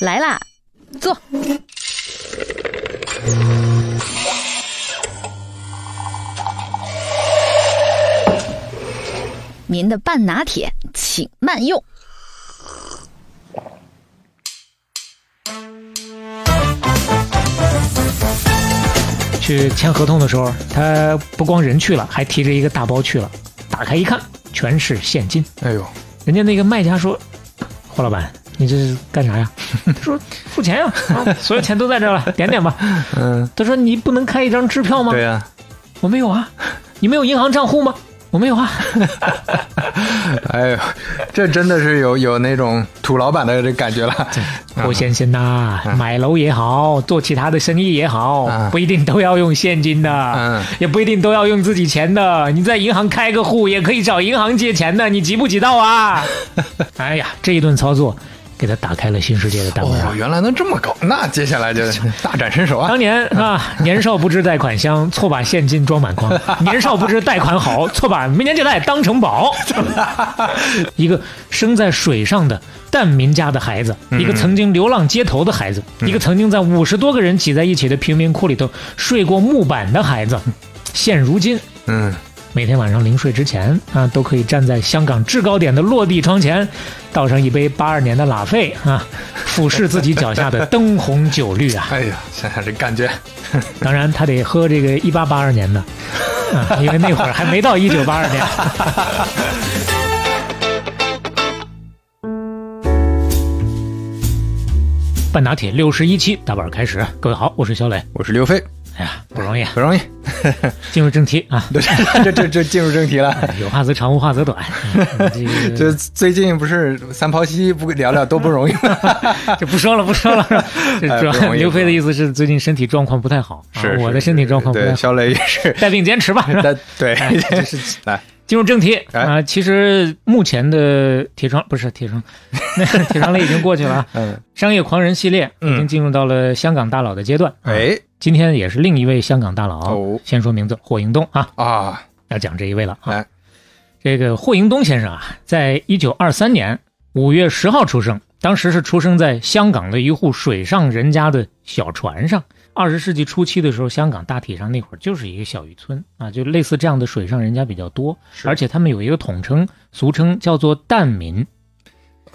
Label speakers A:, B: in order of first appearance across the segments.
A: 来啦，坐。您的半拿铁，请慢用。
B: 去签合同的时候，他不光人去了，还提着一个大包去了。打开一看，全是现金。
C: 哎呦，
B: 人家那个卖家说：“霍老板，你这是干啥呀？”他说：“付钱呀、啊，所有钱都在这儿了，点点吧。
C: 嗯，”
B: 他说：“你不能开一张支票吗？”
C: 对呀、
B: 我没有啊。你没有银行账户吗？我没有啊。
C: 哎呦，这真的是有有那种土老板的这感觉了。
B: 霍先生呐、买楼也好，做其他的生意也好，
C: 嗯
B: 不一定都要用现金的，
C: 嗯
B: 也不一定都要用自己钱的。你在银行开个户，也可以找银行借钱的，你急不急到啊？ 哎呀，这一顿操作，给他打开了新世界的大门啊！
C: 哦，原来能这么搞，那接下 来就大展身手啊！
B: 当年啊，年少不知贷款香，错把现金装满筐；年少不知贷款好，错把民间借贷当成宝。一个生在水上的蛋民家的孩子，一个曾经流浪街头的孩子，一个曾经在五十多个人挤在一起的贫民窟里头睡过木板的孩子，现如今
C: 嗯，
B: 每天晚上临睡之前啊，都可以站在香港制高点的落地窗前，倒上一杯八二年的拉菲啊，俯视自己脚下的灯红酒绿啊。
C: 哎呀，想想这感觉，
B: 当然，他得喝这个一八八二年的，啊，因为那会儿还没到一九八二年。 半拿铁六十一期打板开始，各位好，我是小磊。
C: 我是刘飞，
B: 哎呀，不容易啊，
C: 不容易，
B: 进入正题啊，
C: 这这这这进入正题了。
B: 有话则长，无话则短。嗯这个
C: 这最近不是三抛西不聊聊多不容易 吗？
B: 就不说了，不说了。这主要
C: 哎不容易不容易
B: 刘飞的意思是最近身体状况不太好，啊
C: 是
B: 我的身体状况不太
C: 对，
B: 好，
C: 小磊也是，
B: 带病坚持吧。是吧
C: 但对
B: 哎这是，
C: 来，
B: 进入正题
C: 哎
B: 啊、其实目前的铁窗不是铁窗， 那铁窗类已经过去了啊。
C: 嗯，
B: 商业狂人系列已经
C: 嗯
B: 进入到了香港大佬的阶段。啊，
C: 哎
B: 今天也是另一位香港大佬，啊
C: 哦
B: 先说名字，霍英东啊，
C: 啊，
B: 要讲这一位了啊。
C: 哎
B: 这个霍英东先生啊，在一九二三年五月十号出生，当时是出生在香港的一户水上人家的小船上。二十世纪初期的时候，香港大体上那会儿就是一个小渔村啊，就类似这样的水上人家比较多，
C: 是
B: 而且他们有一个统称，俗称叫做蛋民。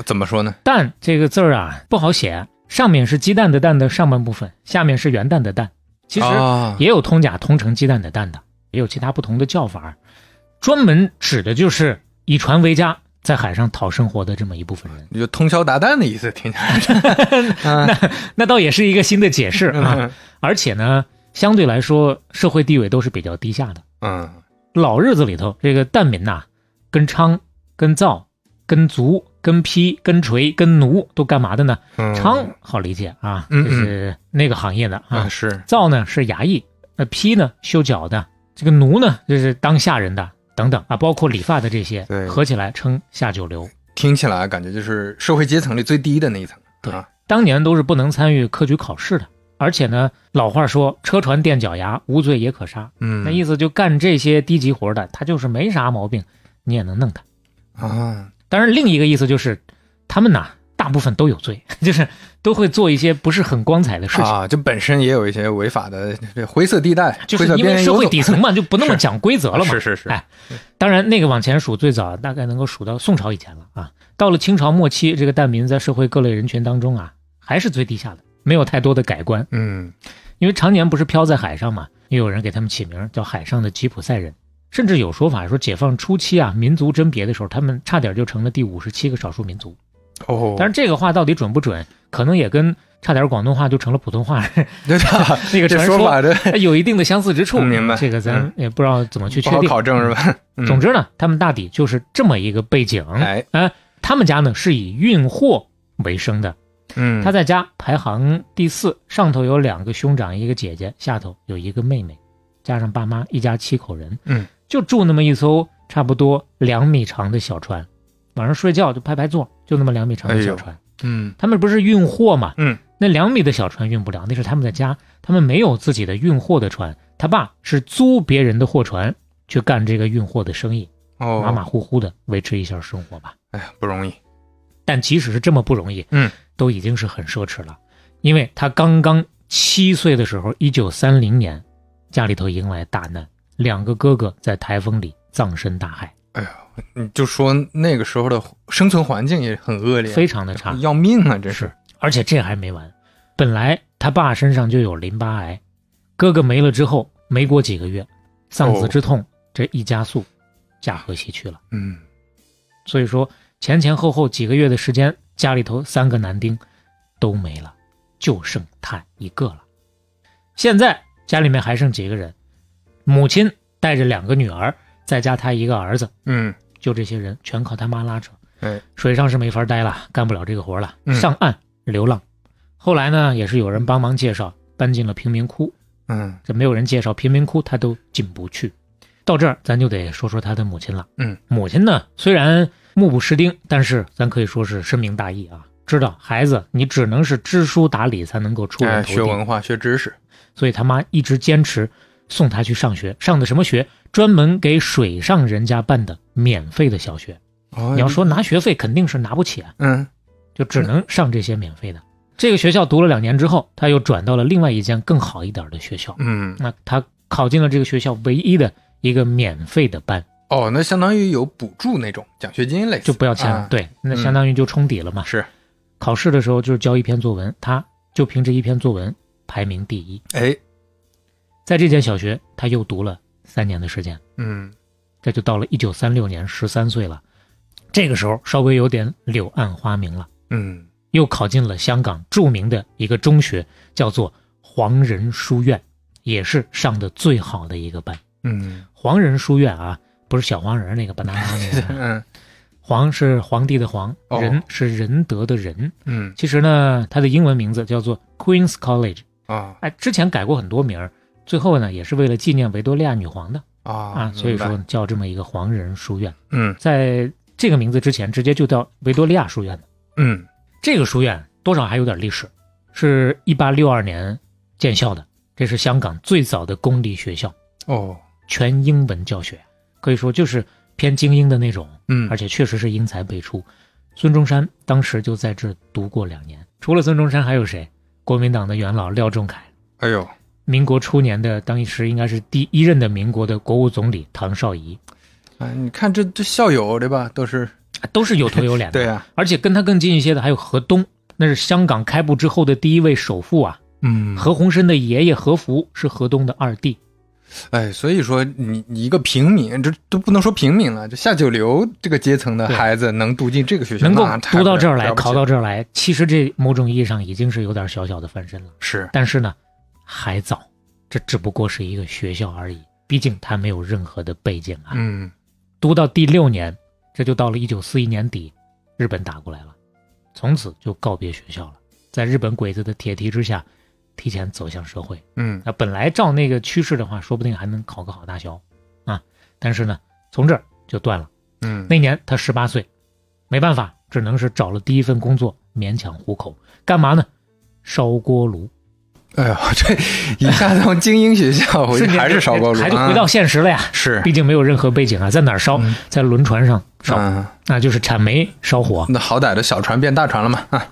C: 怎么说呢？
B: 蛋这个字儿啊不好写，上面是鸡蛋的蛋的上半部分，下面是元旦的蛋。其实
C: 啊
B: 也有通假通成鸡蛋的蛋的，也有其他不同的叫法，专门指的就是以船为家，在海上讨生活的这么一部分人。
C: 你就通宵达旦的意思，听 起来嗯是。
B: 那倒也是一个新的解释啊。
C: 嗯
B: 而且呢，相对来说社会地位都是比较低下的。
C: 嗯，
B: 老日子里头，这个蛋民呐、跟娼、跟造、跟族、跟批、跟锤、跟奴都干嘛的呢？
C: 嗯
B: 娼好理解啊，
C: 嗯
B: 就是那个行业的啊
C: 啊。是，
B: 造呢是衙役，那劈呢修脚的，这个奴呢就是当下人的等等啊，包括理发的这些
C: 对，
B: 合起来称下九流。
C: 听起来感觉就是社会阶层里最低的那一层。
B: 对
C: 啊
B: 当年都是不能参与科举考试的，而且呢，老话说车船垫脚牙，无罪也可杀，
C: 嗯，
B: 那意思就干这些低级活的，他就是没啥毛病，你也能弄他。
C: 啊，
B: 当然，另一个意思就是，他们呐大部分都有罪， 就是都会做一些不是很光彩的事情。
C: 啊，这本身也有一些违法的这灰色地带，
B: 就
C: 灰色
B: 是因为
C: 边缘
B: 社
C: 游
B: 会
C: 走
B: 底层嘛，就不那么讲规则了嘛。
C: 是是是
B: 哎，当然，那个往前数最早大概能够数到宋朝以前了啊。到了清朝末期，这个蛋民在社会各类人群当中啊，还是最低下的，没有太多的改观，
C: 嗯，
B: 因为常年不是漂在海上嘛，也有人给他们起名叫海上的吉普赛人。甚至有说法说，解放初期啊，民族甄别的时候，他们差点就成了第五十七个少数民族。
C: 哦，
B: 但是这个话到底准不准，可能也跟差点广东话就成了普通话
C: 对吧？
B: 那个
C: 这
B: 传
C: 说法这
B: 有一定的相似之处。
C: 明白
B: 这个咱
C: 嗯
B: 也不知道怎么去
C: 不
B: 确
C: 好
B: 定。
C: 考证是吧？嗯
B: 总之呢，他们大抵就是这么一个背景。
C: 哎，
B: 呃，他们家呢是以运货为生的，
C: 嗯，
B: 他在家排行第四，上头有两个兄长，一个姐姐，下头有一个妹妹，加上爸妈，一家七口人。
C: 嗯，
B: 就住那么一艘差不多两米长的小船，晚上睡觉就拍拍座，就那么两米长的小船。
C: 嗯
B: 他们不是运货嘛？
C: 嗯，
B: 那两米的小船运不了，那是他们的家，他们没有自己的运货的船。他爸是租别人的货船去干这个运货的生意，
C: 哦，
B: 马马虎虎的维持一下生活吧。
C: 哎呀，不容易，
B: 但即使是这么不容易，
C: 嗯，
B: 都已经是很奢侈了，因为他刚刚七岁的时候，一九三零年，家里头迎来大难，两个哥哥在台风里葬身大海，
C: 你就说那个时候的生存环境也很恶劣，
B: 非常的差。
C: 要命啊！这是
B: 是，而且这还没完，本来他爸身上就有淋巴癌，哥哥没了之后，没过几个月，丧
C: 哦
B: 子之痛、这一加速，驾鹤西去了。
C: 嗯，
B: 所以说前前后后几个月的时间，家里头三个男丁都没了，就剩他一个了。现在家里面还剩几个人，母亲带着两个女儿，再加他一个儿子，
C: 嗯，
B: 就这些人全靠他妈拉扯。
C: 哎，
B: 水上是没法待了，干不了这个活了，
C: 嗯
B: 上岸流浪。后来呢，也是有人帮忙介绍，搬进了贫民窟。
C: 嗯，
B: 这没有人介绍贫民窟，他都进不去。到这儿，咱就得说说他的母亲了。
C: 嗯，
B: 母亲呢，虽然目不识丁，但是咱可以说是深明大义啊，知道孩子你只能是知书达理才能够出人
C: 哎，
B: 头
C: 学
B: 地，
C: 文化，学知识，
B: 所以他妈一直坚持送他去上学。上的什么学？专门给水上人家办的免费的小学。
C: 哦
B: 你要，说拿学费，肯定是拿不起啊。
C: 嗯，
B: 就只能上这些免费的。这个学校读了两年之后，他又转到了另外一间更好一点的学校。
C: 嗯，
B: 那他考进了这个学校唯一的一个免费的班，
C: 哦，那相当于有补助那种奖学金类似，
B: 就不要钱了。
C: 啊，
B: 对，那相当于就冲底了嘛。
C: 是，
B: 考试的时候就是交一篇作文，他就凭这一篇作文排名第一。
C: 哎，
B: 在这间小学，他又读了三年的时间，
C: 嗯，
B: 这就到了一九三六年，十三岁了。这个时候稍微有点柳暗花明了。
C: 嗯，
B: 又考进了香港著名的一个中学，叫做黄仁书院，也是上的最好的一个班。
C: 嗯，
B: 黄仁书院啊，不是小黄人儿那个巴拿拉那个，
C: 嗯，
B: 黄是皇帝的皇，
C: 哦
B: 仁是仁德的仁。
C: 嗯，
B: 其实呢，它的英文名字叫做 Queen's College，
C: 啊
B: 哎，之前改过很多名儿，最后呢也是为了纪念维多利亚女皇的
C: 啊
B: 啊，所以，
C: 明
B: 说
C: 白
B: 叫这么一个黄仁书院。
C: 嗯
B: 在这个名字之前，直接就叫维多利亚书院的。
C: 嗯，
B: 这个书院多少还有点历史，是一八六二年建校的，这是香港最早的公立学校，
C: 哦，
B: 全英文教学，可以说就是偏精英的那种，
C: 嗯
B: 而，且确实是英才辈出。孙中山当时就在这儿读过两年，除了孙中山还有谁？国民党的元老廖仲恺，
C: 哎呦，
B: 民国初年的当时应该是第一任的民国的国务总理唐绍仪，
C: 啊，你看这这校友对吧，都是，
B: 都是有头有脸的。
C: 对啊，
B: 而且跟他更近一些的还有何东，那是香港开埠之后的第一位首富啊。
C: 嗯，
B: 何鸿燊的爷爷何福是河东的二弟，
C: 哎，所以说你你一个平民，这都不能说平民了，这下九流这个阶层的
B: 对
C: 孩子能读进这个学校，
B: 能够
C: 那太
B: 读到这儿
C: 了
B: 来，
C: 不起
B: 考到这儿来，其实这某种意义上已经是有点小小的翻身了。
C: 是，
B: 但是呢，还早，这只不过是一个学校而已，毕竟他没有任何的背景啊。
C: 嗯，
B: 读到第六年，这就到了一九四一年底，日本打过来了，从此就告别学校了，在日本鬼子的铁蹄之下，提前走向社会。
C: 嗯，
B: 那本来照那个趋势的话，说不定还能考个好大学啊。但是呢，从这儿就断了。
C: 嗯，
B: 那年他十八岁，没办法，只能是找了第一份工作，勉强糊口。干嘛呢？烧锅炉，
C: 哎呦，这一下从精英学校回去
B: 瞬间
C: 哦还是烧锅炉，
B: 还是回到
C: 啊
B: 现实了呀。
C: 是，
B: 毕竟没有任何背景啊，在哪儿烧？
C: 嗯
B: 在轮船上烧，
C: 嗯，
B: 那就是铲煤烧火。
C: 那好歹的小船变大船了嘛，啊，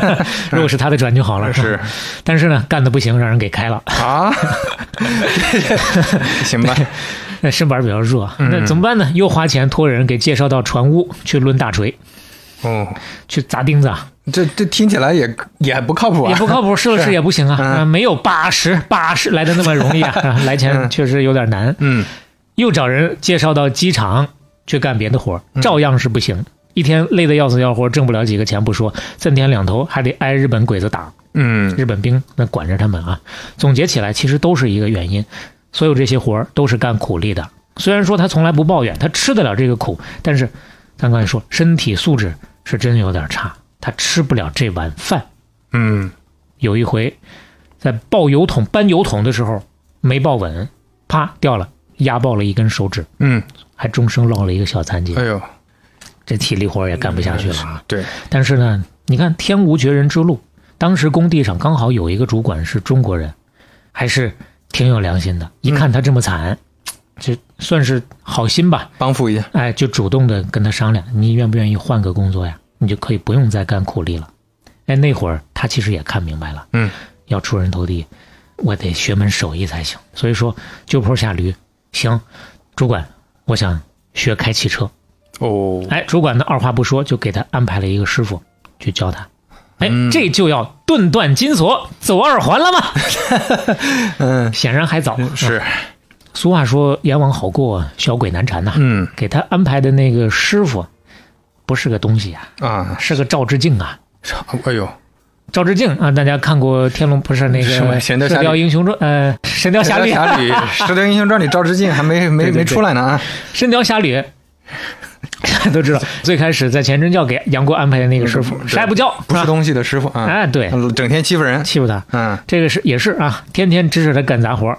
B: 如果是他的船就好了。
C: 是
B: 但是呢，干的不行，让人给开了。
C: 啊， 行吧，
B: 那身板比较热，那
C: 嗯
B: 怎么办呢？又花钱托人给介绍到船屋去抡大锤，
C: 哦，
B: 去砸钉子啊。
C: 这这听起来也也不靠谱啊，
B: 也不靠谱，设置也不行啊，
C: 嗯
B: 啊没有八十八十来的那么容易 啊，啊来钱确实有点难。
C: 嗯，
B: 又找人介绍到机场去干别的活儿，照样是不行。一天累得要死要活，挣不了几个钱不说，三天两头还得挨日本鬼子打，
C: 嗯
B: 日本兵那管着他们啊。总结起来，其实都是一个原因，所有这些活儿都是干苦力的。虽然说他从来不抱怨，他吃得了这个苦，但是咱刚才说，身体素质是真有点差，他吃不了这碗饭。
C: 嗯，
B: 有一回在抱油桶搬油桶的时候没抱稳，啪掉了，压爆了一根手指，
C: 嗯，
B: 还终生落了一个小残疾
C: 哎，嗯呦，
B: 这体力活儿也干不下去了啊。
C: 对，
B: 但是呢，你看天无绝人之路，当时工地上刚好有一个主管是中国人，还是挺有良心的。一看他这么
C: 嗯
B: 惨，这算是好心吧，
C: 帮扶一下，
B: 哎，就主动的跟他商量，你愿不愿意换个工作呀？你就可以不用再干苦力了。哎，那会儿他其实也看明白了，
C: 嗯，
B: 要出人头地，我得学门手艺才行。所以说，就坡下驴，行，主管，我想学开汽车。
C: 哦，
B: 哎，主管呢二话不说就给他安排了一个师傅去教他。哎，
C: 嗯
B: 这就要顿断金锁，走二环了 嘛。嗯，显然还早。
C: 是，
B: 俗话说“阎王好过，小鬼难缠”呐。
C: 嗯
B: 给他安排的那个师傅，不是个东西啊，
C: 啊，
B: 是个赵志敬啊。
C: 哎呦，
B: 赵志敬啊，大家看过《天龙》不是那个
C: 什么神雕
B: 《
C: 侠
B: 射
C: 侣
B: 雕英雄传》呃，《神雕侠侣》
C: 侠侣，《射雕英雄传》里赵志敬 还没没
B: 对对
C: 没出来呢啊，
B: 《神雕侠侣》，大家 都知道，最开始在全真教给杨过安排的那个师傅，
C: 嗯
B: 啥也不教，
C: 不
B: 是
C: 是
B: 吧？
C: 东西的师傅啊，
B: 哎，对，
C: 整天欺负人，
B: 欺负他。
C: 嗯，
B: 这个是也是啊，天天指使他干杂活儿，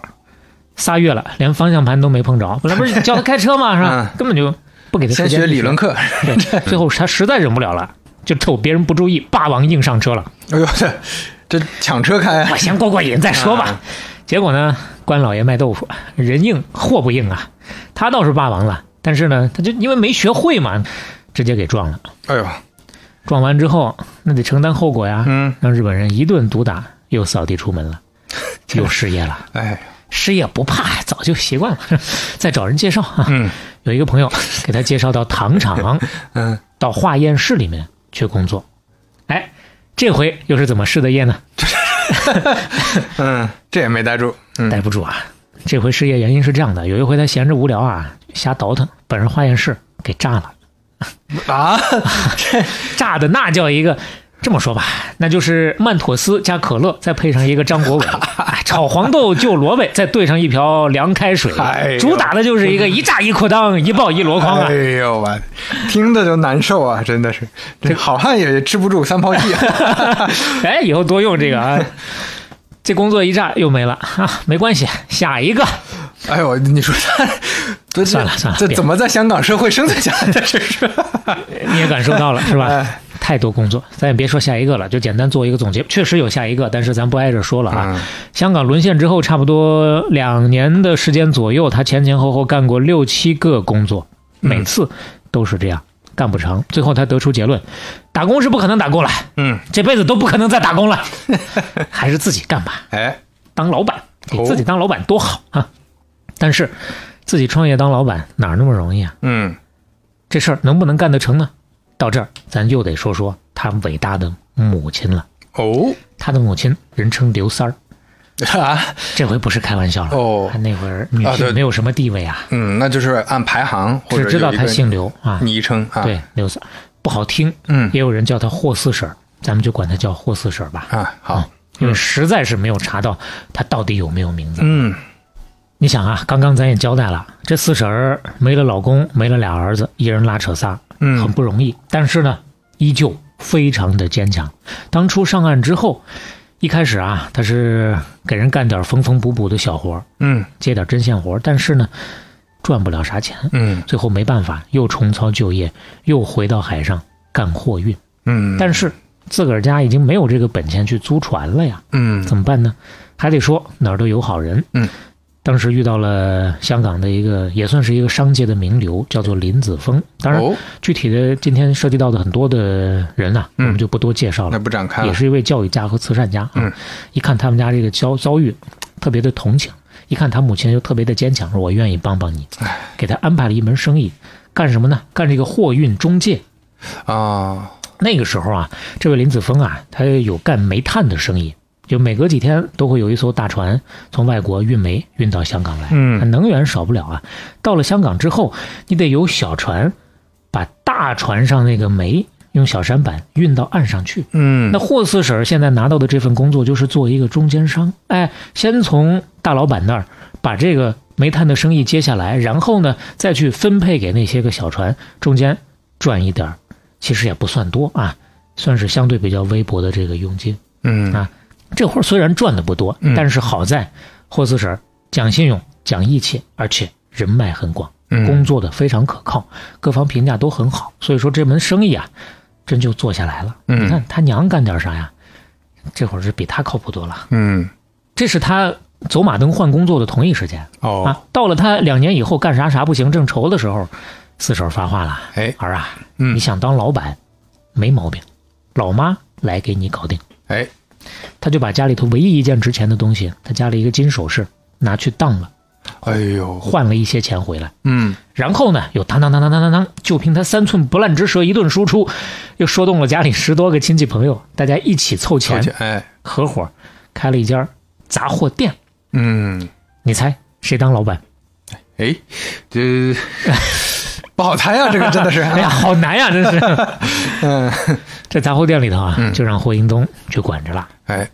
B: 仨月了，连方向盘都没碰着。本来不是教他开车吗？是吧？根本就不给他
C: 嗯先
B: 时间
C: 学理论。课，
B: 对，最后他实在忍不了了，就趁别人不注意，霸王硬上 车了。
C: 哎呦，这这抢车开
B: 我，先过过瘾再说吧
C: 啊。
B: 结果呢，关老爷卖豆腐，人硬货不硬啊。他倒是霸王了，但是呢，他就因为没学会嘛，直接给撞了。
C: 哎呦，
B: 撞完之后，那得承担后果呀。
C: 嗯，
B: 让日本人一顿毒打，又扫地出门 了，又失业了。
C: 哎，
B: 失业不怕，早就习惯了。 再找人介绍啊，
C: 嗯
B: 有一个朋友给他介绍到糖 厂，
C: 嗯，
B: 到化验室里面去工作。哎，这回又是怎么试的业呢？
C: 嗯，这也没待住，嗯
B: 待不住啊！这回失业原因是这样的：有一回他闲着无聊啊，瞎倒腾，把人化验室给炸了，
C: 啊，
B: 炸的那叫一个。这么说吧，那就是曼妥思加可乐，再配上一个张国 伟，哎炒黄豆就萝卜，再兑上一瓢凉开水
C: 哎，呦
B: 主打的就是一个一炸一裤裆，一爆一箩筐啊
C: 哎！ 呦我，听着就难受啊，真的是，这好汉也吃不住三啊泡地，
B: 哎，以后多用这个 啊。这工作一炸又没了啊，没关系，下一个。
C: 哎呦，你说 他，这
B: 算了算了
C: 这
B: 别
C: 怎么在香港社会生存下来的？ 这是，
B: 你也感受到了是吧
C: 哎？
B: 太多工作，咱也别说下一个了，就简单做一个总结。确实有下一个，但是咱不挨着说了啊。
C: 嗯
B: 香港沦陷之后，差不多两年的时间左右，他前前后后干过六七个工作，
C: 嗯
B: 每次都是这样，干不长。最后他得出结论：打工是不可能打工了，
C: 嗯，
B: 这辈子都不可能再打工 了，还是自己干吧。
C: 哎，
B: 当老板，给
C: 哦
B: 自己当老板多好啊！但是自己创业当老板哪儿那么容易啊？
C: 嗯，
B: 这事儿能不能干得成呢？到这儿，咱又得说说他伟大的母亲了。
C: 哦，
B: 他的母亲人称刘三儿，
C: 啊，
B: 这回不是开玩笑了。
C: 哦
B: 他那会儿女
C: 啊对
B: 性没有什么地位啊，
C: 嗯，那就是按排行或
B: 只
C: 者
B: 知道
C: 有一个
B: 他姓刘啊。
C: 昵称啊，
B: 对，刘三儿不好听，
C: 嗯
B: 也有人叫他霍四婶儿，咱们就管他叫霍四婶儿吧，
C: 啊，好，
B: 因为实在是没有查到他到底有没有名字。
C: 嗯，
B: 你想啊，刚刚咱也交代了，这四婶儿没了老公，没了俩儿子，一人拉扯仨，
C: 嗯
B: 很不容易。但是呢，依旧非常的坚强。当初上岸之后，一开始啊，她是给人干点缝缝补补的小活儿，
C: 嗯
B: 接点针线活儿，但是呢，赚不了啥钱。
C: 嗯
B: 最后没办法，又重操旧业，又回到海上干货运。
C: 嗯，
B: 但是自个儿家已经没有这个本钱去租船了呀，
C: 嗯
B: 怎么办呢？还得说哪儿都有好人。
C: 嗯，
B: 当时遇到了香港的一个，也算是一个商界的名流，叫做林子峰。当然，
C: 哦
B: 具体的今天涉及到的很多的人呐、啊我
C: 嗯
B: 们就不多介绍
C: 那
B: 了。
C: 不展开
B: 也
C: 了，
B: 是一位教育家和慈善家啊。
C: 嗯
B: 一看他们家这个遭遭遇，特别的同情；一看他母亲又特别的坚强，说我愿意帮帮你，给他安排了一门生意，干什么呢？干这个货运中介。
C: 啊，
B: 那个时候啊，这位林子峰啊，他有干煤炭的生意，就每隔几天都会有一艘大船从外国运煤运到香港来。
C: 嗯
B: 能源少不了啊。到了香港之后，你得有小船把大船上那个煤用小舢板运到岸上去。
C: 嗯，
B: 那霍四婶儿现在拿到的这份工作就是做一个中间商，哎，先从大老板那儿把这个煤炭的生意接下来，然后呢再去分配给那些个小船，中间赚一点儿，其实也不算多啊，算是相对比较微薄的这个佣金。
C: 嗯
B: 啊这活儿虽然赚的不多，
C: 嗯
B: 但是好在霍四婶儿讲信用、讲义气，而且人脉很广，
C: 嗯
B: 工作的非常可靠，各方评价都很好，所以说这门生意啊，真就做下来了。
C: 嗯
B: 你看他娘干点啥呀？这会儿是比他靠谱多了。
C: 嗯，
B: 这是他走马灯换工作的同一时间啊
C: 哦，。
B: 到了他两年以后干啥啥不行正愁的时候，四婶儿发话了：“
C: 哎，
B: 儿啊，
C: 嗯
B: 你想当老板，没毛病。老妈来给你搞定。
C: 哎，
B: 他就把家里头唯一一件值钱的东西，他家里一个金首饰拿去当了，
C: 哎呦，
B: 换了一些钱回来。
C: 嗯，
B: 然后呢，又当当当当当当当，就凭他三寸不烂之舌一顿输出，又说动了家里十多个亲戚朋友，大家一起凑
C: 凑
B: 钱，
C: 钱，哎，
B: 合伙开了一家杂货店。
C: 嗯，
B: 你猜谁当老板？
C: 哎，这 不好猜啊，这个真的是，
B: 哎呀，好难呀、真是。
C: 嗯，
B: 这杂货店里头啊，
C: 嗯
B: 就让霍英东去管着了。
C: 哎，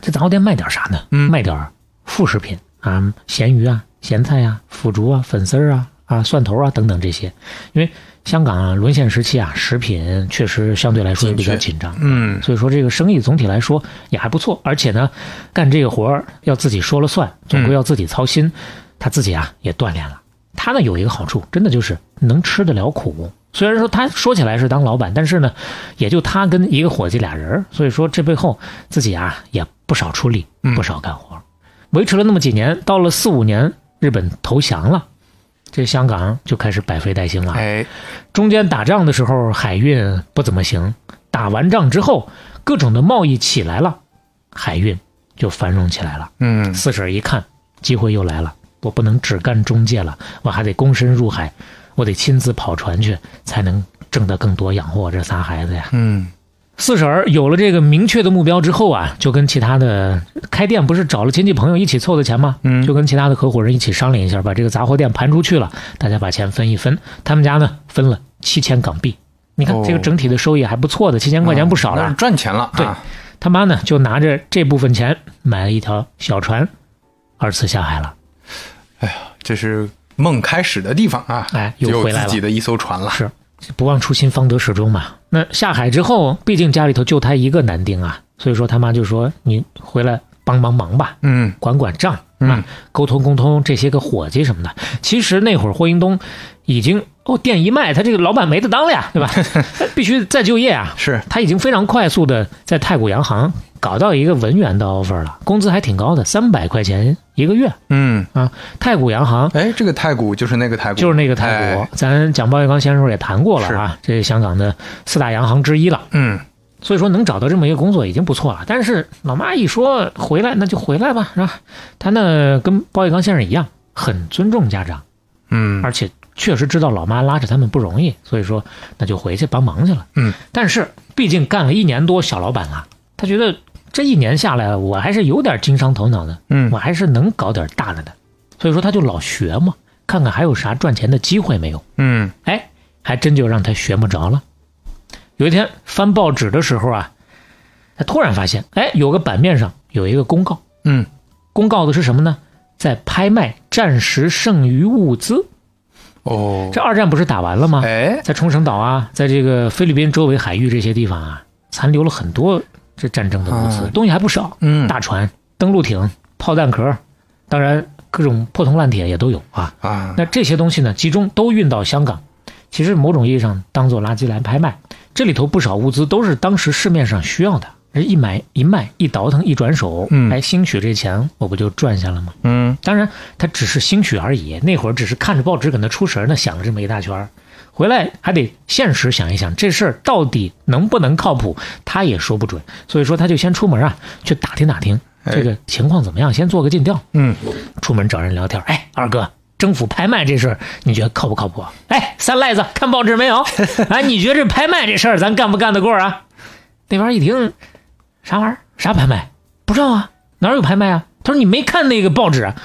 B: 这杂货店卖点啥呢？
C: 嗯
B: 卖点儿副食品啊，咸鱼啊、咸菜啊、腐竹啊、粉丝儿啊、啊蒜头啊等等这些。因为香港啊沦陷时期啊，食品确实相对来说也比较
C: 紧
B: 紧张，
C: 嗯，
B: 所以说这个生意总体来说也还不错。而且呢，干这个活儿要自己说了
C: 嗯
B: 算，总归要自己操心。他自己啊也锻炼了。他呢有一个好处，真的就是能吃得了苦。虽然说他说起来是当老板，但是呢，也就他跟一个伙计俩人儿，所以说这背后自己啊也不少出力，
C: 嗯
B: 不少干活儿，维持了那么几年，到了四五年，日本投降了，这香港就开始百废待兴了。
C: 哎，
B: 中间打仗的时候海运不怎么行，打完仗之后各种的贸易起来了，海运就繁荣起来了。
C: 嗯，
B: 四婶儿一看，机会又来了，我不能只干中介了，我还得躬身入海，我得亲自跑船去，才能挣得更多，养活我这仨孩子呀。
C: 嗯，
B: 四婶儿有了这个明确的目标之后啊，就跟其他的开店不是找了亲戚朋友一起凑的钱吗？
C: 嗯
B: 就跟其他的合伙人一起商量一下，把这个杂货店盘出去了，大家把钱分一分。他们家呢分了七千港币，你看
C: 哦
B: 这个整体的收益还不错的，七千块钱不少了。
C: 那是哦赚钱了，
B: 对
C: 啊
B: 他妈呢就拿着这部分钱买了一条小船，二次下海了。
C: 这是梦开始的地方啊，
B: 哎又
C: 有
B: 回来了
C: 自己的一艘船了，
B: 是不忘初心，方得始终嘛。那下海之后，毕竟家里头就他一个男丁啊，所以说他妈就说你回来帮帮忙吧，
C: 嗯
B: 管管账啊
C: 嗯，
B: 沟通沟通这些个伙计什么的。其实那会儿霍英东已经哦，店一卖，他这个老板没得当了 呀，对吧？必须再就业啊。
C: 是，
B: 他已经非常快速的在太古洋行搞到一个文员的 offer 了，工资还挺高的，三百块钱一个月
C: 嗯，
B: 啊。太古洋行
C: 哎，这个太古就是那个太古，
B: 就是那个太古，
C: 哎，
B: 咱蒋抱玉刚先生也谈过了啊，这是香港的四大洋行之一了。
C: 嗯，
B: 所以说能找到这么一个工作已经不错了。但是老妈一说回来，那就回来吧，是吧？他呢跟包玉刚先生一样，很尊重家长，
C: 嗯，
B: 而且确实知道老妈拉着他们不容易，所以说那就回去帮忙去了。
C: 嗯，
B: 但是毕竟干了一年多小老板了，他觉得这一年下来，我还是有点经商头脑的，
C: 嗯
B: 我还是能搞点大的的。所以说他就老学嘛，看看还有啥赚钱的机会没有。
C: 嗯，
B: 哎，还真就让他学摸着了。有一天翻报纸的时候啊，他突然发现，哎，有个版面上有一个公告，
C: 嗯，
B: 公告的是什么呢？在拍卖战时剩余物资。
C: 哦
B: 这，二战不是打完了吗？
C: 哎，
B: 在冲绳岛啊，在这个菲律宾周围海域这些地方啊，残留了很多这战争的物资，
C: 啊
B: 东西还不少，
C: 嗯，
B: 大船、登陆艇、炮弹壳，当然各种破铜烂铁也都有啊。
C: 啊，
B: 那这些东西呢，集中都运到香港，其实某种意义上当做垃圾来拍卖。这里头不少物资都是当时市面上需要的，而一买一卖一倒腾一转手，
C: 嗯
B: 哎，兴许这钱我不就赚下了吗？
C: 嗯，
B: 当然，他只是兴许而已，那会儿只是看着报纸搁那出神儿呢，想了这么一大圈儿。回来还得现实想一想，这事儿到底能不能靠谱，他也说不准。所以说，他就先出门啊，去打听打听
C: 哎
B: 这个情况怎么样，先做个尽调。
C: 嗯，
B: 出门找人聊天，哎，二哥，政府拍卖这事儿，你觉得靠不靠谱啊？哎，三赖子，看报纸没 有？哎，你觉得这拍卖这事儿，咱干不干得过啊？那边一听，啥玩意儿？啥拍卖？不知道啊，哪有拍卖啊？他说你没看那个报纸啊？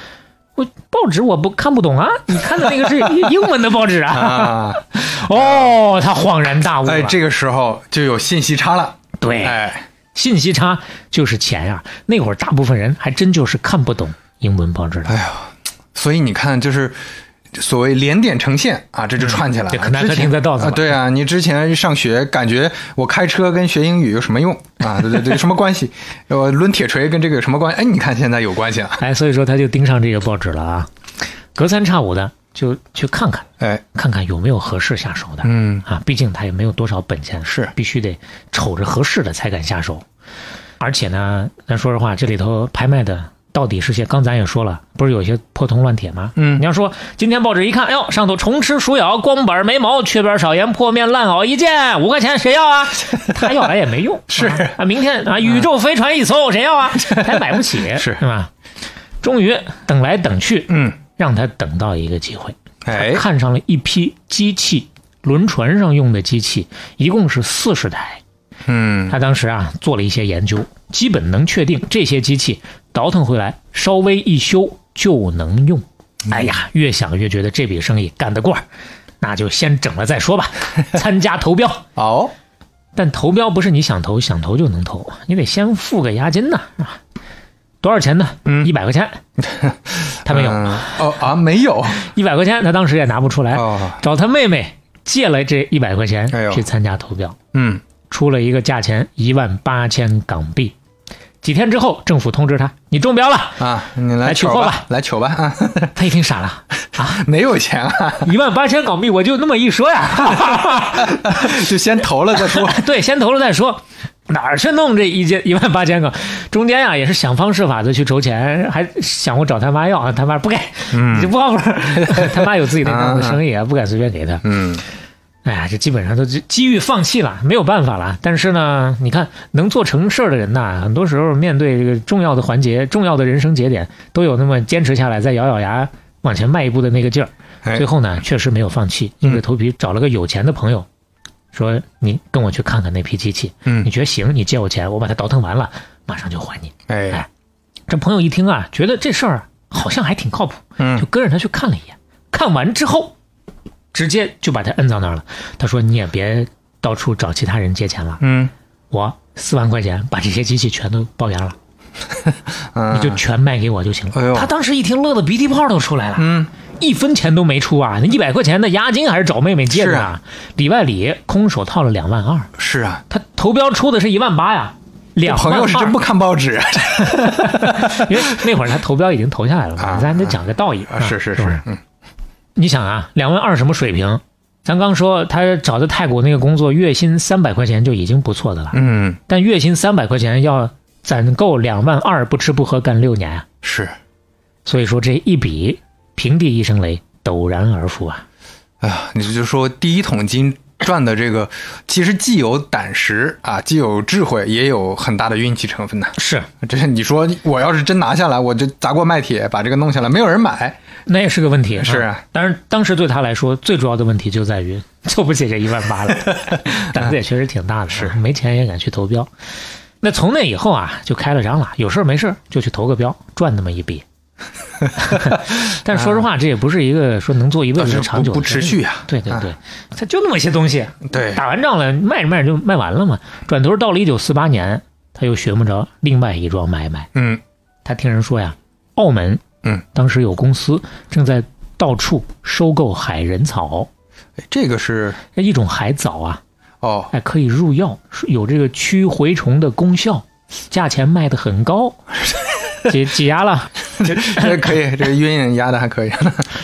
B: 我报纸我不看不懂啊，你看的那 个是英文的报纸啊。
C: 啊，
B: 哦，他恍然大悟了。
C: 哎，这个时候就有信息差了，
B: 对，
C: 哎，
B: 信息差就是钱呀、那会儿大部分人还真就是看不懂英文报纸
C: 哎
B: 的。
C: 所以你看，就是所谓连点成线啊，这就串起来了。
B: 这可难
C: 之
B: 得
C: 前
B: 听得到是吧
C: 啊，对啊，你之前上学感觉我开车跟学英语有什么用啊？对对对，有什么关系？ 我抡铁锤跟这个有什么关系？哎，你看现在有关系啊了，
B: 哎，所以说他就盯上这个报纸了啊，隔三差五的就去看看，
C: 哎，
B: 看看有没有合适下手的。
C: 嗯
B: 啊，毕竟他也没有多少本钱，
C: 是
B: 必须得瞅着合适的才敢下手。而且呢，咱说实话，这里头拍卖的到底是些，刚咱也说了，不是有些破铜乱铁吗？
C: 嗯
B: 你要说今天报纸一看，哎呦，上头虫吃鼠咬，光板没毛，缺边少盐，破面烂袄一件，五块钱谁要 啊？他要来也没用，
C: 是嗯
B: 啊，明天啊，宇宙飞船一艘，谁 要啊？他也买不起，
C: 是
B: 对吧？终于等来等去，
C: 嗯，
B: 让他等到一个机会，
C: 哎，
B: 看上了一批机器，轮船上用的机器，一共是四十台。
C: 嗯，
B: 他当时啊做了一些研究，基本能确定这些机器倒腾回来，稍微一修就能用。
C: 嗯
B: 哎呀，越想越觉得这笔生意干得过儿，那就先整了再说 吧。参加投标，
C: 哦，
B: 但投标不是你想投想投就能投，你得先付个押金呐、啊，多少钱呢？
C: 嗯
B: 一百块 钱，他没有
C: 嗯哦啊，没有
B: 一百块钱，他当时也拿不出来，
C: 哦，
B: 找他妹妹借了这一百块钱
C: 哎呦
B: 去参加投标。
C: 嗯，
B: 出了一个价钱一万八千港币。几天之后，政府通知他，你中标了。
C: 啊，你
B: 来
C: 来
B: 取
C: 求
B: 货吧
C: 吧，来求吧 啊，
B: 他一听傻 了，
C: 没有钱啊，
B: 一万八千港币，我就那么一说呀。
C: 就先投了再说。
B: 对，先投了再说，哪儿去弄这一千一万八千港？中间啊也是想方设法的去筹钱，还想过找他妈要啊，他妈不给，
C: 嗯
B: 你 就不靠谱。 他妈有自己那档子生意啊，不敢随便给他。
C: 嗯，
B: 哎呀，这基本上都机机遇放弃了，没有办法了。但是呢，你看能做成事儿的人呐，很多时候面对这个重要的环节、重要的人生节点，都有那么坚持下来，再咬咬牙往前迈一步的那个劲儿。
C: 哎嗯
B: 最后呢，确实没有放弃，硬着头皮找了个有钱的朋友，说：“你跟我去看看那批机器，
C: 嗯
B: 你觉得行，你借我钱，我把它倒腾完了，马上就还你。”
C: 哎，
B: 这朋友一听啊，觉得这事儿好像还挺靠谱，就
C: 嗯，
B: 跟着他去看了一眼。看完之后，直接就把他摁到那儿了。他说：“你也别到处找其他人借钱了，
C: 嗯，
B: 我四万块钱把这些机器全都包圆了，
C: 嗯
B: 你就全卖给我就行了。
C: 哎呦
B: 他当时一听，乐得鼻涕泡都出来了，
C: 嗯，
B: 一分钱都没出啊，那一百块钱的押金还是找妹妹借的
C: 是啊
B: 呢，里外里空手套了两万二。
C: 是啊，
B: 他投标出的是一万八呀，两万
C: 朋
B: 二。
C: 友是真不看报纸，
B: 因为那会儿他投标已经投下来了嘛，
C: 啊
B: 咱得讲个道义。
C: 啊是
B: 吧
C: 是是，嗯，
B: 你想啊，两万二什么水平？咱刚说他找的泰国那个工作，月薪三百块钱就已经不错的了，
C: 嗯，
B: 但月薪三百块钱要攒够两万二，不吃不喝干六年啊，
C: 是，
B: 所以说这一笔平地一声雷，陡然而富啊！
C: 哎呀，你就说第一桶金赚的这个，其实既有胆识啊，既有智慧，也有很大的运气成分呐、
B: 是，
C: 这是你说我要是真拿下来，我就砸锅卖铁把这个弄下来，没有人买，
B: 那也是个问题。
C: 是
B: 啊
C: 啊，
B: 当然当时对他来说最主要的问题就在于凑不起这一万八 了，胆子也确实挺大的，是没钱也敢去投标。那从那以后啊，就开了张了，有事儿没事儿就去投个标，赚那么一笔。 但说实话，这也不是一个说能做一辈
C: 但
B: 子
C: 是
B: 长久的
C: 不不持
B: 生意
C: 续啊，
B: 对对
C: 啊
B: 对，他就那么些东西，
C: 对，
B: 打完仗了卖着卖着就卖完了嘛。转头到了一九四八年，他又寻摸着另外一桩买卖。
C: 嗯
B: 他听人说呀，澳门，
C: 嗯，
B: 当时有公司正在到处收购海人草，
C: 哎这个是
B: 这一种海藻啊，
C: 哦，
B: 哎，可以入药，是有这个驱蛔虫的功效，价钱卖的很 高，挤挤压了。
C: 这可以，这个晕人压的还可以，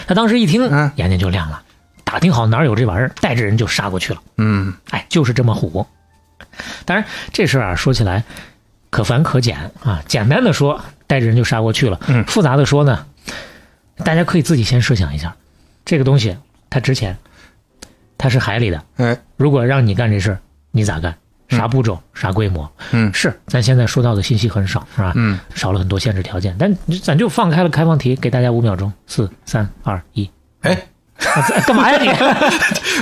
B: 他当时一听
C: 嗯，
B: 眼睛就亮了，打听好哪儿有这玩意儿，带着人就杀过去了。
C: 嗯
B: 哎，就是这么虎。当然，这事儿啊，说起来可繁可简啊。简单的说，带着人就杀过去了。
C: 嗯
B: 复杂的说呢，大家可以自己先设想一下，这个东西它值钱，它是海里的。
C: 哎
B: 如果让你干这事儿，你咋干？啥步骤？啥规模？
C: 嗯
B: 是，咱现在说到的信息很少，是吧？
C: 嗯，
B: 少了很多限制条件，但咱就放开了开放题，给大家五秒钟，四、三、二、一，
C: 哎，
B: 啊干嘛呀你？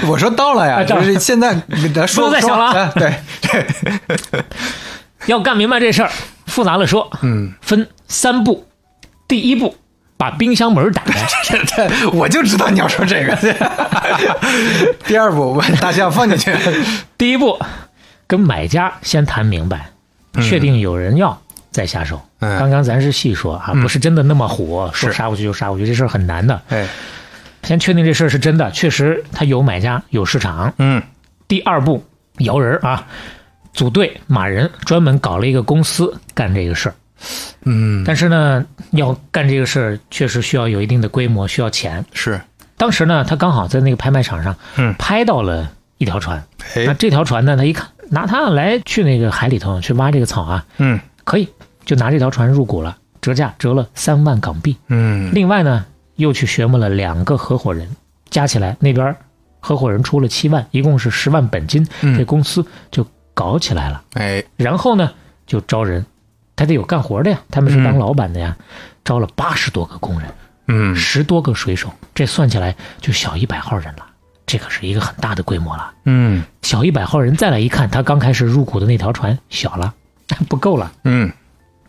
C: 我说到了
B: 啊
C: 呀，
B: 到
C: 就
B: 了
C: 是现在咱
B: 不能
C: 说
B: 再
C: 说
B: 想了啊
C: 哎对对，
B: 要干明白这事儿，复杂了说，
C: 嗯，
B: 分三步。第一步，把冰箱门 打开。
C: 这我就知道你要说 这个。第二步，我把大象放进去。
B: 第一步，跟买家先谈明白，确定有人要再下手。
C: 嗯哎嗯
B: 刚刚咱是细说啊，不是真的那么虎，说
C: 是
B: 杀过去就杀过去，这事儿很难的。
C: 哎，
B: 先确定这事儿是真的，确实他有买家有市场。
C: 嗯
B: 第二步，摇人儿啊，组队马人，专门搞了一个公司干这个事儿。
C: 嗯，
B: 但是呢，要干这个事儿，确实需要有一定的规模，需要钱。
C: 是，
B: 当时呢，他刚好在那个拍卖场上，
C: 嗯
B: 拍到了一条船。那
C: 哎，
B: 这条船呢，他一看，拿它来去那个海里头去挖这个草啊，
C: 嗯
B: 可以，就拿这条船入股了。折价折了三万港币。
C: 嗯
B: 另外呢，又去学摸了两个合伙人，加起来那边合伙人出了七万，一共是十万本金，这
C: 嗯，
B: 公司就搞起来了。
C: 哎，
B: 然后呢，就招人，他得有干活的呀，他们是当
C: 嗯
B: 老板的呀，招了八十多个工人，
C: 嗯
B: 十多个水手，这算起来就小一百号人了，这可是一个很大的规模了。
C: 嗯
B: 小一百号人再来一看，他刚开始入股的那条船小了， 不够了，
C: 嗯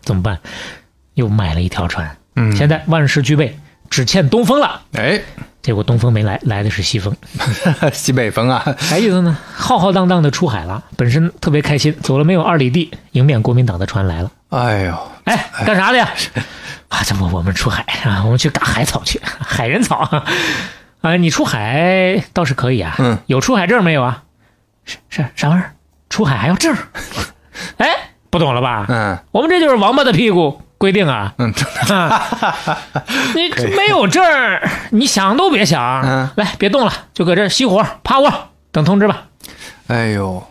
B: 怎么办？又买了一条船，
C: 嗯，
B: 现在万事俱备，只欠东风了。
C: 哎，
B: 结果东风没来，来的是西风，
C: 西北风啊，
B: 啥意思呢？浩浩荡荡的出海了，本身特别开心，走了没有二里地，迎面国民党的船来了，
C: 哎呦，
B: 哎，干啥的呀？啊，这不我们出海啊，我们去嘎海草去，海人草啊、你出海倒是可以啊，
C: 嗯，
B: 有出海证没有啊？是是啥玩意儿？出海还要证？哎，不懂了吧？
C: 嗯
B: 我们这就是王八的屁股规定啊，
C: 嗯，
B: 你
C: 可以
B: 没有证儿，你想都别想。
C: 嗯
B: 来，别动了，就搁这儿熄火趴窝等通知吧。
C: 哎呦，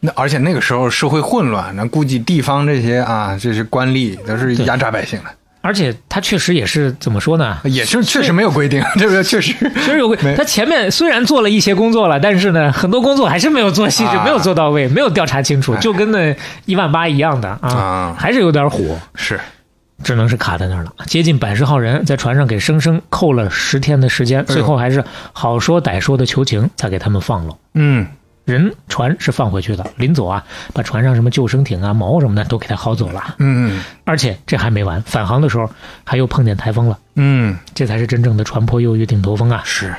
C: 那而且那个时候社会混乱，那估计地方这些啊，这是官吏都是
B: 对
C: 压榨百姓的，
B: 而且他确实也是怎么说呢？
C: 也是确实没有规定，这个确实，
B: 确实有
C: 没
B: 他前面虽然做了一些工作了，但是呢，很多工作还是没有做细致，
C: 啊哎
B: 没有做到位，没有调查清楚，就跟那一万八一样的啊
C: 啊，
B: 还是有点火，
C: 是，
B: 只能是卡在那儿了。接近百十号人在船上给生生扣了十天的时间，
C: 哎呦
B: 最后还是好说歹说的求情，才给他们放了。
C: 嗯
B: 人船是放回去的，临走啊，把船上什么救生艇啊、锚什么的都给他薅走了。
C: 嗯
B: 而且这还没完，返航的时候还又碰见台风了，
C: 嗯，
B: 这才是真正的船破又遇顶头风啊！
C: 是，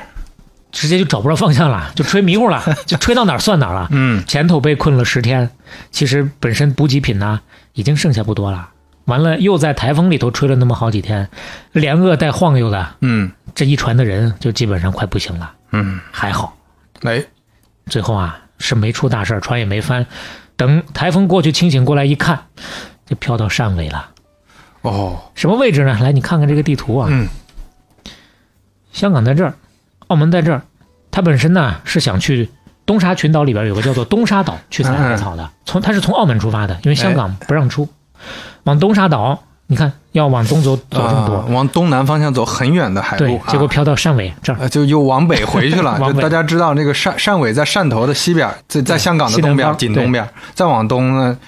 B: 直接就找不着方向了， 就吹迷糊了，就吹到哪儿算哪儿了。
C: 嗯
B: 前头被困了十天，其实本身补给品呐已经剩下不多了，完了又在台风里头吹了那么好几天，连饿带晃悠的，
C: 嗯
B: 这一船的人就基本上快不行了。
C: 嗯，
B: 还好，
C: 哎，
B: 最后啊是没出大事儿，船也没翻。等台风过去，清醒过来一看，就飘到汕尾了。
C: 哦，
B: 什么位置呢？来，你看看这个地图啊。
C: 嗯
B: 香港在这儿，澳门在这儿。他本身呢是想去东沙群岛里边有个叫做 东沙岛去采海草
C: 嗯
B: 的，从他是从澳门出发的，
C: 哎
B: 因为香港不让出，往东沙岛，你看要往东走走这么
C: 啊
B: 多，，
C: 往东南方向走很远的海
B: 对
C: 路，，
B: 结果
C: 啊
B: 飘到汕尾这 儿，
C: 呃，就又往北回去 了。
B: 往
C: 就
B: 北
C: 大家知道，那个汕汕尾在汕头的西边，在在香港的
B: 西南
C: 东边，
B: 方
C: 仅
B: 对嗯
C: 东边，再往东呢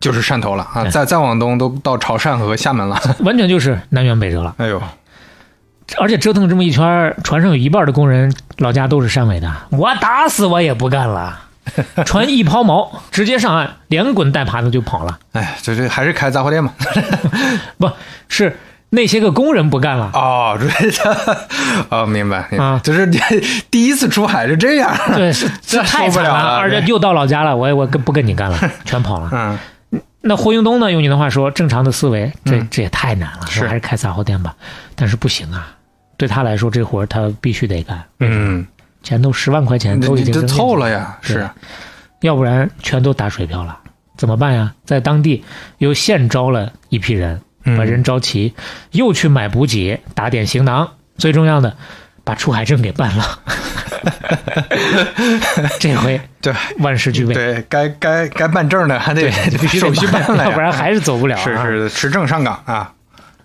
C: 就是汕头了啊！
B: 对
C: 再再往东都到潮汕和厦门了。
B: 完全就是南辕北辙了。
C: 哎呦，
B: 而且折腾这么一圈儿，船上有一半的工人老家都是汕尾的，我打死我也不干 了。船一抛锚，直接上岸，连滚带爬的就跑了。
C: 哎，这这还是开杂货店嘛？
B: 不是那些个工人不干了，
C: 哦，对的， 哦，明白，明
B: 啊
C: 白，就是 第一次出海啊是这样。
B: 对，是
C: 这
B: 太
C: 受
B: 惨
C: 不了了
B: 而且
C: 对
B: 又到老家了，我也我跟不跟你 干了，全跑了。
C: 嗯
B: 那霍英东呢？用你的话说，正常的思维，这
C: 嗯
B: 这也太难了，
C: 是
B: 我还是开杂货店吧。但是不行啊，对他来说这活儿他必须得干，
C: 嗯，
B: 前头十万块钱嗯
C: 这
B: 都已
C: 这
B: 经
C: 这
B: 扔进
C: 凑
B: 去，
C: 了呀，
B: 对
C: 是，
B: 要不然全都打水漂了。怎么办呀？在当地又现招了一批人，
C: 嗯
B: 把人招齐，又去买补给，打点行囊，最重要的，把出海证给办了。 这回
C: 对
B: 万事俱备，
C: 对，该该该办证的还得
B: 对，必须得
C: 手续
B: 办
C: 办了呀，
B: 要不然还是走不了、啊。
C: 是是持证上岗啊，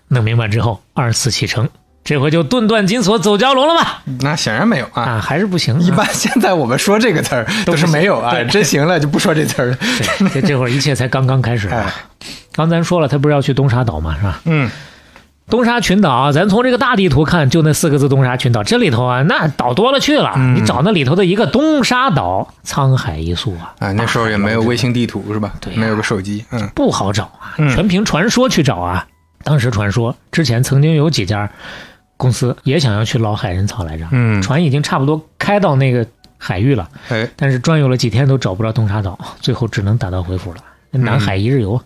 B: 弄明白之后，二次启程，这回就顿断金锁走蛟龙了吧？
C: 那显然没有啊。
B: 啊，还是不行、
C: 一般现在我们说这个词儿
B: 都
C: 都
B: 不行
C: 是没有啊，
B: 对
C: 真行了就不说这词儿了。
B: 对，这这会儿一切才刚刚开始啊
C: 哎。
B: 刚咱说了，他不是要去东沙岛嘛，是吧？
C: 嗯，
B: 东沙群岛啊，咱从这个大地图看，就那四个字“东沙群岛”，这里头啊，那岛多了去了。
C: 嗯
B: 你找那里头的一个东沙岛，沧海一粟啊，
C: 啊，那时候也没有卫星地图是吧？
B: 对呀
C: 没有个手机。嗯
B: 不好找啊，
C: 嗯
B: 全凭传说去找啊。当时传说之前曾经有几家公司也想要去捞海人草来着，
C: 嗯，
B: 船已经差不多开到那个海域了，
C: 哎，
B: 但是转悠了几天都找不着东沙岛，最后只能打道回府了。南海一日 游，啊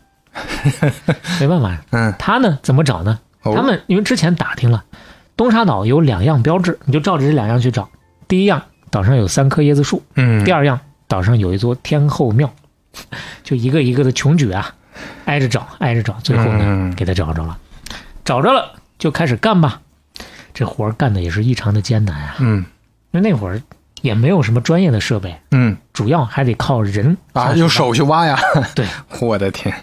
B: 没办法。
C: 嗯，
B: 他呢怎么找呢？
C: 哦
B: 他们因为之前打听了，东沙岛有两样标志，你就照着这两样去找。第一样，岛上有三棵椰子树；
C: 嗯，
B: 第二样，岛上有一座天后庙， 就一个一个的穷举啊，挨着找，挨着找，最后呢
C: 嗯
B: 给他找着了，找着了就开始干吧。这活儿干的也是异常的艰难啊。
C: 嗯
B: 因为那会儿也没有什么专业的设备，
C: 嗯
B: 主要还得靠人
C: 啊，
B: 下去
C: 用
B: 挖。
C: 手去挖呀。
B: 对，
C: 我的天，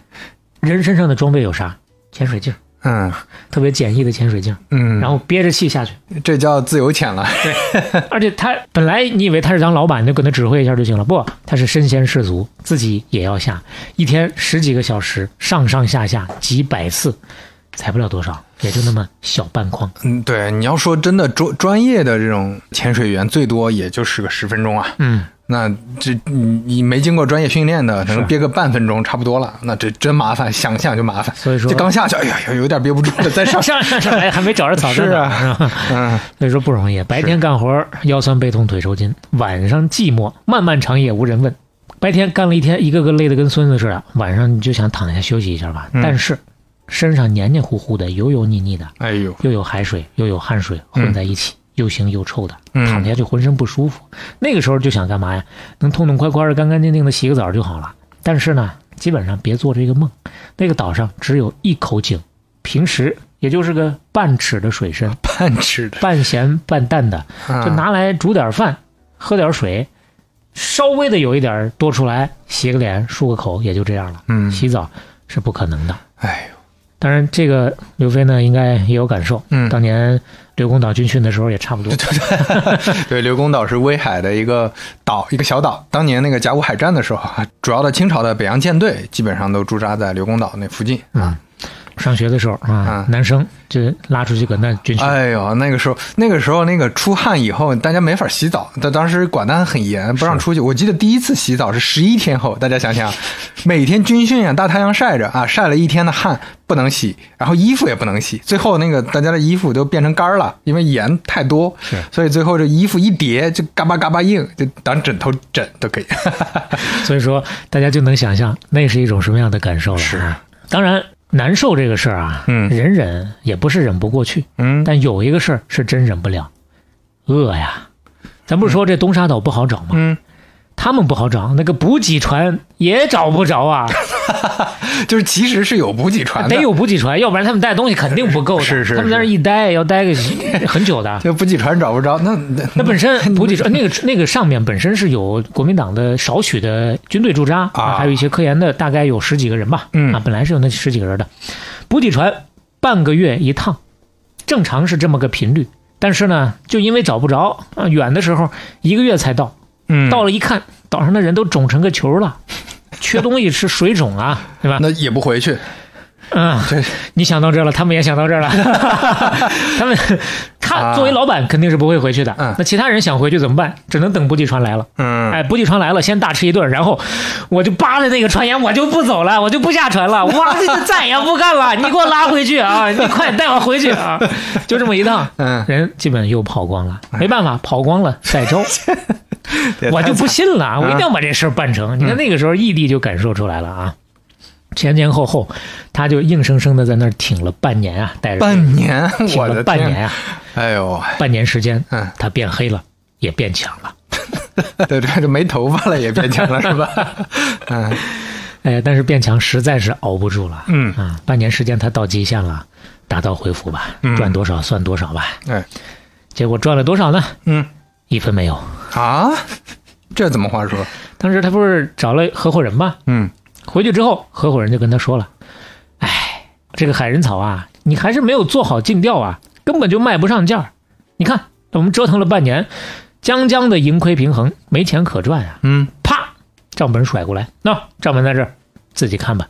B: 人身上的装备有啥？潜水镜，
C: 嗯
B: 特别简易的潜水镜，
C: 嗯，
B: 然后憋着气下去。
C: 这叫自由潜了，
B: 而且他本来你以为他是当老板，你就跟他指挥一下就行了，不，他是身先士卒，自己也要下，一天十几个小时，上上下下几百次，踩不了多少，也就那么小半筐。
C: 嗯，对，你要说真的专专业的这种潜水员，最多也就是个十分钟啊。
B: 嗯，
C: 那这你你没经过专业训练的，可能
B: 是
C: 憋个半分钟差不多了。那这真麻烦，想想就麻烦。
B: 所以说
C: 这刚下去，哎呀，有点憋不住了，再 上。
B: 上上上来还没找着草
C: 是
B: 在哪儿，
C: 啊
B: 是吧？
C: 嗯，
B: 所以说不容易，白天干活腰酸背痛腿抽筋，晚上寂寞漫漫长夜无人问。白天干了一天，一个个累得跟孙子似的，晚上你就想躺下休息一下吧。
C: 嗯
B: 但是身上黏黏糊糊的、油油腻腻的，
C: 哎呦，
B: 又有海水又有汗水混在一起，又腥又臭的，
C: 嗯
B: 躺下去浑身不舒服。那个时候就想干嘛呀？能痛痛快快的、干干净净的洗个澡就好了。但是呢，基本上别做这个梦。那个岛上只有一口井，平时也就是个半尺的水深，
C: 半吃的，
B: 半咸半淡的，
C: 啊
B: 就拿来煮点饭，喝点水，稍微的有一点多出来，洗个脸、漱个口，也就这样了。
C: 嗯，
B: 洗澡是不可能的。
C: 哎呦，
B: 当然，这个刘飞呢，应该也有感受。
C: 嗯
B: 当年刘公岛军训的时候也差不多。
C: 对，刘公岛是威海的一个岛，一个小岛。当年那个甲午海战的时候啊，主要的清朝的北洋舰队基本上都驻扎在刘公岛那附近。
B: 嗯，上学的时候啊
C: 啊，
B: 男生就拉出去搁那军训。
C: 哎呦，那个时候，那个时候，那个出汗以后，大家没法洗澡，但当时管得很严，不让出去。我记得第一次洗澡是十一天后，大家想 想，每天军训啊，大太阳晒着啊，晒了一天的汗不能洗，然后衣服也不能洗，最后那个大家的衣服都变成干儿了，因为盐太多，
B: 是
C: 所以最后这衣服一叠就嘎巴嘎巴硬，就当枕头枕都可以。
B: 所以说，大家就能想象那是一种什么样的感受了。
C: 是
B: 啊，当然难受这个事儿啊，
C: 嗯
B: 忍忍也不是忍不过去，
C: 嗯，
B: 但有一个事儿是真忍不了，饿呀。咱不是说这东沙岛不好找吗？
C: 嗯，
B: 他们不好找，那个补给船也找不着啊，
C: 就是其实是有补给船的，
B: 得有补给船，要不然他们带东西肯定不够的。
C: 是是
B: 他们在那儿一待要待个很久的。
C: 这补给船找不着，那那
B: 那本身补给船那个那个上面本身是有国民党的少许的军队驻扎
C: 啊
B: 还有一些科研的，大概有十几个人吧。
C: 嗯
B: 啊，本来是有那十几个人的补给船，半个月一趟，正常是这么个频率。但是呢，就因为找不着，啊，远的时候一个月才到，
C: 嗯
B: 到了一看，岛上的人都肿成个球了，缺东西吃水肿啊，对吧？
C: 那也不回去，
B: 嗯，
C: 这
B: 你想到这儿了，他们也想到这儿 了。他们他
C: 啊
B: 作为老板肯定是不会回去的。
C: 嗯
B: 那其他人想回去怎么办？只能等补给船来了。
C: 嗯，
B: 哎，补给船来了，先大吃一顿，然后我就扒着那个船沿，我就不走了，我就不下船了，我这再也不干了，你给我拉回去 啊！你快带我回去啊！就这么一趟，
C: 嗯，
B: 人基本又跑光了，
C: 哎
B: 没办法，跑光了再招。
C: 也
B: 我
C: 太
B: 就不信了，我一定
C: 嗯
B: 要把这事儿办成。你看那个时候，异地就感受出来了啊。前前后后，他就硬生生的在那儿挺了半年啊，带着
C: 半年，
B: 挺
C: 我的
B: 了半
C: 天
B: 年啊，
C: 哎呦，
B: 半年时间，
C: 嗯，
B: 他变黑了，也变强了。
C: 对对，这没头发了也变强了是吧？嗯
B: 哎，但是变强实在是熬不住了，
C: 嗯
B: 啊，半年时间他到极限了，打道回府吧，
C: 嗯
B: 赚多少算多少吧。
C: 哎
B: 结果赚了多少呢？
C: 嗯
B: 一分没有。
C: 啊，这怎么话说？
B: 当时他不是找了合伙人吗？
C: 嗯
B: 回去之后，合伙人就跟他说了：“哎，这个海人草啊，你还是没有做好尽调啊，根本就卖不上价儿。你看，我们折腾了半年，将将的盈亏平衡，没钱可赚啊！
C: 嗯，
B: 啪，账本甩过来，那、账本在这儿，自己看吧。”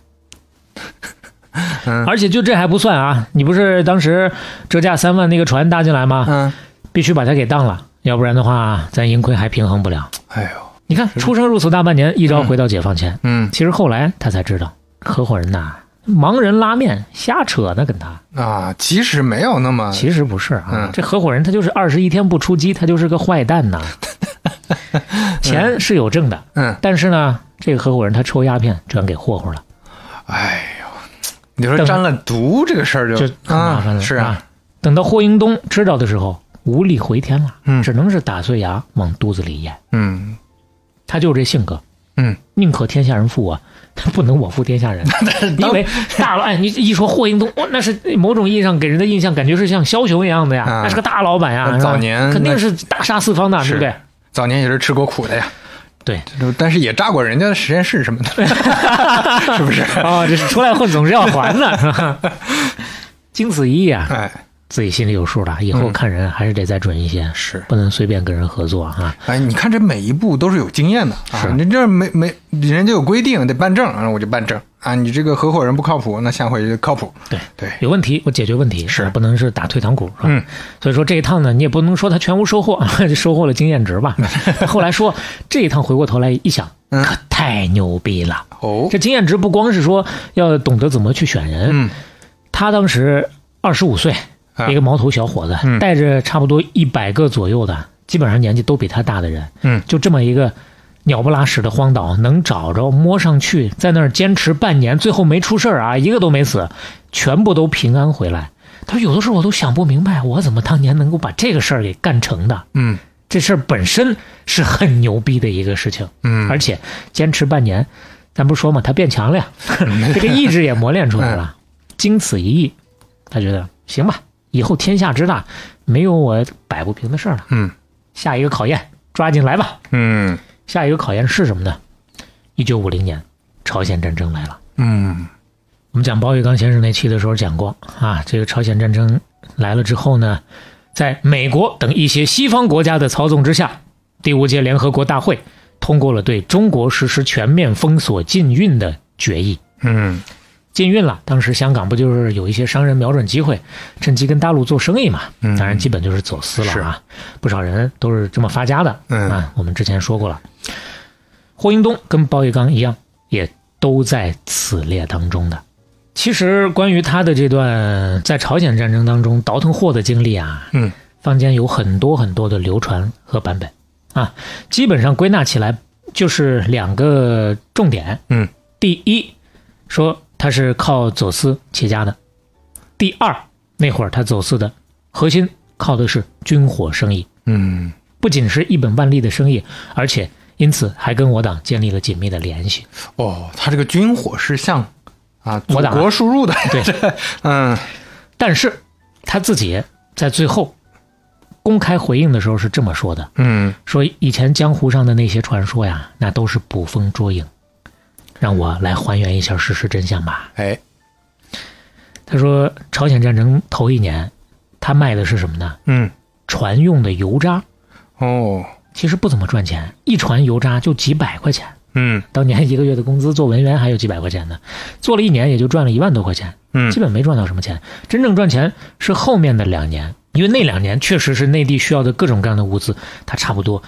C: 嗯
B: 而且就这还不算啊！你不是当时折价三万那个船搭进来吗？
C: 嗯，
B: 必须把它给当了，要不然的话，咱盈亏还平衡不了。
C: 哎呦，
B: 你看，出生入死大半年，一朝回到解放前，
C: 嗯
B: 其实后来他才知道，合伙人呐，盲人拉面瞎扯呢，跟他
C: 啊，其实没有那么，
B: 其实不是啊，
C: 哎嗯
B: 这合伙人他就是二十一天不出击，他就是个坏蛋 呐。钱是有挣的，
C: 嗯，
B: 但是呢，这个合伙人他抽鸦片转给霍霍了，
C: 哎呦，你说
B: 等
C: 沾了毒这个事儿
B: 就
C: 就
B: 很麻烦了。
C: 啊是啊，
B: 吧，等到霍英东知道的时候，无力回天了，
C: 嗯
B: 只能是打碎牙往肚子里咽。
C: 嗯
B: 他就是这性格，
C: 嗯，
B: 宁可天下人负我，他不能我负天下 人。因为大老哎，你一说霍英东，哇，哦那是某种意义上给人的印象，感觉是像枭雄一样的呀，
C: 啊
B: 那是个大老板呀，
C: 那
B: 是吧
C: 早年
B: 肯定是大杀四方的，对
C: 是
B: 不对？
C: 早年也是吃过苦的呀，
B: 对，
C: 但是也炸过人家的 实验室什么的，是不 是？
B: 哦，这是出来混总是要还 的，经此一役啊，
C: 哎，
B: 自己心里有数了，以后
C: 嗯
B: 看人还是得再准一些，
C: 是
B: 不能随便跟人合作啊。
C: 哎，你看这每一步都是有经验的啊！
B: 是
C: 你这没没人家有规定得办证，啊，我就办证啊！你这个合伙人不靠谱，那下回就靠谱。
B: 对
C: 对
B: 有问题我解决问题，啊
C: 是
B: 不能是打退堂鼓，是吧？
C: 嗯
B: 所以说这一趟呢，你也不能说他全无收获，啊 就收获了经验 值吧。后来说这一趟回过头来一想，
C: 嗯
B: 可太牛逼了！
C: 哦
B: 这，经验值不光是说要懂得怎么去选人，
C: 嗯
B: 他当时二十五岁，
C: 啊
B: 一个毛头小伙子，
C: 嗯
B: 带着差不多一百个左右的，基本上年纪都比他大的人，
C: 嗯
B: 就这么一个鸟不拉屎的荒岛，能找着摸上去，在那儿坚持半年，最后没出事儿啊，一个都没死，全部都平安回来。他说：“有的时候我都想不明白，我怎么当年能够把这个事儿给干成的？
C: 嗯
B: 这事儿本身是很牛逼的一个事情，
C: 嗯，
B: 而且坚持半年，咱不是说嘛，他变强了呀，这个意志也磨练出来了。经此一役，他觉得行吧，以后天下之大，没有我摆不平的事儿了。
C: 嗯
B: 下一个考验，抓紧来吧。
C: 嗯
B: 下一个考验是什么呢？一九五零年，朝鲜战争来了。
C: 嗯
B: 我们讲包玉刚先生那期的时候讲过啊，这个朝鲜战争来了之后呢，在美国等一些西方国家的操纵之下，第五届联合国大会通过了对中国实施全面封锁禁运的决议。
C: 嗯
B: 禁运了，当时香港不就是有一些商人瞄准机会，趁机跟大陆做生意嘛？
C: 嗯
B: 当然基本就是走私了啊，不少人都是这么发家的。
C: 嗯
B: 啊，我们之前说过了，霍英东跟包玉刚一样，也都在此列当中的。其实关于他的这段在朝鲜战争当中倒腾货的经历啊，
C: 嗯，
B: 坊间有很多很多的流传和版本啊，基本上归纳起来就是两个重点。
C: 嗯，
B: 第一，说他是靠走私起家的；第二，那会儿他走私的核心靠的是军火生意，
C: 嗯，
B: 不仅是一本万利的生意，而且因此还跟我党建立了紧密的联系。
C: 哦，他这个军火是向啊祖
B: 我打
C: 国输入的，
B: 对
C: 这，嗯
B: 但是他自己在最后公开回应的时候是这么说的：
C: 嗯
B: 说以前江湖上的那些传说呀，那都是捕风捉影。让我来还原一下事实真相吧。
C: 哎
B: 他说，朝鲜战争头一年，他卖的是什么呢？
C: 嗯
B: 船用的油渣，
C: 哦
B: 其实不怎么赚钱，一船油渣就几百块钱。
C: 嗯
B: 当年一个月的工资做文员还有几百块钱呢，做了一年也就赚了一万多块钱，
C: 嗯
B: 基本没赚到什么钱。真正赚钱是后面的两年，因为那两年确实是内地需要的各种各样的物资，他差不多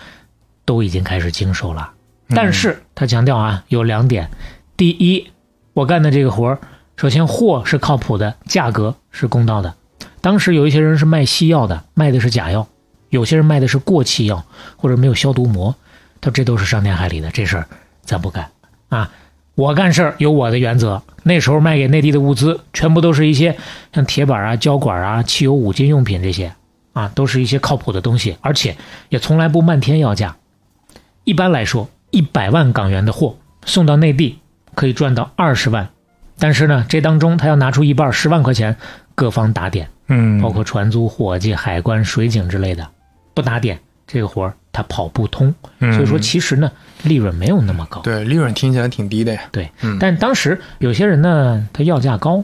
B: 都已经开始经手了。但是他强调啊，有两点：第一，我干的这个活儿，首先货是靠谱的，价格是公道的。当时有一些人是卖西药的，卖的是假药；有些人卖的是过期药或者没有消毒膜，他说这都是伤天害理的，这事儿咱不干啊。我干事儿有我的原则。那时候卖给内地的物资，全部都是一些像铁板啊、胶管啊、汽油、五金用品这些啊，都是一些靠谱的东西，而且也从来不漫天要价。一般来说，一百万港元的货送到内地可以赚到二十万，但是呢，这当中他要拿出一半十万块钱，各方打点，
C: 嗯
B: 包括船租、伙计、海关、水警之类的，不打点这个活儿他跑不通。所以说，
C: 嗯
B: 其实呢，利润没有那么高。
C: 对利润听起来挺低的呀，
B: 对
C: 嗯，
B: 但当时有些人呢，他要价高，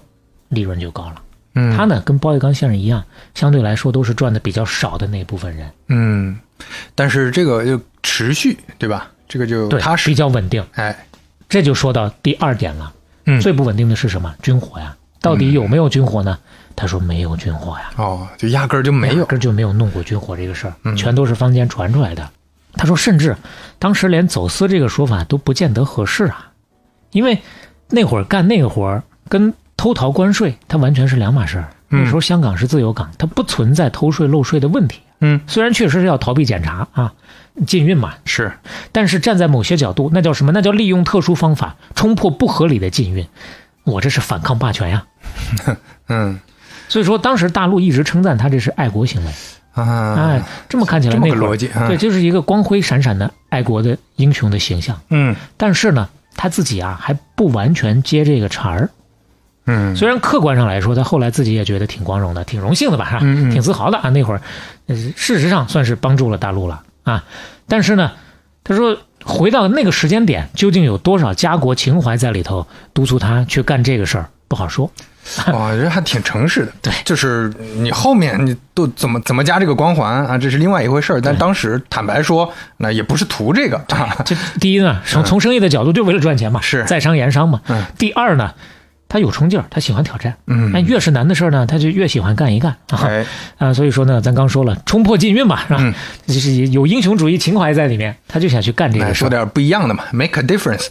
B: 利润就高了。
C: 嗯
B: 他呢，跟包玉刚先生一样，相对来说都是赚的比较少的那部分人，
C: 嗯，但是这个就持续对吧？这个就
B: 对
C: 踏，实
B: 比较稳定。
C: 哎
B: 这就说到第二点了，
C: 嗯
B: 最不稳定的是什么？军火呀，到底有没有军火呢？他说没有军火呀，
C: 哦，就压根儿就没
B: 压
C: 有，嗯
B: 根儿就没有弄过军火这个事儿，全都是坊间传出来的。他说，甚至当时连走私这个说法都不见得合适啊，因为那会儿干那个活儿跟偷逃关税它完全是两码事儿。那时候香港是自由港，它不存在偷税漏税的问题。
C: 嗯，
B: 虽然确实是要逃避检查啊，禁运嘛，
C: 是
B: 但是站在某些角度，那叫什么？那叫利用特殊方法冲破不合理的禁运，我这是反抗霸权呀。
C: 嗯
B: 所以说，当时大陆一直称赞他这是爱国行为。
C: 啊，
B: 哎，这么看起来
C: 这么
B: 那
C: 个
B: 会儿
C: 逻辑啊
B: 对，就是一个光辉闪闪的爱国的英雄的形象。
C: 嗯
B: 但是呢，他自己啊还不完全接这个茬儿。
C: 嗯，
B: 虽然客观上来说，他后来自己也觉得挺光荣的，挺荣幸的吧，哈、
C: 嗯嗯
B: 挺自豪的啊。那会儿，呃事实上算是帮助了大陆了啊。但是呢，他说回到那个时间点，究竟有多少家国情怀在里头督促他去干这个事儿，不好说。
C: 哇，这还挺诚实的。
B: 对
C: 就是你后面你都怎么怎么加这个光环啊，这是另外一回事儿。但当时坦白说，那也不是图这个啊。
B: 这第一呢，从从生意的角度，就为了赚钱嘛，
C: 是
B: 在商言商嘛。
C: 嗯
B: 第二呢，他有冲劲儿，他喜欢挑战。
C: 嗯
B: 那越是难的事儿呢，他就越喜欢干一干啊。
C: 哎，
B: 啊，所以说呢，咱刚说了，冲破禁运嘛，是吧？
C: 嗯
B: 就是有英雄主义情怀在里面，他就想去干这
C: 那
B: 个事
C: 哎说
B: 儿。
C: 点不一样的嘛，make a difference。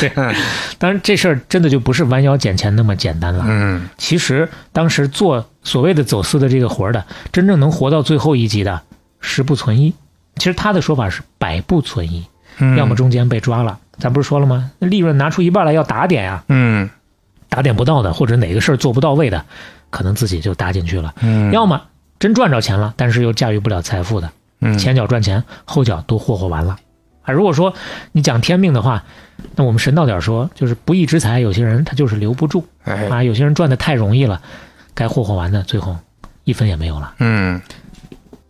B: 对
C: 嗯
B: 当然，这事儿真的就不是弯腰捡钱那么简单了。
C: 嗯，
B: 其实当时做所谓的走私的这个活儿的，真正能活到最后一集的，十不存一。其实他的说法是百不存一，
C: 嗯
B: 要么中间被抓了，咱不是说了吗？利润拿出一半来要打点啊，
C: 嗯
B: 打点不到的，或者哪个事儿做不到位的，可能自己就搭进去了。
C: 嗯，
B: 要么真赚着钱了，但是又驾驭不了财富的，
C: 嗯
B: 前脚赚钱，后脚都霍霍完了。啊，如果说你讲天命的话，那我们神道点儿说，就是不义之财，有些人他就是留不住
C: 哎
B: 啊，有些人赚的太容易了，该霍霍完的，最后一分也没有了。
C: 嗯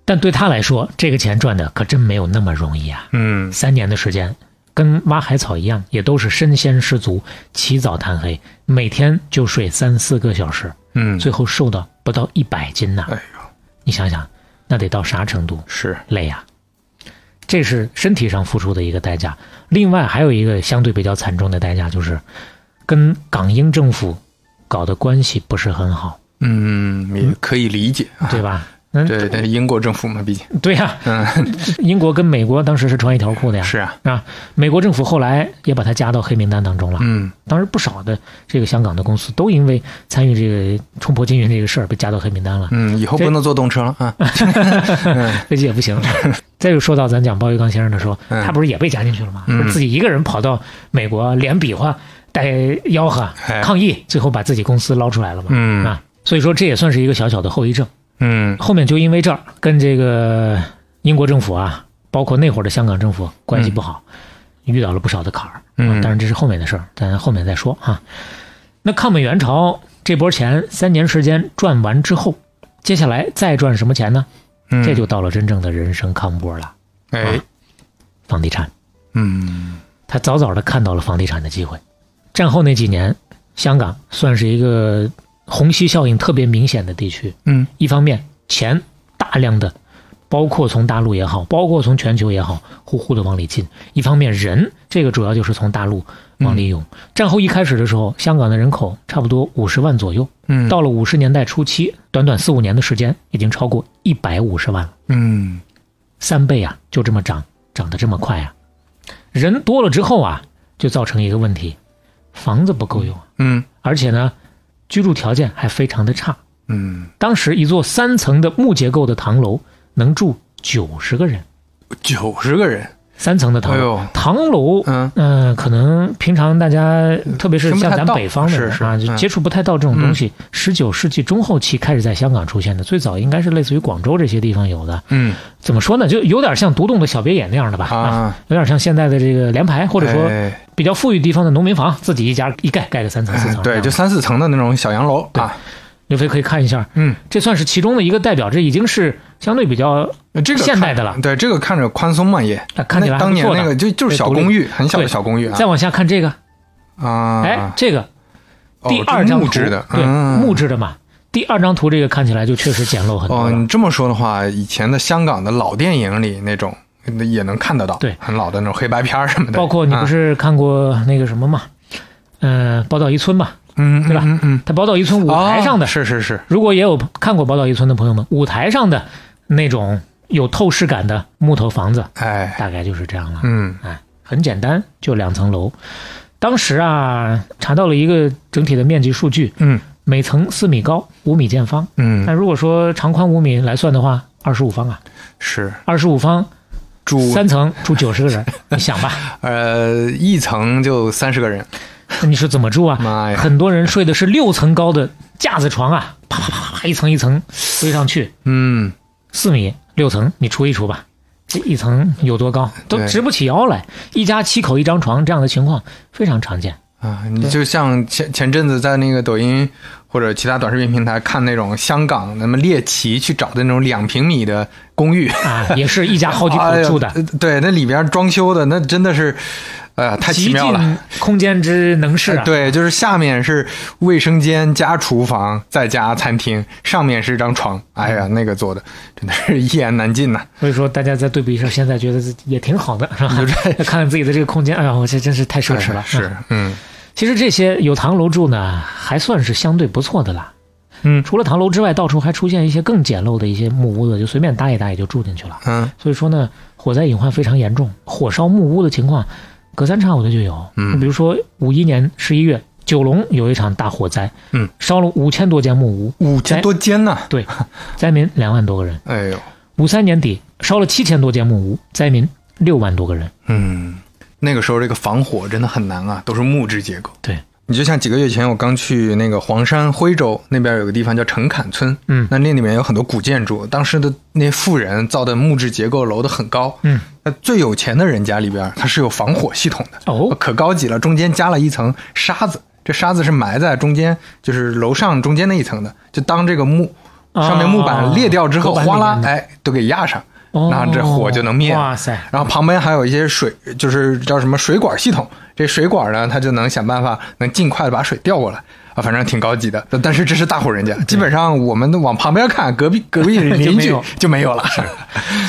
B: 但对他来说，这个钱赚的可真没有那么容易啊！
C: 嗯
B: 三年的时间，跟挖海草一样，也都是身先士卒，起早贪黑，每天就睡三四个小时，
C: 嗯，
B: 最后瘦到不到一百斤呐、
C: 哎呦，
B: 你想想，那得到啥程度？
C: 是
B: 累啊。这是身体上付出的一个代价。另外还有一个相对比较惨重的代价，就是跟港英政府搞的关系不是很好，
C: 嗯，也可以理解啊。
B: 对吧？嗯，
C: 对，但是英国政府嘛，毕竟
B: 对呀、
C: 嗯
B: 英国跟美国当时是穿一条裤的呀。
C: 是啊，
B: 啊，美国政府后来也把它加到黑名单当中了。
C: 嗯
B: 当时不少的这个香港的公司都因为参与这个冲破禁运这个事儿被加到黑名单了。
C: 嗯，以后不能坐动车了啊。
B: 飞机也不行。 再就说到咱讲包玉刚先生的时候，
C: 嗯
B: 他不是也被加进去了吗？
C: 嗯
B: 不是自己一个人跑到美国，连比划带吆喝
C: 哎
B: 抗议，最后把自己公司捞出来了嘛？
C: 嗯
B: 啊，所以说这也算是一个小小的后遗症。
C: 嗯
B: 后面就因为这儿跟这个英国政府啊，包括那会儿的香港政府关系不好，遇到了不少的坎儿。啊
C: 嗯
B: 当然这是后面的事儿，咱后面再说啊。那抗美援朝这波钱三年时间赚完之后，接下来再赚什么钱呢？
C: 嗯，
B: 这就到了真正的人生康波了。
C: 哎
B: 啊房地产，
C: 嗯
B: 他早早的看到了房地产的机会。战后那几年，香港算是一个虹吸效应特别明显的地区。
C: 嗯
B: 一方面，钱大量的，包括从大陆也好，包括从全球也好，呼呼的往里进；一方面，人这个主要就是从大陆往里涌。战后一开始的时候，香港的人口差不多五十万左右，
C: 嗯
B: 到了五十年代初期，短短四五年的时间，已经超过一百五十万了。
C: 嗯
B: 三倍啊，就这么涨，涨得这么快啊。人多了之后啊，就造成一个问题，房子不够用啊，
C: 嗯
B: 而且呢，居住条件还非常的差。
C: 嗯，
B: 当时一座三层的木结构的唐楼能住九十个人，
C: 九十个人，
B: 三层的唐
C: 哎
B: 楼，
C: 呦，
B: 唐楼。
C: 嗯
B: 嗯、可能平常大家，特别是
C: 听不
B: 像
C: 太
B: 咱
C: 到
B: 北方的人
C: 是是
B: 啊，就
C: 嗯
B: 接触不太到这种东西。十九世纪中后期开始在香港出现的，最早应该是类似于广州这些地方有的。
C: 嗯
B: 怎么说呢？就有点像独栋的小别野那样的吧，啊，
C: 啊，哎
B: 有点像现在的这个联排，或
C: 或
B: 者说比较富裕地方的农民房，自己一家一盖盖个三层四层。
C: 哎对，就三四层的那种小洋楼啊，
B: 刘飞可以看一下，
C: 嗯，
B: 这算是其中的一个代表，这已经是相对比较
C: 呃这个
B: 现代
C: 看
B: 的了
C: 对，这个看着宽松嘛也，
B: 呃嗯看起来
C: 那
B: 还
C: 当
B: 不
C: 年
B: 错
C: 那个
B: 的。
C: 就就是小公寓，很小的
B: 对
C: 小公寓啊
B: 再往下看这个，
C: 啊，
B: 哎，这个
C: 哦
B: 第
C: 这
B: 二张
C: 木
B: 图，
C: 质的，
B: 对，
C: 嗯
B: 木质的嘛。第二张图这个看起来就确实简陋很多
C: 哦，
B: 了。
C: 你这么说的话，以前的香港的老电影里那种那也能看得到，
B: 对
C: 很老的那种黑白片儿什么的，
B: 包括你不
C: 啊
B: 是看过那个什么嘛，嗯，《宝岛一村》嘛，
C: 嗯，
B: 对吧
C: 嗯嗯，
B: 它《宝岛一村》
C: 嗯
B: 舞台上的
C: 哦是是是，
B: 如果也有看过《宝岛一村》的朋友们，舞台上的那种有透视感的木头房子，
C: 哎，
B: 大概就是这样了。
C: 嗯
B: 哎，很简单，就两层楼。当时啊，查到了一个整体的面积数据，
C: 嗯
B: 每层四米高，五米见方。那
C: 嗯，
B: 如果说长宽五米来算的话，二十五方啊，
C: 是
B: 二十五方
C: 住
B: 三层住九十个 人，你想吧，
C: 呃一层就三十个人，
B: 那你说怎么住啊？
C: 妈呀，
B: 很多人睡的是六层高的架子床啊，啪啪啪啪一层一层堆上去，
C: 嗯
B: 四米六层，你除一除吧，这一层有多高，都
C: 对
B: 直不起腰来。一家七口一张床这样的情况非常常见。
C: 啊，你就像前前阵子在那个抖音或者其他短视频平台看那种香港那么猎奇去找的那种两平米的公寓，
B: 啊，也是一家好几
C: 哎
B: 口
C: 呀
B: 住的，
C: 呃对，那里边装修的那真的是，呃，太奇
B: 极
C: 妙了。哎
B: 尽空间之能事啊。
C: 呃对，就是下面是卫生间加厨房再加餐厅，上面是一张床。哎呀，那个做的真的是一言难尽呐、
B: 所以说大家再对比一下，现在觉得自己也挺好的， 是吧？看看自己的这个空间，哎呀，我这真是太奢侈了。
C: 哎是
B: 嗯，
C: 嗯
B: 其实这些有唐楼住呢，还算是相对不错的啦。
C: 嗯
B: 除了唐楼之外，到处还出现一些更简陋的一些木屋子，就随便搭一搭也就住进去了。
C: 嗯
B: 所以说呢，火灾隐患非常严重，火烧木屋的情况隔三差五的就有。
C: 嗯
B: 比如说五一年十一月，九龙有一场大火灾，
C: 嗯，
B: 烧了五千多间木屋，
C: 五千
B: 哎
C: 多间呢、
B: 对，灾民两万多个人。
C: 哎呦，
B: 五三年底烧了七千多间木屋，灾民六万多个人。
C: 嗯，那个时候这个防火真的很难啊，都是木质结构。
B: 对，
C: 你就像几个月前我刚去那个黄山徽州那边有个地方叫城坎村，
B: 嗯
C: 那那里面有很多古建筑，当时的那富人造的木质结构楼都很高，
B: 嗯，
C: 那最有钱的人家里边它是有防火系统的，
B: 哦，
C: 可高级了，中间加了一层沙子，这沙子是埋在中间，就是楼上中间那一层的，就当这个木
B: 啊
C: 上面木板裂掉之后，
B: 隔板里
C: 哗啦
B: 面，的
C: 哎，都给压上，
B: 哦
C: 那这火就能灭了。
B: 哇塞，
C: 然后旁边还有一些水，就是叫什么水管系统，这水管呢，它就能想办法能尽快的把水调过来啊，反正挺高级的。 但但是这是大户人家，基本上我们往旁边看，隔壁隔壁邻
B: 嗯没
C: 居
B: 有
C: 就没有了。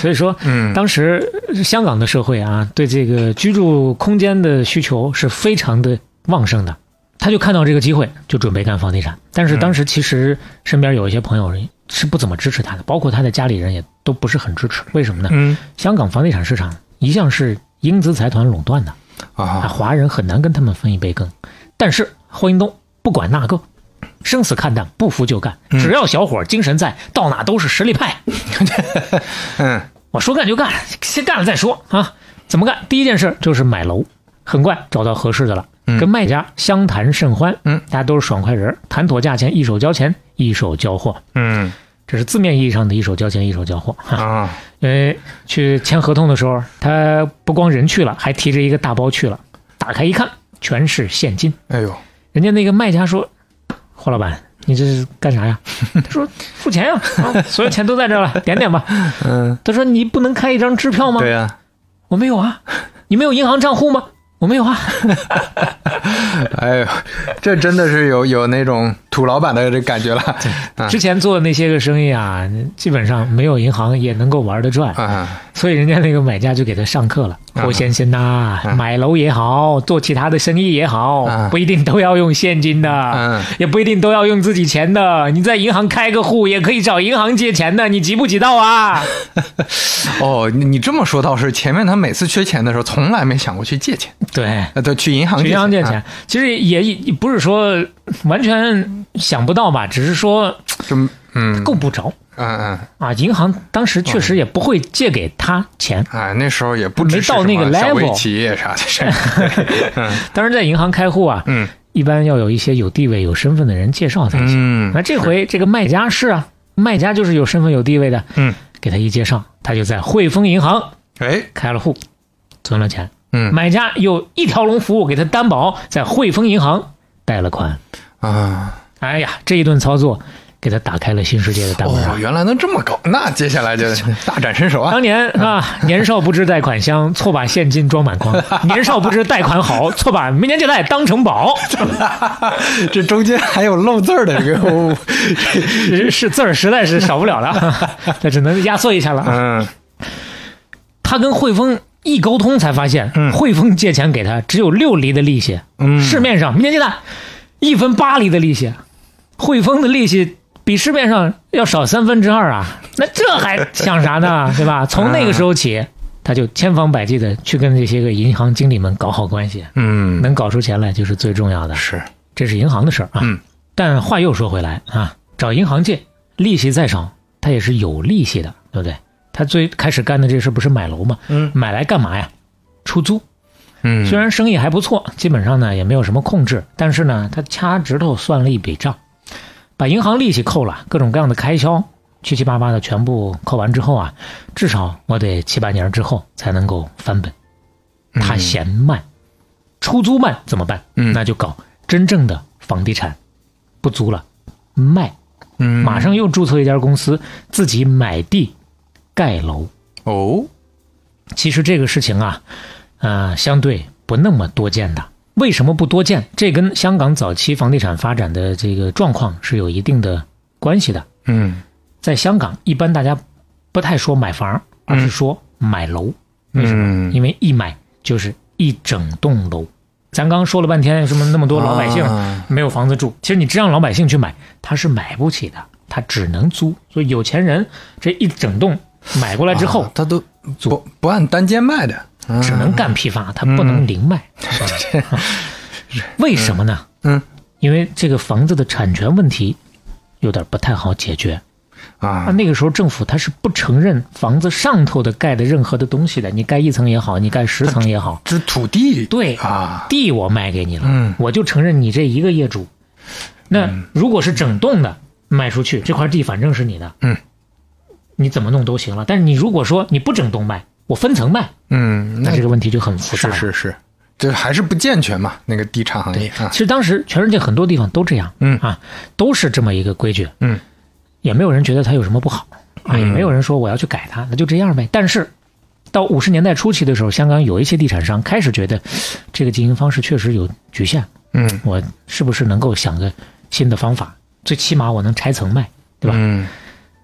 B: 所以说，
C: 嗯
B: 当时呃香港的社会啊，对这个居住空间的需求是非常的旺盛的。他就看到这个机会，就准备干房地产。但
C: 嗯
B: 是当时其实身边有一些朋友是不怎么支持他的，包括他的家里人也都不是很支持。为什么呢？
C: 嗯
B: 香港房地产市场一向是英资财团垄断的，啊，
C: 啊，
B: 华人很难跟他们分一杯羹。但是霍英东不管那个，生死看淡，不服就干。
C: 嗯
B: 只要小伙儿精神在，到哪都是实力派。
C: 嗯
B: 我说干就干，先干了再说啊。怎么干？第一件事就是买楼，很快找到合适的了，
C: 嗯
B: 跟卖家相谈甚欢。
C: 嗯，
B: 大家都是爽快人儿，谈妥价钱，一手交钱，一手交货。
C: 嗯
B: 这是字面意义上的一手交钱，一手交货。哈、
C: 啊，
B: 因为哎去签合同的时候，他不光人去了，还提着一个大包去了。打开一看，全是现金。
C: 哎呦，
B: 人家那个卖家说：“霍老板，你这是干啥呀？”他说：“付钱 呀、啊，所有钱都在这儿了，点点吧。
C: 嗯，”
B: 他说：“你不能开一张支票吗？”
C: 对呀、
B: 我没有啊。你没有银行账户吗？我没有啊。
C: 哎 呦，这真的是有有那种土老板的这感觉了啊
B: 之前做的那些个生意啊，基本上没有银行也能够玩得转，
C: 啊！
B: 所以人家那个买家就给他上课了。
C: 啊
B: 霍先生呐、
C: 啊
B: 买楼也好，做其他的生意也好
C: 啊，
B: 不一定都要用现金的，
C: 嗯，
B: 也不一定都要用自己钱的。你在银行开个户，也可以找银行借钱的，你急不急到啊？
C: 哦，你你这么说倒是，前面他每次缺钱的时候，从来没想过去借钱，
B: 对。
C: 呃， 对，去银行
B: 去银行借
C: 啊
B: 钱，其实也也不是说完全想不到吧，只是说
C: 就嗯，
B: 够不着。
C: 嗯嗯
B: 啊，银行当时确实也不会借给他钱。
C: 哎，那时候也不支持
B: 没到那个
C: 什么小
B: level
C: 微企业啥的 事儿，
B: 当时在银行开户啊，
C: 嗯
B: 一般要有一些有地位、有身份的人介绍才行。
C: 嗯
B: 那这回这个卖家是啊，卖家就是有身份、有地位的，
C: 嗯，
B: 给他一介绍，他就在汇丰银行
C: 哎
B: 开了户，存了钱。
C: 嗯
B: 买家又一条龙服务给他担保，在汇丰银行贷了款。
C: 啊，
B: 哎呀，这一顿操作给他打开了新世界的大门啊
C: 哦，！原来能这么搞，那接下来就 大展身手啊
B: 当，年是吧？年少不知贷款香，错把现金装满筐；年少不知贷款好，错把没年借贷当成宝。
C: 这中间还有漏字儿的这
B: 哦
C: 个，
B: 是是字儿实在是少不了 了，那只能压缩一下了啊。
C: 嗯
B: 他跟汇丰一沟通才发现，
C: 嗯
B: 汇丰借钱给他只有六厘的利息，
C: 嗯，
B: 市面上明天借贷一分八厘的利息，汇丰的利息。比市面上要少三分之二啊，那这还想啥 呢，对吧？从那个时候起，他就千方百计的去跟这些个银行经理们搞好关系，
C: 嗯
B: 能搞出钱来就是最重要的。
C: 是
B: 这是银行的事儿啊。
C: 嗯
B: 但话又说回来啊，找银行借，利息再少，它也是有利息的，对不对？他最开始干的这事不是买楼吗？
C: 嗯
B: 买来干嘛呀？出租。
C: 嗯，
B: 虽然生意还不错，基本上呢也没有什么控制，但是呢，他掐指头算了一笔账，把银行利息扣了，各种各样的开销，七七八八的全部扣完之后啊，至少我得七八年之后才能够翻本。他嫌慢，出租慢怎么办？
C: 嗯
B: 那就搞真正的房地产，不租了，卖，
C: 嗯，
B: 马上又注册一家公司，自己买地盖楼。
C: 哦，
B: 其实这个事情啊，呃，相对不那么多见的。为什么不多见？这跟香港早期房地产发展的这个状况是有一定的关系的。
C: 嗯
B: 在香港，一般大家不太说买房，而是说买楼，为什
C: 嗯，
B: 因为一买就是一整栋楼。咱刚刚说了半天，什么那么多老百姓
C: 啊
B: 没有房子住，其实你真让老百姓去买，他是买不起的，他只能租。所以有钱人这一整栋买过来之后
C: 啊，他都不不按单间卖的，啊
B: 只能干批发，它不能零卖。为什么呢？
C: 嗯
B: 因为这个房子的产权问题有点不太好解决。那
C: 啊，
B: 那个时候政府它是不承认房子上头的盖的任何的东西的，你盖一层也好，你盖十层也好，
C: 这土地
B: 对
C: 啊，
B: 地我卖给你了，
C: 嗯
B: 我就承认你这一个业主。那如果是整栋的卖出去，这块地反正是你的，
C: 嗯，
B: 你怎么弄都行了。但是你如果说你不整栋卖，我分层卖，
C: 嗯，
B: 那
C: 那
B: 这个问题就很复杂
C: 是
B: 了。
C: 是是，这还是不健全嘛，那个地产行业啊
B: 其，实当时全世界很多地方都这样，
C: 嗯
B: 啊，都是这么一个规矩，
C: 嗯，
B: 也没有人觉得它有什么不好啊，也没有人说我要去改它，那就这样呗。但是到五十年代初期的时候，香港有一些地产商开始觉得这个经营方式确实有局限，
C: 嗯
B: 我是不是能够想个新的方法？最起码我能拆层卖，对吧？
C: 嗯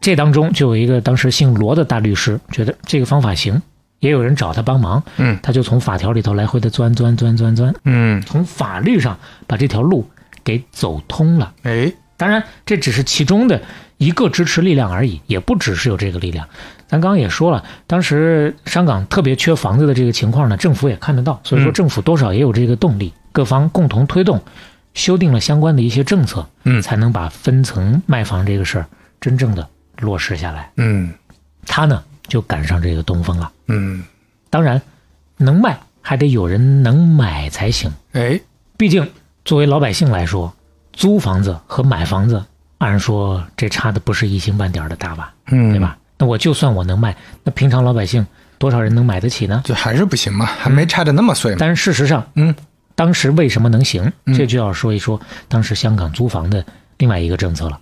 B: 这当中就有一个当时姓罗的大律师觉得这个方法行，也有人找他帮忙，
C: 嗯
B: 他就从法条里头来回的钻钻钻钻钻，
C: 嗯，
B: 从法律上把这条路给走通了。
C: 哎，
B: 当然，这只是其中的一个支持力量而已，也不只是有这个力量。咱刚刚也说了，当时香港特别缺房子的这个情况呢，政府也看得到，所以说
C: 嗯
B: 政府多少也有这个动力，各方共同推动，修订了相关的一些政策，
C: 嗯
B: 才能把分层卖房这个事儿真正的落实下来。
C: 嗯
B: 他呢就赶上这个东风了。
C: 嗯，
B: 当然，能卖还得有人能买才行。
C: 哎，
B: 毕竟作为老百姓来说，租房子和买房子，按说这差的不是一星半点儿的大吧，
C: 嗯，
B: 对？吧？那我就算我能卖，那平常老百姓多少人能买得起呢？
C: 就还是不行嘛，还
B: 嗯
C: 没拆的那么碎嘛，
B: 但是事实上，
C: 嗯
B: 当时为什么能行？
C: 嗯
B: 这就要说一说当时香港租房的另外一个政策了。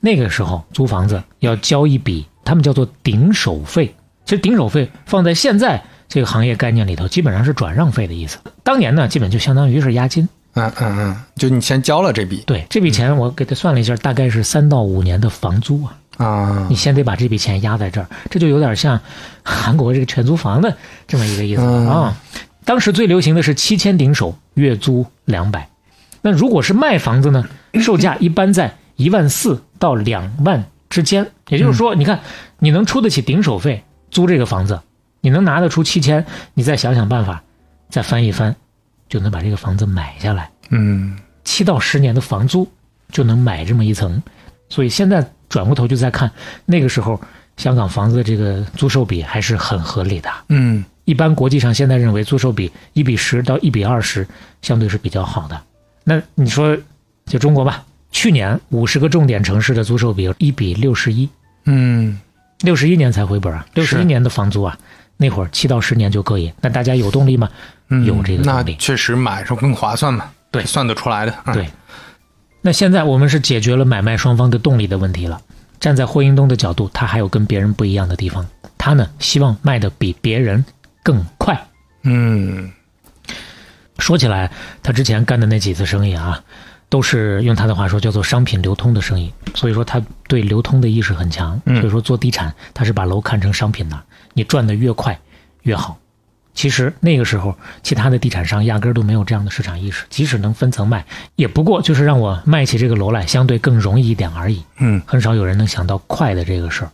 B: 那个时候租房子要交一笔，他们叫做顶手费。其实顶手费放在现在这个行业概念里头，基本上是转让费的意思。当年呢，基本就相当于是押金。
C: 嗯嗯嗯，就你先交了这笔
B: 对，这笔钱我给他算了一下，大概是三到五年的房租啊。
C: 啊
B: 你，先得把这笔钱压在这儿，这就有点像韩国这个全租房的这么一个意思
C: 嗯
B: 啊。当时最流行的是七千顶手，月租两百。那如果是卖房子呢，售价一般在一万四到两万之间。也就是说，你看你能出得起顶手费租这个房子，你能拿得出七千，你再想想办法，再翻一翻，就能把这个房子买下来。
C: 嗯
B: 七到十年的房租就能买这么一层，所以现在转过头就在看那个时候香港房子的这个租售比还是很合理的。
C: 嗯
B: 一般国际上现在认为租售比一比十到一比二十相对是比较好的。那你说就中国吧，去年五十个重点城市的租售比一比六十一，
C: 嗯
B: 六十一年才回本啊，六十
C: 是
B: 一年的房租啊，那会儿七到十年就可以。那大家有动力吗？
C: 嗯，
B: 有这个
C: 那
B: 动力
C: 确实买时候更划算嘛，
B: 对
C: 算得出来的，嗯
B: 对，那现在我们是解决了买卖双方的动力的问题了。站在霍英东的角度，他还有跟别人不一样的地方。他呢，希望卖的比别人更快。
C: 嗯
B: 说起来，他之前干的那几次生意啊，都是用他的话说叫做商品流通的生意。所以说，他对流通的意识很强。
C: 嗯
B: 所以说，做地产，他是把楼看成商品的，你赚的越快越好。其实那个时候，其他的地产商压根儿都没有这样的市场意识，即使能分层卖，也不过就是让我卖起这个楼来相对更容易一点而已。
C: 嗯
B: 很少有人能想到快的这个事儿。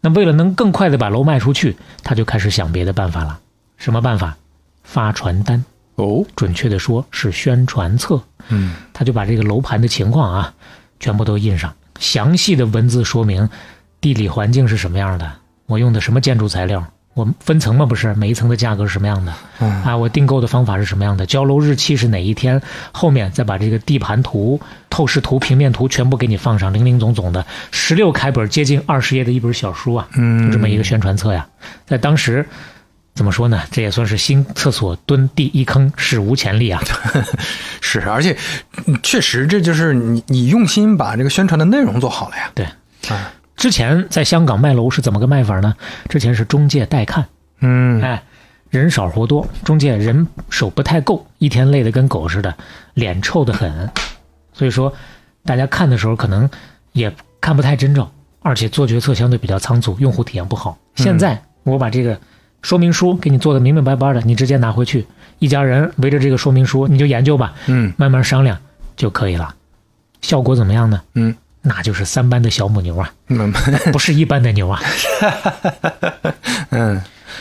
B: 那为了能更快的把楼卖出去，他就开始想别的办法了。什么办法？发传单，
C: 哦，
B: 准确的说是宣传册。
C: 嗯
B: 他就把这个楼盘的情况啊，全部都印上，详细的文字说明地理环境是什么样的，我用的什么建筑材料，我分层嘛不是，每一层的价格是什么样的，
C: 嗯
B: 啊，我订购的方法是什么样的，交楼日期是哪一天，后面再把这个地盘图、透视图、平面图全部给你放上，零零总总的十六开本，接近二十页的一本小书啊，
C: 嗯，
B: 就这么一个宣传册呀，在当时怎么说呢？这也算是新厕所蹲第一坑，史无前例啊！
C: 是，而且嗯确实这就是你你用心把这个宣传的内容做好了呀。
B: 对，
C: 啊，
B: 之前在香港卖楼是怎么个卖法呢？之前是中介带看，
C: 嗯，
B: 哎，人少活多，中介人手不太够，一天累得跟狗似的，脸臭得很。所以说，大家看的时候可能也看不太真着，而且做决策相对比较仓促，用户体验不好。
C: 嗯
B: 现在我把这个说明书给你做的明明白白的，你直接拿回去，一家人围着这个说明书你就研究吧，
C: 嗯
B: 慢慢商量就可以了。效果怎么样呢？
C: 嗯，
B: 那就是三班的小母牛啊，
C: 嗯
B: 不是一般的牛啊，
C: 嗯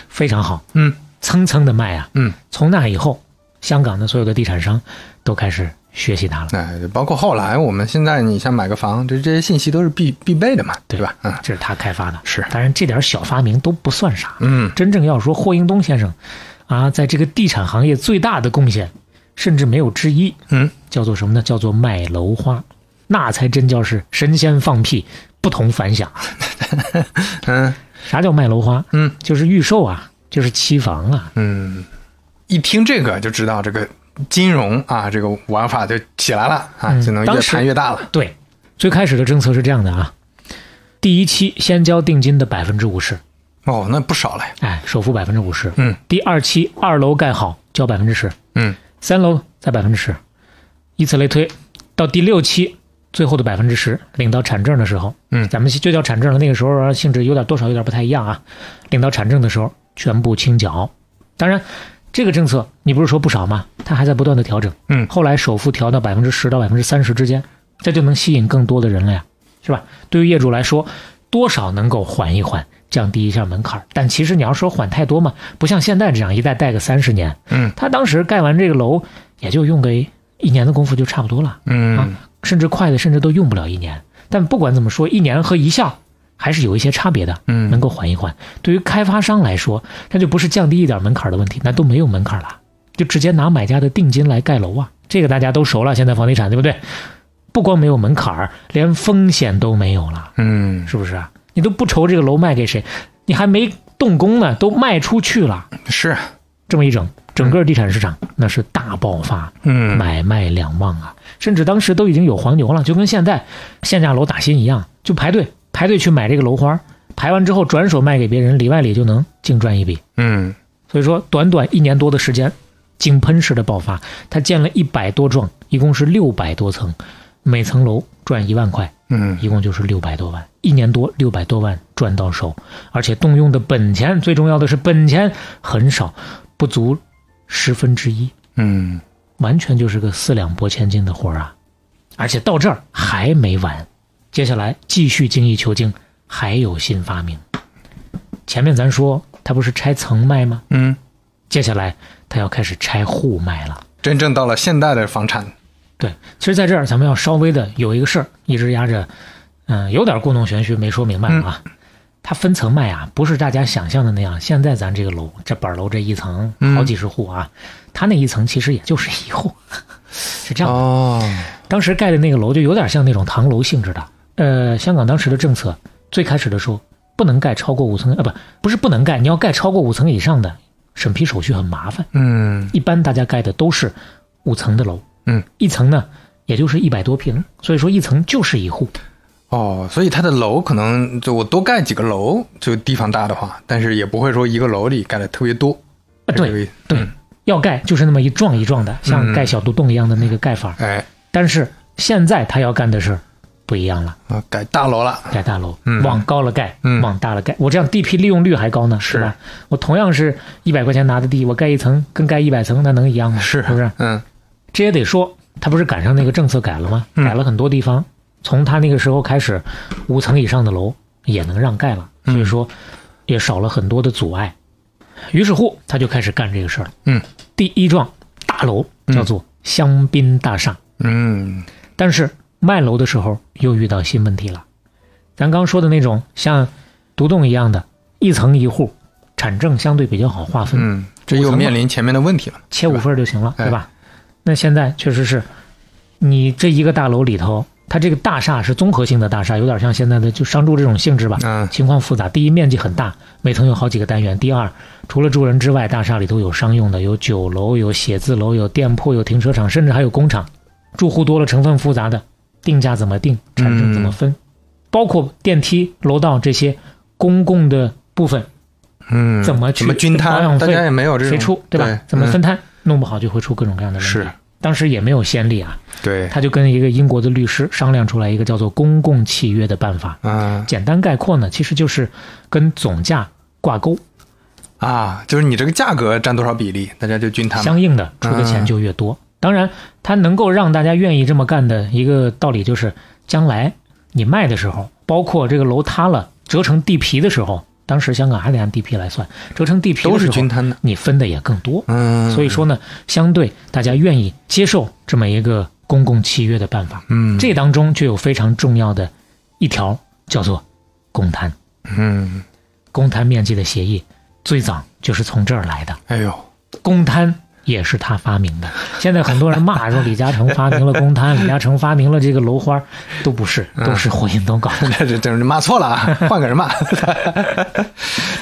B: 非常好，
C: 嗯
B: 蹭蹭的卖啊。
C: 嗯，
B: 从那以后，香港的所有的地产商都开始学习它了，
C: 哎，包括后来我们现在你像买个房，这这些信息都是必必备的嘛，对
B: 对
C: 吧？嗯
B: 这是他开发的，
C: 是
B: 当然，这点小发明都不算啥。
C: 嗯
B: 真正要说霍英东先生啊，在这个地产行业最大的贡献，甚至没有之一，
C: 嗯，
B: 叫做什么呢？叫做卖楼花，那才真叫是神仙放屁，不同凡响。
C: 嗯
B: 啥叫卖楼花？
C: 嗯，
B: 就是预售啊，就是期房啊，
C: 嗯，一听这个就知道这个金融啊，这个玩法就起来了啊，
B: 嗯
C: 就能越
B: 当时
C: 盘越大了。
B: 对，最开始的政策是这样的啊，第一期先交定金的百分之五十，
C: 哦，那不少了呀。
B: 哎，首付百分之五十。
C: 嗯，
B: 第二期二楼盖好交百分之十，
C: 嗯
B: 三楼再百分之十，以此类推，到第六期最后的百分之十领到产证的时候，
C: 嗯
B: 咱们就叫产证了。那个时候啊性质有点多少有点不太一样啊，领到产证的时候全部清缴。当然，这个政策你不是说不少吗？它还在不断的调整。
C: 嗯
B: 后来首付调到百分之十到百分之三十之间，这就能吸引更多的人了呀，是吧？对于业主来说，多少能够缓一缓，降低一下门槛儿。但其实你要说缓太多嘛，不像现在这样一贷贷个三十年，
C: 嗯
B: 他当时盖完这个楼也就用个一年的功夫就差不多了，啊
C: 嗯，
B: 甚至快的甚至都用不了一年。但不管怎么说，一年和一下还是有一些差别的，
C: 嗯
B: 能够缓一缓。对于开发商来说，那就不是降低一点门槛的问题，那都没有门槛了，就直接拿买家的定金来盖楼啊，这个大家都熟了，现在房地产对不对？不光没有门槛儿，连风险都没有了。
C: 嗯，
B: 是不是啊？你都不愁这个楼卖给谁，你还没动工呢，都卖出去了。
C: 是，啊
B: 这么一整，整个地产市场那是大爆发，
C: 嗯
B: 买卖两旺啊！甚至当时都已经有黄牛了，就跟现在限价楼打新一样，就排队排队去买这个楼花，排完之后转手卖给别人，里外里就能净赚一笔。
C: 嗯
B: 所以说，短短一年多的时间，井喷式的爆发，它建了一百多幢，一共是六百多层，每层楼赚一万块。
C: 嗯
B: 一共就是六百多万，一年多六百多万赚到手，而且动用的本钱，最重要的是本钱很少，不足十分之一，
C: 嗯
B: 完全就是个四两拨千斤的活儿啊！而且到这儿还没完，接下来继续精益求精，还有新发明。前面咱说他不是拆层卖吗？
C: 嗯，
B: 接下来他要开始拆户卖了。
C: 真正到了现代的房产，
B: 对，其实在这儿咱们要稍微的有一个事儿一直压着，嗯、有点故弄玄虚没说明白啊。它分层卖啊，不是大家想象的那样。现在咱这个楼，这板楼这一层好几十户啊，它那一层其实也就是一户， 是这样的。
C: 哦，
B: 当时盖的那个楼就有点像那种唐楼性质的。呃，香港当时的政策最开始的时候不能盖超过五层啊，不不是不能盖，你要盖超过五层以上的，审批手续很麻烦。
C: 嗯
B: 一般大家盖的都是五层的楼，
C: 嗯，
B: 一层呢也就是一百多平，所以说一层就是一户，
C: 哦，所以它的楼可能就我多盖几个楼，就地方大的话，但是也不会说一个楼里盖的特别多，
B: 啊
C: 是这
B: 对
C: 个意思
B: 对，
C: 嗯
B: 要盖就是那么一幢一幢的，像盖小独栋一样的那个盖法。
C: 哎
B: 但是现在他要干的是不一样了，
C: 啊，改大楼了，
B: 盖大楼，
C: 嗯
B: 往高了盖，
C: 嗯
B: 往大了盖，我这样地皮利用率还高呢，
C: 是
B: 是吧？我同样是一百块钱拿的地，我盖一层跟盖一百层那能一样吗？
C: 是
B: 是不是？
C: 嗯
B: 这也得说，他不是赶上那个政策改了吗？
C: 嗯
B: 改了很多地方，从他那个时候开始，五层以上的楼也能让盖了，
C: 嗯
B: 所以说也少了很多的阻碍。于是乎，他就开始干这个事儿了。
C: 嗯，
B: 第一幢大楼叫做香槟大厦，
C: 嗯
B: 但是卖楼的时候又遇到新问题了。咱刚说的那种像独栋一样的，一层一户，产证相对比较好划分，
C: 嗯，这又面临前面的问题了，
B: 切五份儿就行了，
C: 哎
B: 对吧？那现在确实是，你这一个大楼里头，它这个大厦是综合性的大厦，有点像现在的就商住这种性质吧。
C: 嗯
B: 情况复杂，第一面积很大，每层有好几个单元；第二，除了住人之外，大厦里头有商用的，有酒楼，有写字楼，有店铺，有停车场，甚至还有工厂。住户多了，成分复杂的，定价怎么定，产生怎
C: 嗯
B: 么分，包括电梯、楼道这些公共的部分
C: 嗯，
B: 怎么去
C: 什么均
B: 保养
C: 摊，
B: 费
C: 大家也没有这种
B: 谁出，对吧？怎么？分摊，弄不好就会出各种各样的
C: 嗯
B: 问题
C: 是。，
B: 当时也没有先例啊，
C: 对，
B: 他就跟一个英国的律师商量出来一个叫做公共契约的办法。
C: 嗯
B: 简单概括呢，其实就是跟总价挂钩，
C: 啊，就是你这个价格占多少比例，大家就均摊嘛。
B: 相应的出的
C: 嗯
B: 钱就越多。当然，它能够让大家愿意这么干的一个道理就是，将来你卖的时候，包括这个楼塌了折成地皮的时候，当时香港还得按地皮来算，折成地皮
C: 都
B: 的时
C: 是
B: 候
C: 均摊的。
B: 你分的也更多。
C: 嗯，
B: 所以，说呢，相对大家愿意接受这么一个公共契约的办法。
C: 嗯，
B: 这当中就有非常重要的一条，叫做公摊。
C: 嗯，
B: 公摊面积的协议最早就是从这儿来的，
C: 哎呦，
B: 公摊也是他发明的。现在很多人骂说李嘉诚发明了公 摊，李嘉诚发明了这个楼花，都不是，都是霍英东搞 的。
C: 这这这骂错了 啊，换个人骂。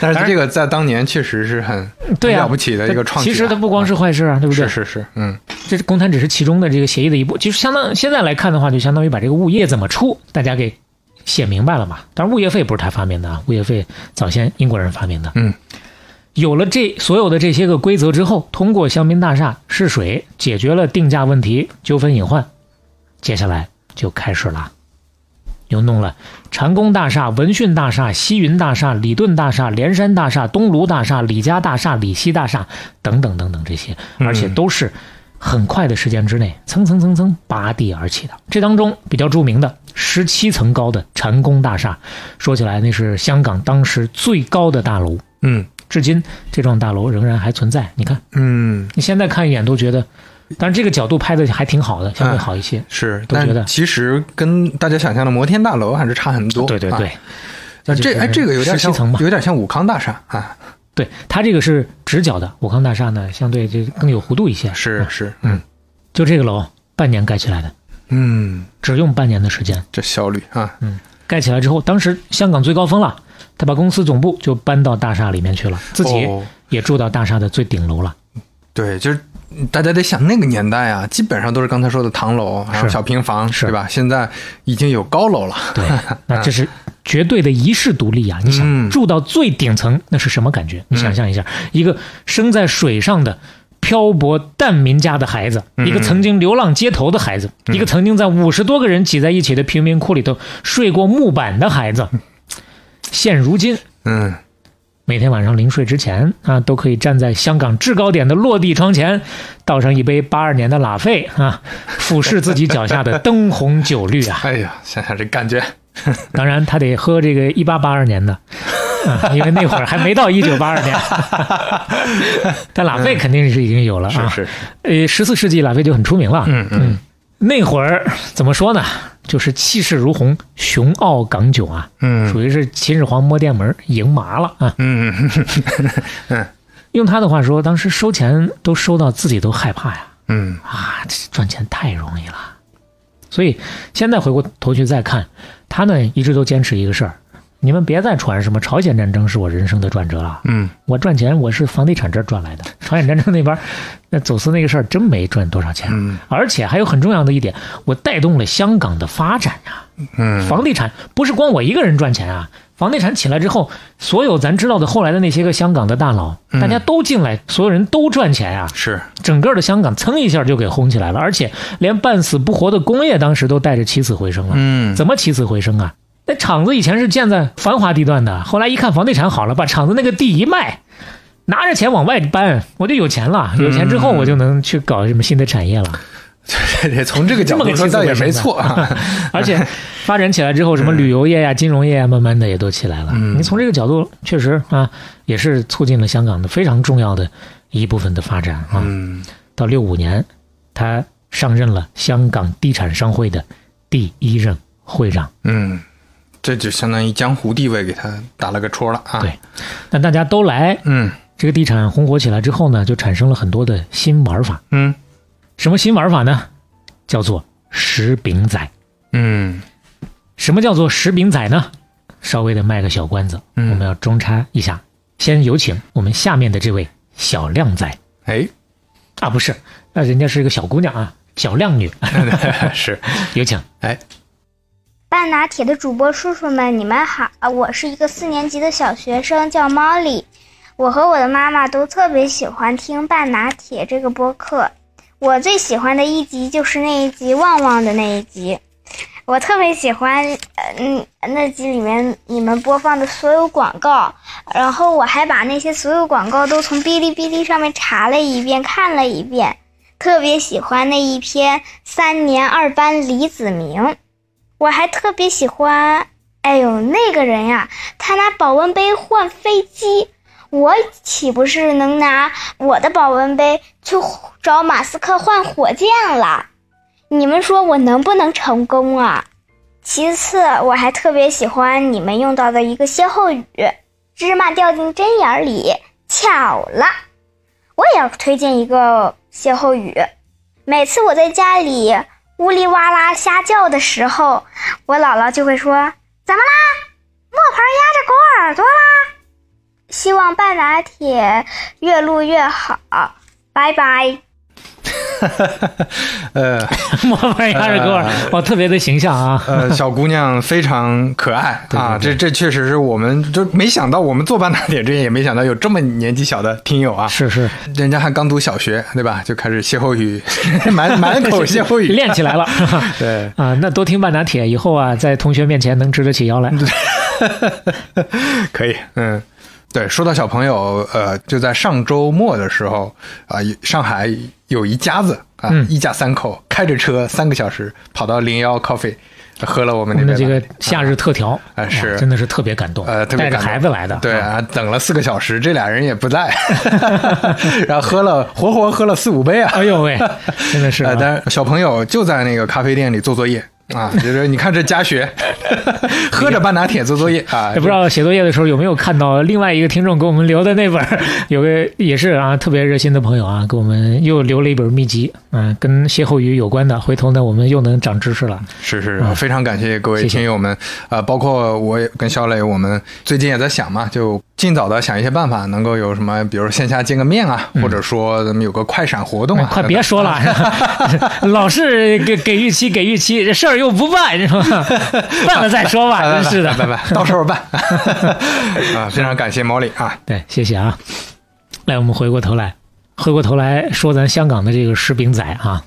C: 但是这个在当年确实是很
B: 对啊，
C: 了不起的一个创举啊
B: 其实它不光是坏事啊，对不对？
C: 是是是，嗯
B: 这公摊只是其中的这个协议的一步，就是相当现在来看的话，就相当于把这个物业怎么出，大家给写明白了嘛。当然，物业费不是他发明的啊，物业费早先英国人发明的。
C: 嗯，
B: 有了这所有的这些个规则之后，通过乡民大厦试水解决了定价问题、纠纷隐患，接下来就开始了。又弄了禅宫大厦、闻讯大厦、西云大厦、李顿大厦、连山大厦、东卢大厦、李家大厦、李希大厦等等等等这些，而且都是很快的时间之内蹭蹭蹭蹭拔地而起的。这当中比较著名的十七层高的禅宫大厦，说起来那是香港当时最高的大楼，
C: 嗯
B: 至今这幢大楼仍然还存在。你看，
C: 嗯，
B: 你现在看一眼都觉得，但是这个角度拍的还挺好的，相
C: 嗯
B: 对好一些。
C: 是，
B: 都觉得
C: 但其实跟大家想象的摩天大楼还是差很多。
B: 对对
C: 啊
B: 对，，
C: 那
B: 这
C: 这
B: 就是
C: 哎，这个有点像
B: 17层吧嗯
C: 有点像武康大厦啊，
B: 对，它这个是直角的，武康大厦呢相对就更有弧度一些。
C: 是
B: 嗯
C: 是，嗯
B: 就这个楼半年盖起来的，
C: 嗯，
B: 只用半年的时间。
C: 这效率啊，
B: 嗯盖起来之后，当时香港最高峰了，他把公司总部就搬到大厦里面去了，自己
C: 哦
B: 也住到大厦的最顶楼了。
C: 对，就是大家得想那个年代啊，基本上都是刚才说的唐楼，然后
B: 是
C: 小平房，
B: 是
C: 对吧？现在已经有高楼了，
B: 对， 那这是绝对的一世独立啊！你
C: 嗯
B: 想住到最顶层，那是什么感觉？你想象一下，一个生在水上的。漂泊难民家的孩子，一个曾经流浪街头的孩子，一个曾经在五十多个人挤在一起的贫民窟里头睡过木板的孩子，现如今
C: 嗯，
B: 每天晚上临睡之前啊，都可以站在香港制高点的落地窗前，倒上一杯八二年的拉菲啊，俯视自己脚下的灯红酒绿啊。
C: 哎呀，想想这感觉，
B: 当然，他得喝这个一八八二年 的、啊，因为那会儿还没到一九八二年。但拉菲肯定是已经有了啊。
C: 嗯是是，
B: 呃，十四世纪拉菲就很出名了。
C: 嗯嗯
B: 那会儿怎么说呢？就是气势如虹，雄傲港囧啊，
C: 嗯
B: 属于是秦始皇摸店门，赢麻了啊。
C: 嗯
B: 用他的话说，当时收钱都收到自己都害怕呀！
C: 嗯
B: 啊，这赚钱太容易了。所以现在回过头去再看，他呢一直都坚持一个事儿：你们别再传什么朝鲜战争是我人生的转折了。
C: 嗯，
B: 我赚钱我是房地产这儿赚来的，朝鲜战争那边儿那走私那个事儿真没赚多少钱。
C: 嗯
B: 而且还有很重要的一点，我带动了香港的发展呀、
C: 嗯，
B: 房地产不是光我一个人赚钱啊，房地产起来之后，所有咱知道的后来的那些个香港的大佬，
C: 嗯
B: 大家都进来，所有人都赚钱啊，
C: 是，
B: 整个的香港噌一下就给轰起来了，而且连半死不活的工业当时都带着起死回生了。
C: 嗯
B: 怎么起死回生啊？那厂子以前是建在繁华地段的，后来一看房地产好了，把厂子那个地一卖，拿着钱往外搬，我就有钱了。有钱之后，我就能去搞什么新的产业了。
C: 这这从这个
B: 这
C: 角
B: 么
C: 度
B: 个
C: 说倒也没错啊，
B: 而且发展起来之后，什么旅游业呀、金融业呀，慢慢的也都起来了。你从这个角度，确实啊，也是促进了香港的非常重要的一部分的发展啊。
C: 嗯
B: 到六五年，他上任了香港地产商会的第一任会长。
C: 嗯，这就相当于江湖地位给他打了个戳了啊，
B: 对那大家都来，
C: 嗯
B: 这个地产红火起来之后呢，就产生了很多的新玩法。
C: 嗯
B: 什么新玩法呢？叫做食饼仔。
C: 嗯
B: 什么叫做食饼仔呢？稍微的卖个小关子，
C: 嗯
B: 我们要中插一下。先有请我们下面的这位小靓仔
C: 哎
B: 啊，不是，那人家是一个小姑娘啊，小靓女，
C: 是
B: 有请。
C: 哎
D: 半拿铁的主播叔叔们，你们好，啊我是一个四年级的小学生，叫 Molly。我和我的妈妈都特别喜欢听《半拿铁》这个播客。我最喜欢的一集就是那一集旺旺的那一集，我特别喜欢，呃嗯，那集里面你们播放的所有广告，然后我还把那些所有广告都从哔哩哔哩上面查了一遍，看了一遍，特别喜欢那一篇三年二班李子明。我还特别喜欢，哎呦，那个人呀、他拿保温杯换飞机，我岂不是能拿我的保温杯去找马斯克换火箭了？你们说我能不能成功啊？其次，我还特别喜欢你们用到的一个歇后语“芝麻掉进针眼儿里”，巧了。我也要推荐一个歇后语，每次我在家里呜哩哇啦瞎叫的时候，我姥姥就会说：“怎么啦？磨盘压着狗耳朵啦！”希望半拿铁越录越好，拜拜。
C: 呃
B: 莫凡压着歌，哇，特别的形象啊！
C: 呃， 小姑娘非常可爱啊，这这确实是我们就没想到，我们做半打铁这也没想到有这么年纪小的听友啊，
B: 是是，
C: 人家还刚读小学对吧？就开始歇后语， 满满口歇 后语，
B: 练起来了。
C: 对。
B: 啊，那多听半拿铁，以后啊，在同学面前能直得起腰来。
C: 嗯 可以，嗯，对，说到小朋友，呃，就在上周末的时候啊、上海有一家子啊、
B: 嗯
C: 一家三口开着车三个小时跑到零幺 coffee 喝了我们
B: 我们
C: 那
B: 的
C: 边
B: 这
C: 的
B: 个夏日特调
C: 哎
B: 哇
C: 是
B: 真的是特别感动，
C: 呃，特别
B: 带着
C: 感动
B: 孩子来的，
C: 对
B: 啊
C: 啊，等了四个小时，这俩人也不在， 然后喝了活活喝了四五杯啊，
B: 哎呦 喂，真的是啊
C: 啊，但是小朋友就在那个咖啡店里做作业啊，就是你看这家学， 喝着半拿铁做作业 啊，
B: 哎也不知道写作业的时候有没有看到另外一个听众给我们留的那本 儿，有个也是啊特别热心的朋友啊，给我们又留了一本秘籍，嗯，跟歇后语有关的，回头呢我们又能长知识 了。
C: 是是，非常感谢各
B: 嗯
C: 位
B: 谢谢
C: 听友们，呃，包括我也跟肖磊，我们最近也在想嘛，就尽早的想一些办法，能够有什么，比如线下见个面啊，或者说咱们有个快闪活动啊，
B: 嗯快别说了， 老是给给预期给预期，这事儿又不办，是吧？ 办了再说吧，
C: 啊
B: 真是的。
C: 拜拜，拜拜到时候办 啊！非常感谢毛里啊，
B: 对，谢谢啊。来，我们回过头来，回过头来说咱香港的这个食饼仔啊，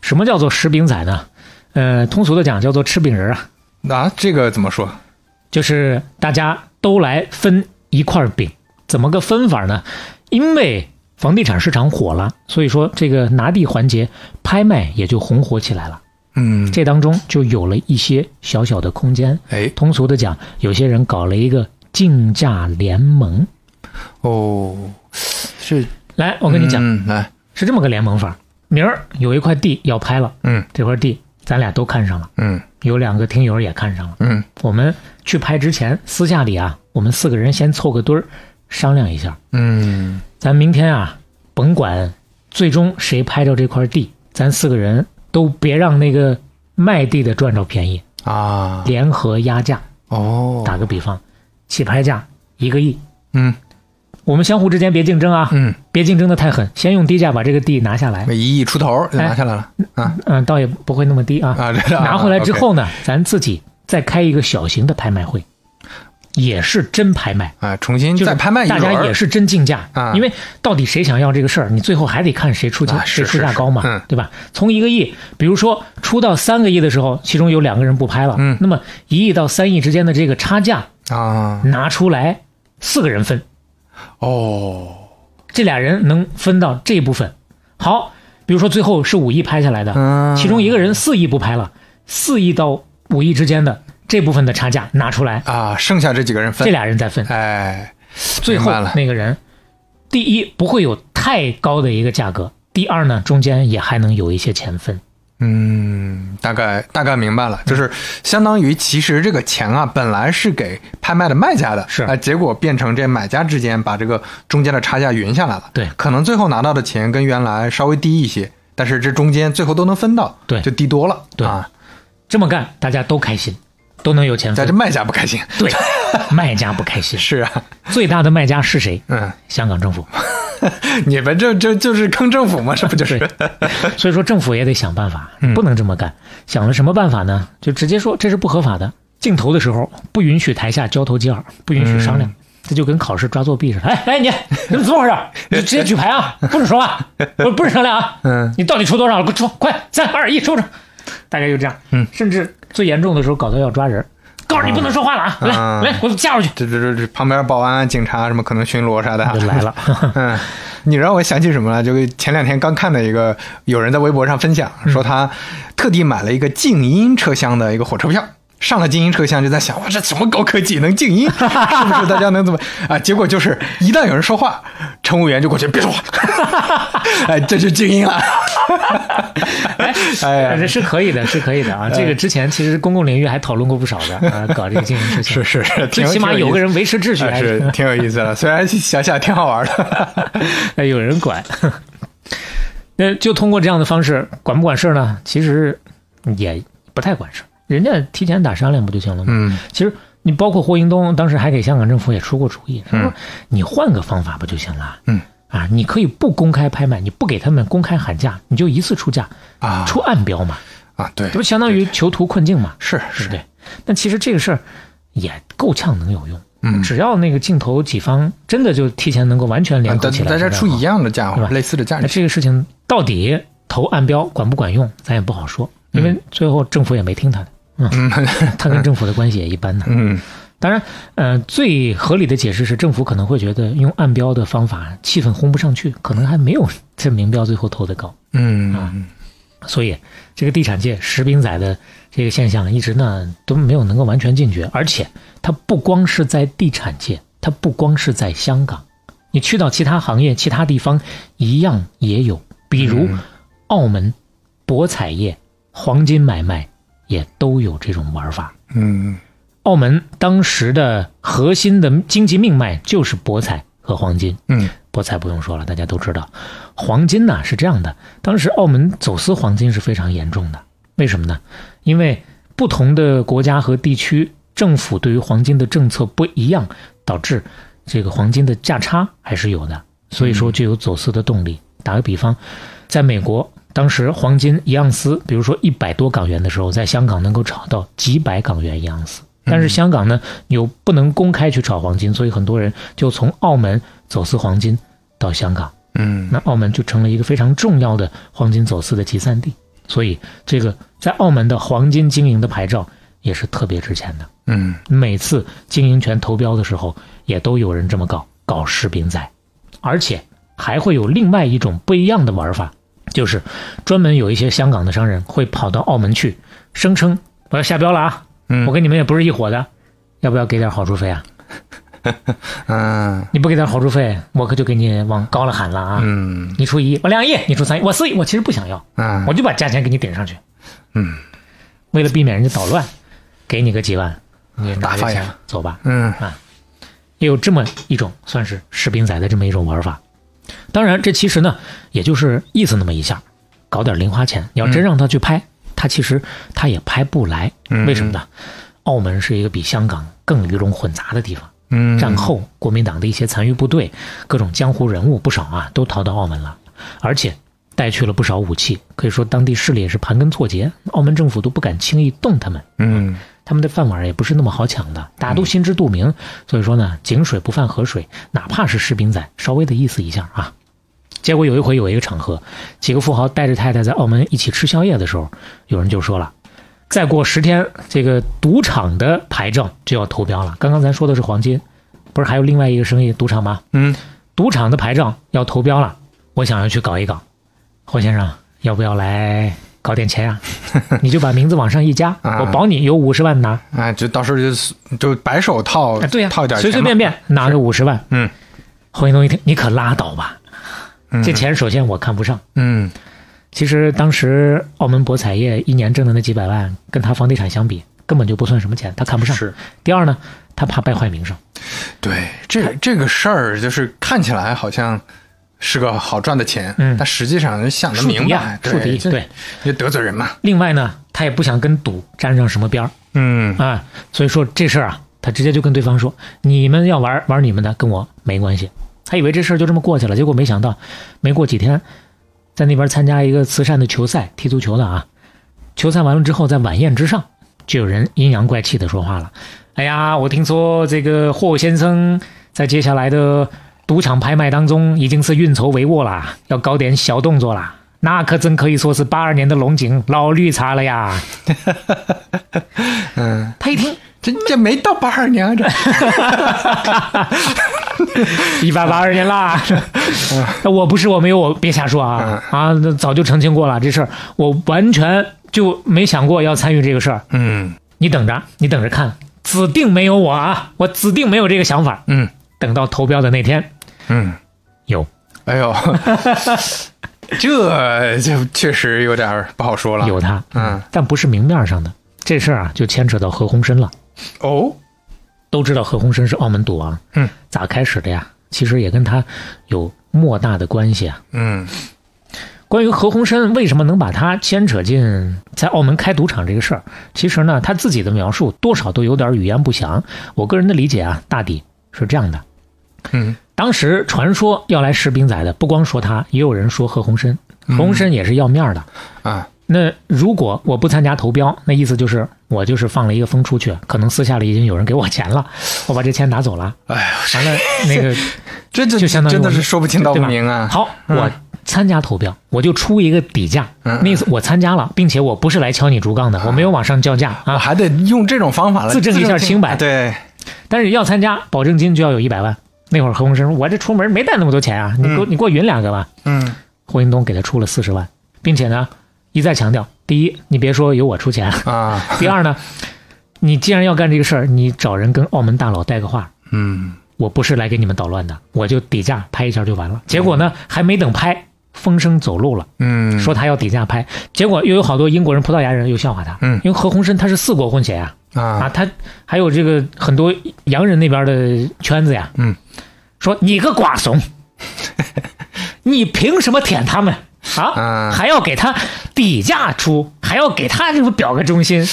B: 什么叫做食饼仔呢？呃，通俗的讲叫做吃饼人啊，
C: 啊，这个怎么说？
B: 就是大家都来分一块饼，怎么个分法呢？因为房地产市场火了，所以说这个拿地环节拍卖也就红火起来了。
C: 嗯，
B: 这当中就有了一些小小的空间。
C: 哎，
B: 通俗的讲，有些人搞了一个竞价联盟。
C: 哦，是
B: 来，我跟你讲，
C: 嗯、来，
B: 是这么个联盟法儿。明儿有一块地要拍了，
C: 嗯
B: 这块地咱俩都看上了，
C: 嗯
B: 有两个听友也看上了。
C: 嗯，
B: 我们去拍之前，私下里啊，我们四个人先凑个堆儿商量一下，
C: 嗯，
B: 咱明天啊，甭管最终谁拍着这块地，咱四个人都别让那个卖地的赚着便宜，
C: 啊，
B: 联合压价。
C: 哦，
B: 打个比方，起拍价一个亿，
C: 嗯
B: 我们相互之间别竞争啊，
C: 嗯，
B: 别竞争的太狠，先用低价把这个地拿下来，
C: 一亿出头就拿
B: 哎
C: 下来了、啊。
B: 嗯，倒也不会那么低啊。
C: 啊这啊
B: 拿回来之
C: OK
B: 后呢，咱自己再开一个小型的拍卖会，也是真拍卖。
C: 啊，重新
B: 就是
C: 再拍卖一
B: 大
C: 轮
B: 家也
C: 儿，
B: 是真竞价
C: 啊
B: 因为到底谁想要这个事儿，你最后还得看谁出价、
C: 啊
B: 谁
C: 是
B: 出
C: 是
B: 价
C: 是
B: 高嘛，
C: 嗯
B: 对吧？从一个亿，比如说出到三个亿的时候，其中有两个人不拍了，
C: 嗯
B: 那么一亿到三亿之间的这个差价
C: 啊，
B: 拿出来，四个人分，
C: 哦，
B: 这俩人能分到这部分。好，比如说最后是五亿拍下来的，
C: 嗯
B: 其中一个人四亿不拍了，四亿到五亿之间的这部分的差价拿出来，
C: 啊，剩下这几个人
B: 这
C: 分，
B: 俩人再分。
C: 哎，
B: 最后
C: 明白了
B: 那个人，第一不会有太高的一个价格，第二呢中间也还能有一些钱分。
C: 嗯，大概大概明
B: 嗯
C: 白了，就是相当于其实这个钱啊，本来是给拍卖的卖家的，
B: 是
C: 啊，结果变成这买家之间把这个中间的差价匀下来了，
B: 对
C: 可能最后拿到的钱跟原来稍微低一些，但是这中间最后都能分到，
B: 对
C: 就低多了，
B: 对
C: 啊，
B: 这么干大家都开心，都能有钱
C: 咱
B: 分
C: 这。卖家不开心。
B: 对，卖家不开心。
C: 是啊，
B: 最大的卖家是谁？
C: 嗯，
B: 香港政府。
C: 你们这这就是坑政府吗？这 不就是？
B: 所以说政府也得想办法
C: 嗯，
B: 不能这么干。想了什么办法呢？就直接说这是不合法的。镜头的时候不允许台下交头接耳，不允许
C: 嗯
B: 商量。这就跟考试抓作弊似的，哎 哎，你你们怎么回事？你就直接举牌啊，不准说话，不不准商量啊！
C: 嗯，
B: 你到底出多少？给我出，快，三二一，收着。大概就这样。
C: 嗯，
B: 甚至最严重的时候搞到要抓人，告诉你不能说话了啊！来
C: 啊
B: 来，给我架出去，
C: 这这这这旁边保安、警察什么可能巡逻啥的
B: 就 来了。
C: 嗯，你让我想起什么了？就前两天刚看的一个，有人在微博上分享
B: 嗯
C: 说他特地买了一个静音车厢的一个火车票。上了静音车厢就在想，哇，这什么高科技能 静音？是不是大家能怎么啊？结果就是一旦有人说话，乘务员就过去别说话， 哎，这就静音了。
B: 哎，
C: 哎呀哎
B: 这是可以的，是可以的啊！这个之前其实公共领域还讨论过不少的 啊，搞这个经营事情
C: 是是是，挺
B: 最起码有个
C: 人
B: 人维持秩序，还
C: 哎是挺有意思的，虽然想想挺好玩的。
B: 哎有人管。 那就通过这样的方式管不管事儿呢？其实也不太管事儿，人家提前打商量不就行了吗？
C: 嗯
B: 其实你包括霍英东当时还给香港政府也出过主意，他说你换个方法不就行了？
C: 嗯
B: 啊，你可以不公开拍卖，你不给他们公开喊价，你就一次出价，
C: 啊
B: 出暗标嘛，
C: 啊，对
B: 这，不相当于囚徒困境嘛？
C: 是
B: 对
C: 是
B: 不，对？但其实这个事儿也够呛能有用。
C: 嗯，
B: 只要那个镜头几方真的就提前能够完全联
C: 嗯
B: 合
C: 大
B: 起来，
C: 大家出一
B: 样，
C: 样的价
B: 对
C: 伙，
B: 吧
C: 类似的价
B: 那
C: 值。
B: 这个事情到底投暗标管不管用，咱也不好说，因为最后政府也没听他的，
C: 嗯
B: 他跟政府的关系也一般呢。
C: 嗯
B: 当然，呃，最合理的解释是政府可能会觉得用暗标的方法气氛烘不上去，可能还没有 这明标最后投的高，啊
C: 嗯，
B: 所以这个地产界食兵仔的这个现象一直呢都没有能够完全禁绝，而且它不光是在地产界，它不光是在香港，你去到其他行业、其他地方一样也有，比如
C: 嗯
B: 澳门、博彩业、黄金买卖也都有这种玩法。
C: 嗯
B: 澳门当时的核心的经济命脉就是博彩和黄金，
C: 嗯
B: 博彩不用说了，大家都知道。黄金呢、是这样的，当时澳门走私黄金是非常严重的，为什么呢？因为不同的国家和地区政府对于黄金的政策不一样，导致这个黄金的价差还是有的，所以说就有走私的动力。打个比方，在美国。当时黄金一盎司，比如说一百多港元的时候，在香港能够炒到几百港元一盎司。但是香港呢，又不能公开去炒黄金，所以很多人就从澳门走私黄金到香港，
C: 嗯
B: 那澳门就成了一个非常重要的黄金走私的集散地。所以，这个在澳门的黄金经营的牌照也是特别值钱的。
C: 嗯
B: 每次经营权投标的时候，也都有人这么搞，搞食饼仔，而且还会有另外一种不一样的玩法，就是专门有一些香港的商人会跑到澳门去，声称我要下标了啊，
C: 嗯
B: 我跟你们也不是一伙的，要不要给点好处费啊？
C: 嗯
B: 你不给点好处费，我可就给你往高了喊了啊！
C: 嗯
B: 你出一，我两亿，你出三亿，我四亿，我其实不想要，
C: 啊
B: 我就把价钱给你顶上去。
C: 嗯，
B: 为了避免人家捣乱，给你个几万，你拿
C: 嗯打
B: 着
C: 发
B: 钱
C: 呀
B: 走吧。
C: 嗯
B: 也有这么一种算是士兵仔的这么一种玩法。当然，这其实呢，也就是意思那么一下，搞点零花钱。你要真让他去拍，他其实他也拍不来。
C: 嗯
B: 为什么呢？澳门是一个比香港更鱼龙混杂的地方。
C: 嗯，
B: 战后国民党的一些残余部队、各种江湖人物不少啊，都逃到澳门了，而且带去了不少武器，可以说当地势力也是盘根错节，澳门政府都不敢轻易动他们。
C: 嗯
B: 他们的饭碗也不是那么好抢的，大家都心知肚明。所以说呢，井水不犯河水，哪怕是士兵仔，稍微的意思一下啊。结果有一回有一个场合，几个富豪带着太太在澳门一起吃宵夜的时候，有人就说了。再过十天，这个赌场的牌照就要投标了。刚刚咱说的是黄金，不是还有另外一个生意赌场吗？
C: 嗯
B: 赌场的牌照要投标了，我想要去搞一搞。侯先生，要不要来搞点钱啊？你就把名字往上一加，
C: 啊
B: 我保你有五十万拿。
C: 啊，就到时候就就白手套
B: 啊，对呀、
C: 哦套一点，
B: 随随便，便拿着五十万。
C: 嗯
B: 侯云东一听，你可拉倒吧，这钱首先我看不上。
C: 嗯
B: 其实当时澳门博彩业一年挣的那几百万，跟他房地产相比，根本就不算什么钱，他看不上。
C: 是。
B: 第二呢，他怕败坏名声。
C: 对，这这个事儿就是看起来好像是个好赚的钱，
B: 嗯
C: 但实际上人想的
B: 树
C: 明
B: 敌
C: 白
B: 呀，，树敌。
C: 这
B: 对，
C: 也得罪人嘛，
B: 另外呢，他也不想跟赌沾上什么边儿
C: 嗯，
B: 啊，所以说这事儿啊，他直接就跟对方说：“你们要玩玩你们的，跟我没关系。”他以为这事儿就这么过去了，结果没想到，没过几天，在那边参加一个慈善的球赛，踢足球的啊，球赛完了之后，在晚宴之上，就有人阴阳怪气的说话了：“哎呀，我听说这个霍先生在接下来的赌场拍卖当中已经是运筹帷幄啦，要搞点小动作啦。”那可真可以说是八二年的龙井老绿茶了呀！
C: 嗯，
B: 他一听，
C: 这这没到八二年啊， 这
B: 一百八十年啦！我不是我没有我，别瞎说啊
C: 嗯
B: 啊！那早就澄清过了这事儿，我完全就没想过要参与这个事儿。
C: 嗯
B: 你等着，你等着看，指定没有我啊！我指定没有这个想法。
C: 嗯
B: 等到投标的那天，
C: 嗯，
B: 有
C: 哎呦， 这这确实有点儿不好说了，
B: 有他，
C: 嗯，
B: 但不是明面上的这事儿啊，就牵扯到何鸿燊了。
C: 哦，
B: 都知道何鸿燊是澳门赌王，
C: 嗯，
B: 咋开始的呀？其实也跟他有莫大的关系啊。
C: 嗯
B: 关于何鸿燊为什么能把他牵扯进在澳门开赌场这个事儿，其实呢，他自己的描述多少都有点语言不详。我个人的理解啊，大抵是这样的：
C: 嗯
B: 当时传说要来石兵仔的，不光说他，也有人说何鸿燊。何鸿燊也是要面儿的。
C: 啊，
B: 那如果我不参加投标，那意思就是我就是放了一个风出去，可能私下里已经有人给我钱了，我把这钱拿走了，
C: 哎呦，
B: 完了那个
C: 这这
B: 就相当于
C: 真的
B: 我们
C: 是说不清道不
B: 对吧
C: 明啊，
B: 好，我参加投标，我就出一个底价，
C: 嗯啊
B: 那意思我参加了，并且我不是来敲你竹杠的，我没有往上叫价
C: 我
B: 啊。
C: 还得用这种方法来啊
B: 自证一下清白
C: 对，
B: 但是要参加，保证金就要有一百万。那会儿何鸿燊说：“我这出门没带那么多钱啊，你给我、你给我匀两个吧。
C: 嗯”
B: 霍英东给他出了四十万，并且呢一再强调：第一，你别说有我出 钱；
C: 啊，
B: 第二呢，你既然要干这个事儿，你找人跟澳门大佬带个话，
C: 嗯
B: 我不是来给你们捣乱的，我就底价拍一下就完了。结果呢，还没等拍，风声走漏了。
C: 嗯，
B: 说他要底价拍，结果又有好多英国人、葡萄牙人又笑话他，
C: 嗯
B: 因为何鸿燊他是四国混血呀、啊，
C: 啊，
B: 他还有这个很多洋人那边的圈子呀，
C: 嗯，
B: 说你个瓜 怂，你凭什么舔他们啊？
C: 啊
B: 还要给他底价出，还要给他这个表个忠心，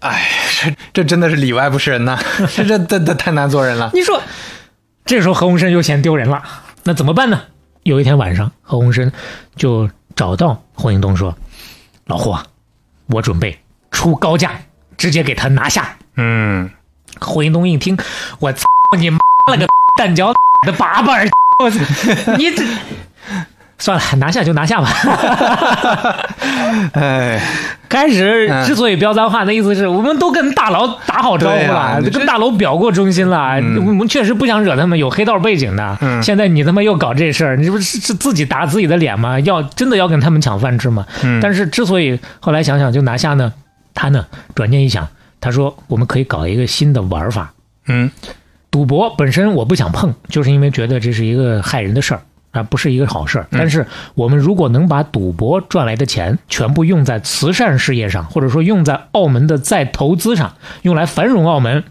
C: 哎，这这真的是里外不是人呐， 这这这这太难做人了，
B: 你说，这时候何鸿燊又嫌丢人了，那怎么办呢？有一天晚上，何鸿燊就找到霍英东说：“老霍啊，我准备出高价，直接给他拿下。
C: 嗯”
B: 霍英东一听，我操你妈了个蛋饺的粑粑儿，我操你这。算了，拿下就拿下吧。
C: 哎，
B: 开始
C: 嗯
B: 之所以飙脏话，那意思是我们都跟大佬打好招呼
C: 对
B: 了，
C: 啊你这
B: 跟大佬表过忠心了。我们确实不想惹他们，有黑道背景的。
C: 嗯
B: 现在你他妈又搞这事儿，你这不是是自己打自己的脸吗？要真的要跟他们抢饭吃吗？
C: 嗯
B: 但是之所以后来想想就拿下呢，他呢转念一想，他说我们可以搞一个新的玩法，
C: 嗯
B: 赌博本身我不想碰，就是因为觉得这是一个害人的事儿啊，不是一个好事儿。
C: 嗯
B: 但是我们如果能把赌博赚来的钱全部用在慈善事业上，或者说用在澳门的再投资上，用来繁荣澳门，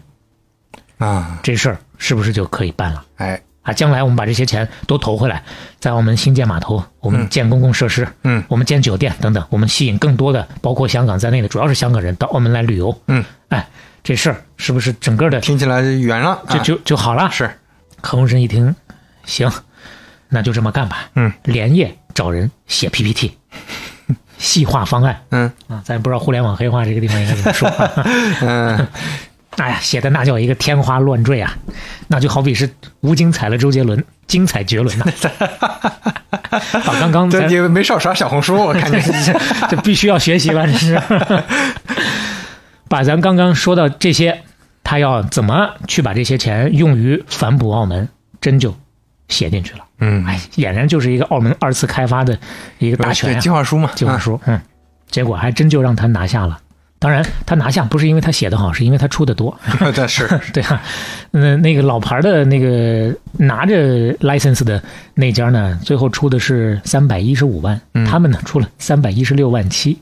C: 啊，
B: 这事儿是不是就可以办了？
C: 哎，
B: 啊，将来我们把这些钱都投回来，在澳门新建码头，我们建公共设施，
C: 嗯
B: 我们建酒店等等，我们吸引更多的包括香港在内的，主要是香港人到澳门来旅游。
C: 嗯，
B: 哎，这事儿是不是整个的就
C: 听起来就圆了，啊
B: 就就好了？
C: 是，
B: 何鸿燊一听，行，那就这么干吧。
C: 嗯，
B: 连夜找人写 PPT，细化方案
C: 嗯
B: 啊。咱也不知道互联网黑化这个地方应该怎么说、
C: 嗯
B: 哎呀，写的那叫一个天花乱坠啊，那就好比是吴京踩了周杰伦，精彩绝 伦呐、啊！刚刚
C: 这
B: 咱
C: 也没少刷小红书，我看你
B: 这必须要学习了，这是。 把咱刚刚说到这些，他要怎么去把这些钱用于反哺澳门，真就写进去了。
C: 嗯
B: 哎，俨然就是一个澳门二次开发的一个大全、
C: 对
B: 呀。
C: 计划书嘛，
B: 计划
C: 啊，
B: 书，嗯，结果还真就让他拿下了。当然，他拿下不是因为他写的好，是因为他出的多，
C: 对是，
B: 对啊。那那个老牌的那个拿着 license 的那家呢，最后出的是三百一十五万，
C: 嗯
B: 他们呢出了三百一十六万 七，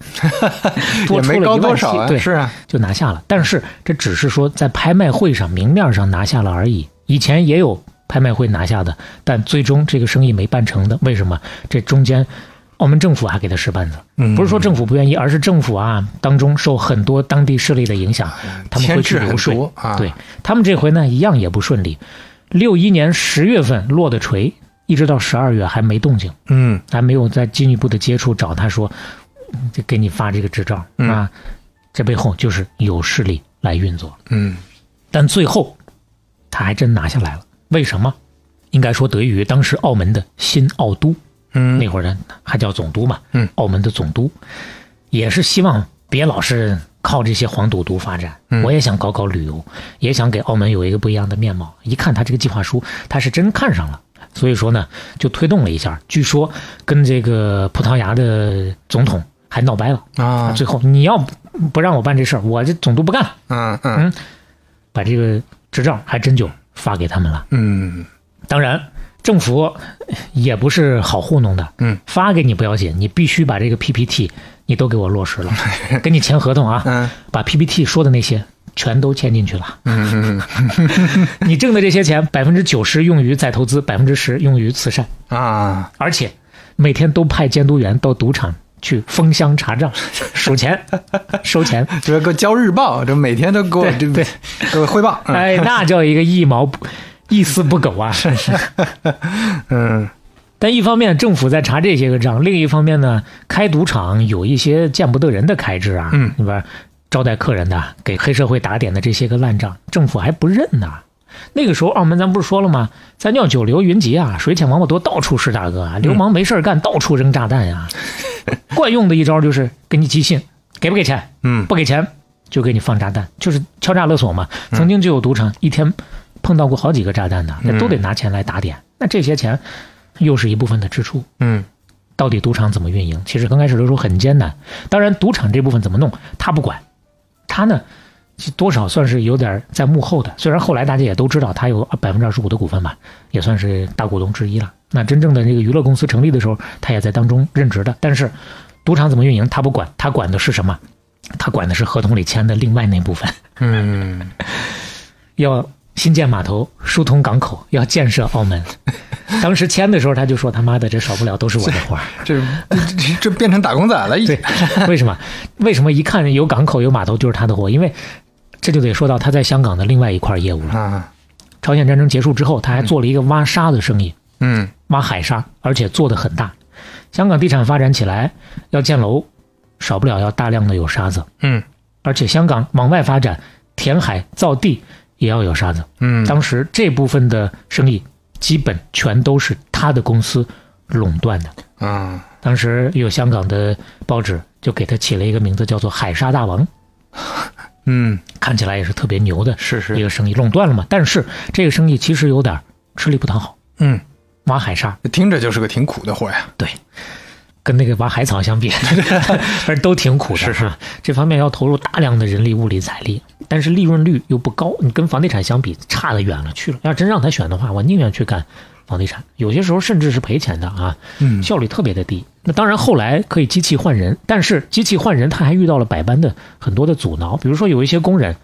B: 多出
C: 也
B: 了
C: 没
B: 一
C: 高
B: 万
C: 多少
B: 七
C: 啊，
B: 对，
C: 是啊，
B: 就拿下了。但是这只是说在拍卖会上明面上拿下了而已，以前也有拍卖会拿下的，但最终这个生意没办成的，为什么？这中间澳门政府还给他使绊子，
C: 嗯
B: 不是说政府不愿意，而是政府啊当中受很多当地势力的影响，他们会
C: 牵
B: 去
C: 制很
B: 游说。
C: 多啊，
B: 对，他们这回呢一样也不顺利，六一年十月份落的锤，一直到十二月还没动静，
C: 嗯
B: 还没有再进一步的接触找他说，嗯就给你发这个执照、
C: 嗯
B: 啊，这背后就是有势力来运作。
C: 嗯
B: 但最后他还真拿下来了，为什么？应该说得益于当时澳门的新澳督，
C: 嗯
B: 那会儿呢还叫总督嘛，
C: 嗯，
B: 澳门的总督也是希望别老是靠这些黄赌毒发展，
C: 嗯
B: 我也想搞搞旅游，也想给澳门有一个不一样的面貌。一看他这个计划书，他是真看上了，所以说呢就推动了一下。据说跟这个葡萄牙的总统还闹掰了，
C: 啊，
B: 最后你要不让我办这事儿，我这总督不干，
C: 嗯嗯
B: 把这个执照还真就发给他们了。
C: 嗯
B: 当然，政府也不是好糊弄的。
C: 嗯，
B: 发给你不要紧，你必须把这个 PPT 你都给我落实 了，跟你签合同啊，
C: 嗯
B: 把 PPT 说的那些全都签进去了。
C: 嗯
B: 你挣的这些钱，百分之九十用于再投资，百分之十用于慈善，
C: 嗯啊，
B: 而且每天都派监督员到赌场。去封箱查账，数钱，收钱，
C: 这给我交日报，这每天都给我
B: 对
C: 这
B: 对
C: 给我汇报，嗯
B: 哎，那叫一个一毛不一丝不苟啊！是是。
C: 嗯
B: 但一方面政府在查这些个账，另一方面呢，开赌场有一些见不得人的开支啊，
C: 嗯
B: 里边招待客人的、给黑社会打点的这些个烂账，政府还不认呢。那个时候，澳门咱不是说了吗？三教九流云集啊，水浅王八多，到处是大哥啊，流氓没事儿干，到处扔炸弹呀、惯用的一招就是给你寄信，给不给钱？
C: 嗯
B: 不给钱就给你放炸弹，就是敲诈勒索嘛。曾经就有赌场一天碰到过好几个炸弹的，那都得拿钱来打点。那这些钱又是一部分的支出，
C: 嗯
B: 到底赌场怎么运营？其实刚开始的时候很艰难。当然，赌场这部分怎么弄，他不管，他呢其实多少算是有点在幕后的。虽然后来大家也都知道他有百分之二十五的股份吧，也算是大股东之一了。那真正的这个娱乐公司成立的时候，他也在当中任职的。但是，赌场怎么运营他不管，他管的是什么？他管的是合同里签的另外那部分。
C: 嗯，
B: 要新建码头、疏通港口，要建设澳门。当时签的时候，他就说：“他妈的，这少不了都是我的活儿。”
C: 这这这变成打工仔了已经
B: 对， 为什么？为什么一看有港口有码头就是他的活？因为这就得说到他在香港的另外一块业务了。
C: 啊，
B: 朝鲜战争结束之后，他还做了一个挖沙的生意，
C: 嗯
B: 挖海沙，而且做得很大。香港地产发展起来，要建楼，少不了要大量的有沙子，
C: 嗯
B: 而且香港往外发展，填海造地也要有沙子。
C: 嗯
B: 当时这部分的生意基本全都是他的公司垄断的。
C: 啊
B: 当时有香港的报纸就给他起了一个名字，叫做“海沙大王”。
C: 嗯
B: 看起来也是特别牛的
C: 是
B: 一
C: 是
B: 个生意，垄断了嘛。但是这个生意其实有点吃力不讨好，
C: 嗯，
B: 挖海沙
C: 听着就是个挺苦的活呀，
B: 跟那个挖海草相比， 反正都挺苦的。
C: 是是
B: 啊，这方面要投入大量的人力、物力、财力，但是利润率又不高，你跟房地产相比差得远了去了。要真让他选的话，我宁愿去干房地产，有些时候甚至是赔钱的啊，
C: 嗯
B: 效率特别的低。那当然，后来可以机器换人，但是机器换人他还遇到了百般的很多的阻挠，比如说有一些工人，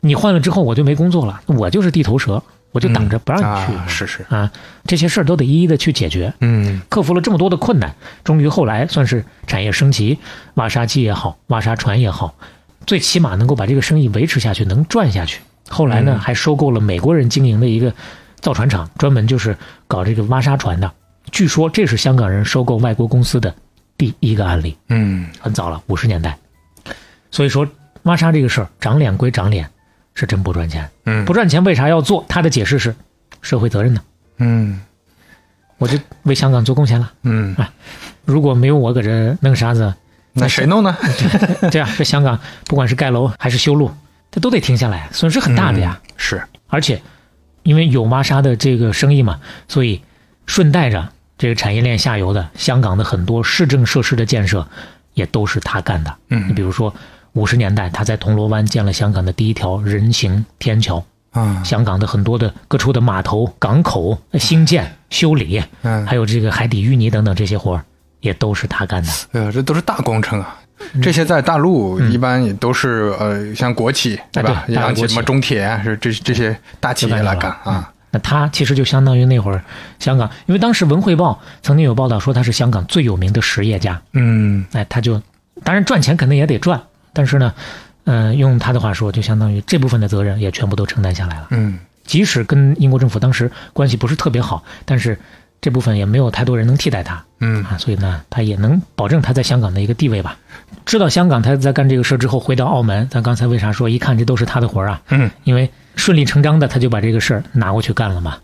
B: 你换了之后我就没工作了，我就是地头蛇，我就挡着不让你去。
C: 啊是是
B: 啊，这些事儿都得一一的去解决。
C: 嗯
B: 克服了这么多的困难，终于后来算是产业升级，挖沙机也好，挖沙船也好，最起码能够把这个生意维持下去，能赚下去。后来呢，
C: 嗯
B: 还收购了美国人经营的一个造船厂，专门就是搞这个挖沙船的。据说这是香港人收购外国公司的第一个案例，
C: 嗯
B: 很早了，五十年代。所以说，挖沙这个事儿，长脸归长脸，是真不赚钱。
C: 嗯
B: 不赚钱为啥要做？他的解释是，社会责任呢，
C: 嗯
B: 我就为香港做贡献了。
C: 嗯，
B: 如果没有我搁这弄沙 子，
C: 那谁弄呢？
B: 对啊，这香港不管是盖楼还是修路，它都得停下来，损失很大的呀。
C: 嗯是
B: 而且，因为有挖沙的这个生意嘛，所以顺带着这个产业链下游的香港的很多市政设施的建设，也都是他干的。你
C: 嗯
B: 比如说，五十年代他在铜锣湾建了香港的第一条人行天桥，
C: 啊
B: 香港的很多的各处的码头、港口呃兴建、修理，
C: 嗯，
B: 还有这个海底淤泥等等这些活儿，也都是他干的。
C: 哎呀，这都是大工程啊！
B: 嗯
C: 这些在大陆一般也都是、呃，像国企对
B: 哎
C: 吧？
B: 对大
C: 央
B: 国
C: 企
B: 企
C: 什么中铁啊，是这这些大企业来干啊。
B: 那它其实就相当于那会儿香港，因为当时《文汇报》曾经有报道说他是香港最有名的实业家，
C: 嗯，
B: 哎，他就当然赚钱肯定也得赚，但是呢，嗯、用他的话说，就相当于这部分的责任也全部都承担下来了。
C: 嗯，
B: 即使跟英国政府当时关系不是特别好，但是这部分也没有太多人能替代他，
C: 嗯
B: 啊，所以呢，他也能保证他在香港的一个地位吧。知道香港他在干这个事之后，回到澳门，咱刚才为啥说一看这都是他的活儿啊？
C: 嗯，
B: 因为顺理成章的他就把这个事儿拿过去干了嘛。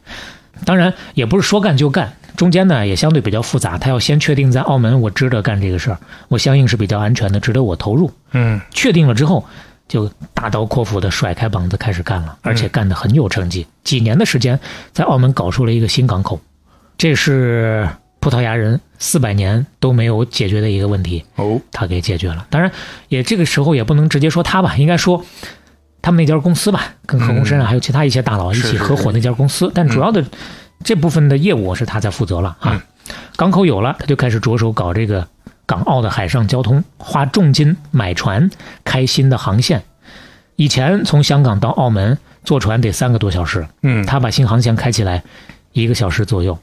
B: 当然也不是说干就干，中间呢也相对比较复杂，他要先确定在澳门我值得干这个事儿，我相应是比较安全的，值得我投入。
C: 嗯，
B: 确定了之后，就大刀阔斧的甩开膀子开始干了，而且干得很有成绩。几年的时间，在澳门搞出了一个新港口，这是葡萄牙人四百年都没有解决的一个问题，
C: 哦，
B: 他给解决了。当然，也这个时候也不能直接说他吧，应该说。他们那家公司吧，跟何鸿燊啊，还有其他一些大佬一
C: 是
B: 起
C: 是
B: 合伙那家公司，但主要的这部分的业务是他在负责了啊。港口有了，他就开始着手搞这个港澳的海上交通，花重金买船，开新的航线。以前从香港到澳门坐船得三个多小时，
C: 嗯，
B: 他把新航线开起来，一个小时左右，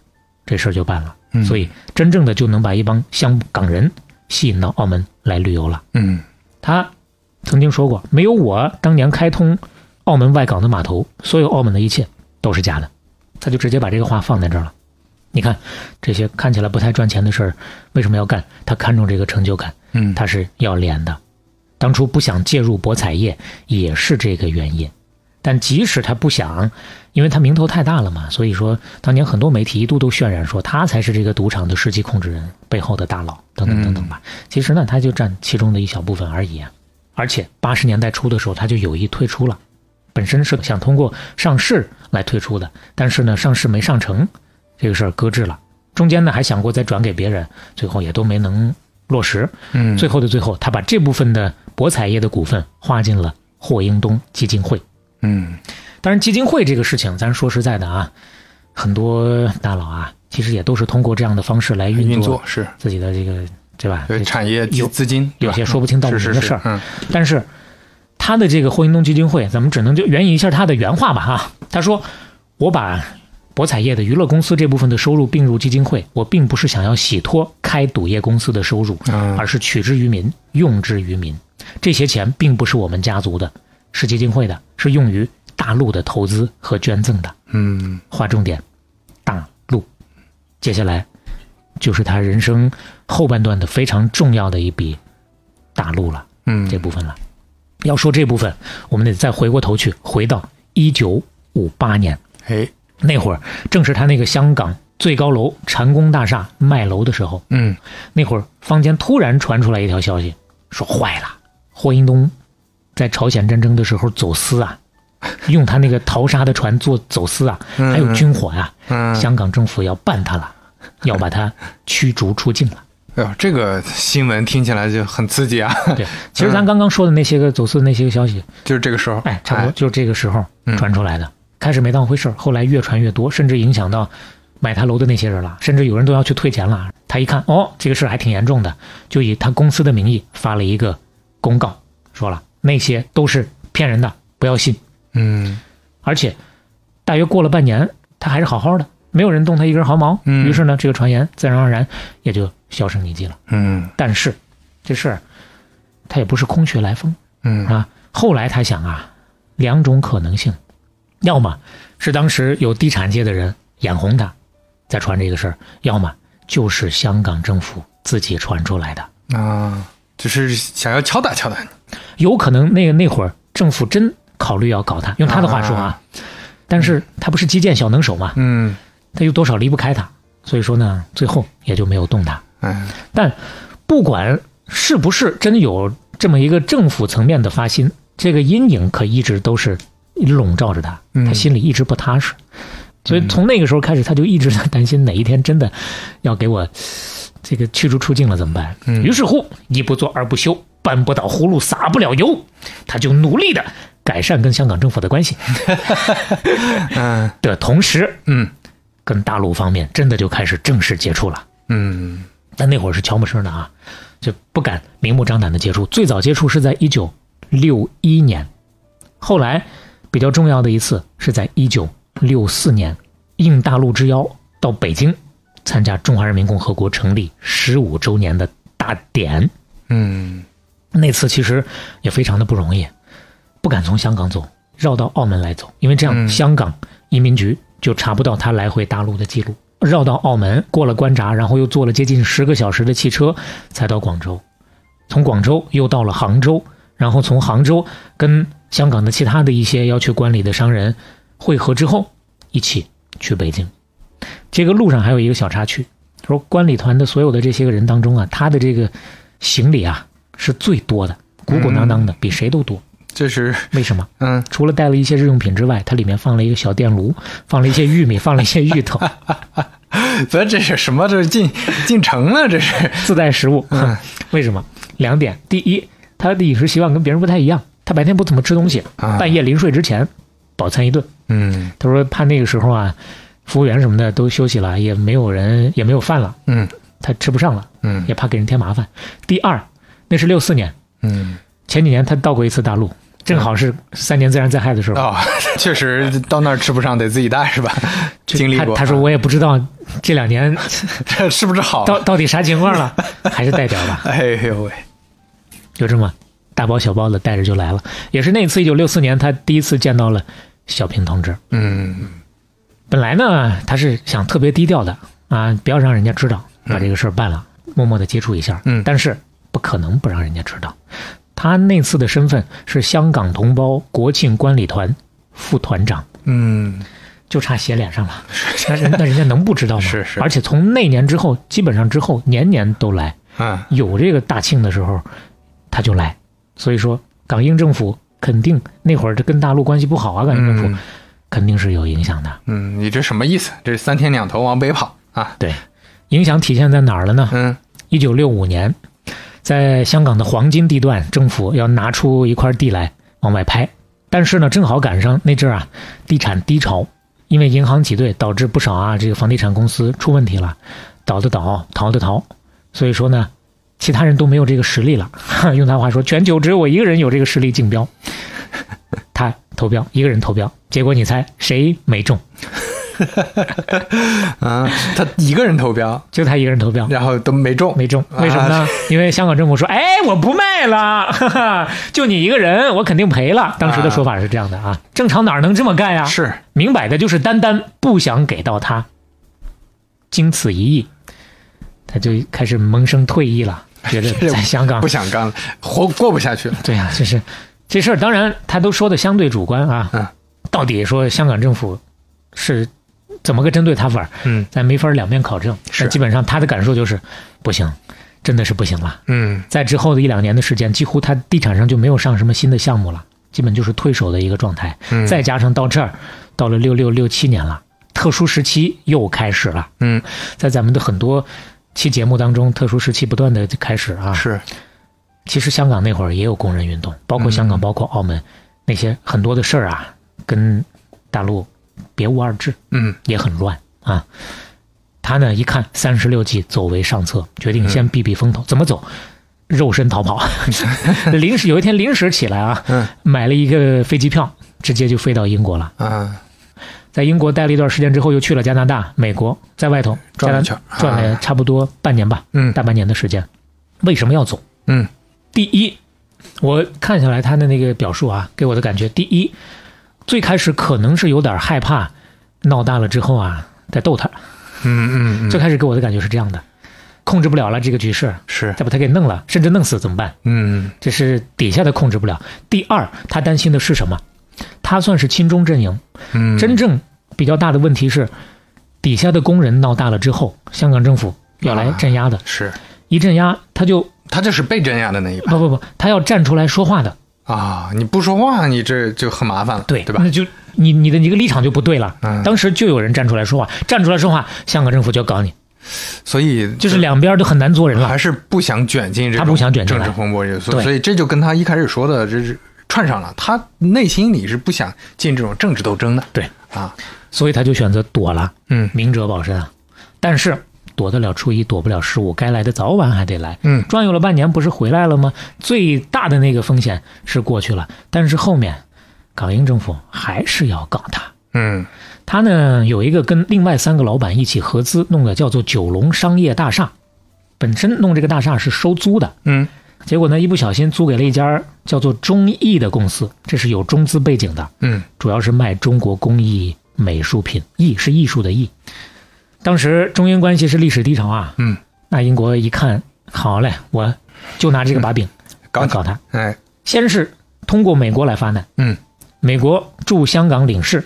B: 这事儿就办了。
C: 嗯
B: 所以真正的就能把一帮香港人吸引到澳门来旅游了。
C: 嗯，
B: 他曾经说过，没有我当年开通澳门外港的码头，所有澳门的一切都是假的。他就直接把这个话放在这儿了。你看，这些看起来不太赚钱的事儿，为什么要干？他看重这个成就感，
C: 嗯，
B: 他是要脸的。当初不想介入博彩业也是这个原因。但即使他不想，因为他名头太大了嘛，所以说当年很多媒体一度都渲染说他才是这个赌场的实际控制人背后的大佬，等等等等吧。其实呢，他就占其中的一小部分而已、啊。而且八十年代初的时候，他就有意退出了，本身是想通过上市来退出的，但是呢，上市没上成，这个事儿搁置了。中间呢，还想过再转给别人，最后也都没能落实。
C: 嗯，
B: 最后的最后，他把这部分的博彩业的股份划进了霍英东基金会。
C: 嗯，
B: 当然，基金会这个事情，咱说实在的啊，很多大佬啊，其实也都是通过这样的方式来运
C: 运
B: 作
C: 作是
B: 自己的这个，对吧？
C: 对产业资
B: 有
C: 资金，对
B: 有
C: 吧
B: 些说不清道不
C: 是
B: 明的
C: 是是
B: 事儿。
C: 嗯
B: 但是他的这个霍英东基金会，咱们只能就援引一下他的原话吧哈。他说：“我把博彩业的娱乐公司这部分的收入并入基金会，我并不是想要洗脱开赌业公司的收入，
C: 嗯
B: 而是取之于民，用之于民。这些钱并不是我们家族的，是基金会的，是用于大陆的投资和捐赠的。
C: 嗯
B: 划重点，大陆。接下来就是他人生后半段的非常重要的一笔大陆了。”
C: 嗯
B: 这部分了。要说这部分，我们得再回过头去，回到一九五八年
C: 哎
B: 那会儿，正是他那个香港最高楼蟾宫大厦卖楼的时候。
C: 嗯
B: 那会儿，坊间突然传出来一条消息，说坏了，霍英东在朝鲜战争的时候走私啊，用他那个淘沙的船做走私啊，
C: 嗯
B: 还有军火呀、
C: 嗯，
B: 香港政府要办他了，要把他驱逐出境了。
C: 哎呦，这个新闻听起来就很刺激啊，
B: 对，其实咱刚刚说的那些个走私的那些个消息，
C: 就是这个时候，
B: 哎，差不多就是这个时候
C: 嗯
B: 传出来的。开始没当回事儿，后来越传越多，甚至影响到买他楼的那些人了，甚至有人都要去退钱了。他一看，哦，这个事儿还挺严重的，就以他公司的名义发了一个公告，说了那些都是骗人的，不要信。
C: 嗯
B: 而且大约过了半年，他还是好好的，没有人动他一根毫毛。
C: 嗯
B: 于是呢，这个传言自然而然也就销声匿迹了。
C: 嗯
B: 但是这事儿他也不是空穴来风。
C: 嗯
B: 啊，后来他想啊，两种可能性，要么是当时有地产界的人眼红他，在传这个事儿；要么就是香港政府自己传出来的。
C: 啊，就是想要敲打敲打你，
B: 有可能那那会儿政府真考虑要搞他，用他的话说啊，但是他不是基建小能手嘛，
C: 嗯
B: 他又多少离不开他，所以说呢，最后也就没有动他。
C: 哎
B: 但不管是不是真有这么一个政府层面的发心，这个阴影可一直都是笼罩着他，
C: 嗯
B: 他心里一直不踏实。所以从那个时候开始，他就一直在担心哪一天真的要给我这个驱逐出境了怎么办？
C: 嗯
B: 于是乎，一不做二不休，半不倒葫芦撒不了油，他就努力的改善跟香港政府的关系
C: 嗯
B: 的同时，
C: 嗯
B: 跟大陆方面真的就开始正式接触了。
C: 嗯
B: 但那会儿是悄没声的啊，就不敢明目张胆的接触。最早接触是在一九六一年，后来比较重要的一次是在一九六四年应大陆之邀到北京参加中华人民共和国成立十五周年的大典。
C: 嗯，
B: 那次其实也非常的不容易，不敢从香港走，绕到澳门来走，因为这样
C: 嗯
B: 香港移民局就查不到他来回大陆的记录。绕到澳门，过了关闸，然后又坐了接近十个小时的汽车，才到广州。从广州又到了杭州，然后从杭州跟香港的其他的一些要去观礼的商人汇合之后，一起去北京。这个路上还有一个小插曲，说观礼团的所有的这些个人当中啊，他的这个行李啊是最多的，鼓鼓囊囊的，比谁都多。
C: 这是
B: 为什么？
C: 嗯
B: 除了带了一些日用品之外，它里面放了一个小电炉，放了一些玉米，放了一些芋头，
C: 这这是什么？这是进进城了，这是
B: 自带食物。哼为什么？两点：第一，他的饮食习惯跟别人不太一样，他白天不怎么吃东西，
C: 啊
B: 半夜临睡之前饱餐一顿。
C: 嗯
B: 他说怕那个时候啊，服务员什么的都休息了，也没有人，也没有饭了，
C: 嗯
B: 他吃不上了，
C: 嗯
B: 也怕给人添麻烦。第二，那是六四年，
C: 嗯
B: 前几年他到过一次大陆，正好是三年自然灾害的时候。
C: 哦， 确实到那儿吃不上，得自己带是吧？
B: 这
C: 经历
B: 他
C: 过，
B: 他说我也不知道这两年
C: 这是不是好？
B: 到到底啥情况了，还是代表吧，
C: 哎呦喂，
B: 就这么大包小包的带着就来了。也是那次，一九六四年，他第一次见到了小平同志。
C: 嗯
B: 本来呢，他是想特别低调的啊，不要让人家知道，把这个事儿办了，默默的接触一下。
C: 嗯
B: 但是不可能不让人家知道。他那次的身份是香港同胞国庆观礼团副团长。
C: 嗯，
B: 就差写脸上了，那人那人家能不知道吗？
C: 是是
B: 而且从那年之后，基本上之后年年都来，
C: 啊
B: 有这个大庆的时候，他就来。所以说，港英政府肯定那会儿这跟大陆关系不好啊，港英政府、
C: 嗯
B: 肯定是有影响的。
C: 嗯，你这什么意思？这是三天两头往北跑啊？
B: 对，影响体现在哪儿了呢？
C: 嗯
B: 一九六五年，在香港的黄金地段，政府要拿出一块地来往外拍，但是呢，正好赶上那阵儿啊，地产低潮，因为银行挤兑导致不少啊这个房地产公司出问题了，倒的倒，逃的逃，所以说呢，其他人都没有这个实力了。用他话说，全球只有我一个人有这个实力竞标。他投标，一个人投标，结果你猜谁没中？
C: 啊，他一个人投标，
B: 就他一个人投标，
C: 然后都没中，
B: 没中，为什么 呢？因为香港政府说：“哎，我不卖了，哈哈，就你一个人，我肯定赔了。”当时的说法是这样的啊，正常哪能这么干呀？
C: 啊是
B: 明摆的就是单单不想给到他，经此一役，他就开始萌生退役 了，觉得
C: 是
B: 在香港
C: 不想干了，活过不下去了。
B: 对呀、啊就是这事儿，当然他都说的相对主观啊。
C: 嗯
B: 到底说香港政府是怎么个针对他法儿，
C: 嗯
B: 咱没法儿两面考证。
C: 是
B: 但基本上他的感受就是不行，真的是不行了。
C: 嗯
B: 在之后的一两年的时间，几乎他地产上就没有上什么新的项目了，基本就是退守的一个状态。
C: 嗯
B: 再加上到这儿，到了六六六七年了，特殊时期又开始了。
C: 嗯，
B: 在咱们的很多期节目当中，特殊时期不断的开始啊。
C: 是
B: 其实香港那会儿也有工人运动，包括香港，
C: 嗯
B: 包括澳门，那些很多的事儿啊，跟大陆别无二致，
C: 嗯
B: 也很乱啊。他呢一看三十六计，走为上策，决定
C: 嗯
B: 先避避风头。怎么走？肉身逃 跑，临时有一天临时起来啊，
C: 嗯
B: 买了一个飞机票，直接就飞到英国了。
C: 啊，
B: 在英国待了一段时间之后，又去了加拿大、美国，在外头
C: 转了一圈啊
B: 加拿转了差不多半年吧，
C: 嗯
B: 大半年的时间。为什么要走？
C: 嗯
B: 第一，我看下来他的那个表述啊，给我的感觉，第一，最开始可能是有点害怕，闹大了之后啊，再逗他。
C: 嗯嗯
B: 最
C: 嗯，
B: 开始给我的感觉是这样的，控制不了了这个局势，
C: 是
B: 再把他给弄了，甚至弄死怎么办？
C: 嗯
B: 这是底下的控制不了。第二，他担心的是什么？他算是亲中阵营，
C: 嗯，
B: 真正比较大的问题是，底下的工人闹大了之后，香港政府要来
C: 啊
B: 镇压的，
C: 是
B: 一镇压他就
C: 他就是被镇压的那一派
B: 不不不，他要站出来说话的。
C: 啊！你不说话，你这就很麻烦了，
B: 对
C: 对嗯吧
B: 那？就你你的一个立场就不对了。
C: 嗯
B: 当时就有人站出来说话，站出来说话，香港政府就要搞你，
C: 所以
B: 就是两边都很难做人了
C: 还。是不想卷进这
B: 他
C: 种
B: 不想卷进
C: 政
B: 来
C: 治风波里，所
B: 对
C: 所以这就跟他一开始说的这是串上了。他内心里是不想进这种政治斗争的。
B: 对
C: 啊，
B: 所以他就选择躲了，
C: 嗯
B: 明哲保身啊。但是躲得了初一，躲不了十五，该来的早晚还得来。
C: 嗯
B: 转悠了半年，不是回来了吗？最大的那个风险是过去了，但是后面港英政府还是要搞他。
C: 嗯
B: 他呢有一个跟另外三个老板一起合资弄的，叫做九龙商业大厦。本身弄这个大厦是收租的，
C: 嗯
B: 结果呢一不小心租给了一家叫做中艺的公司，这是有中资背景的，
C: 嗯
B: 主要是卖中国工艺美术品，艺是艺术的艺。当时中英关系是历史低潮啊，
C: 嗯，
B: 那英国一看，好嘞，我就拿这个把柄
C: 搞
B: 来
C: 搞，
B: 搞他。
C: 哎，
B: 先是通过美国来发难，
C: 嗯
B: 美国驻香港领事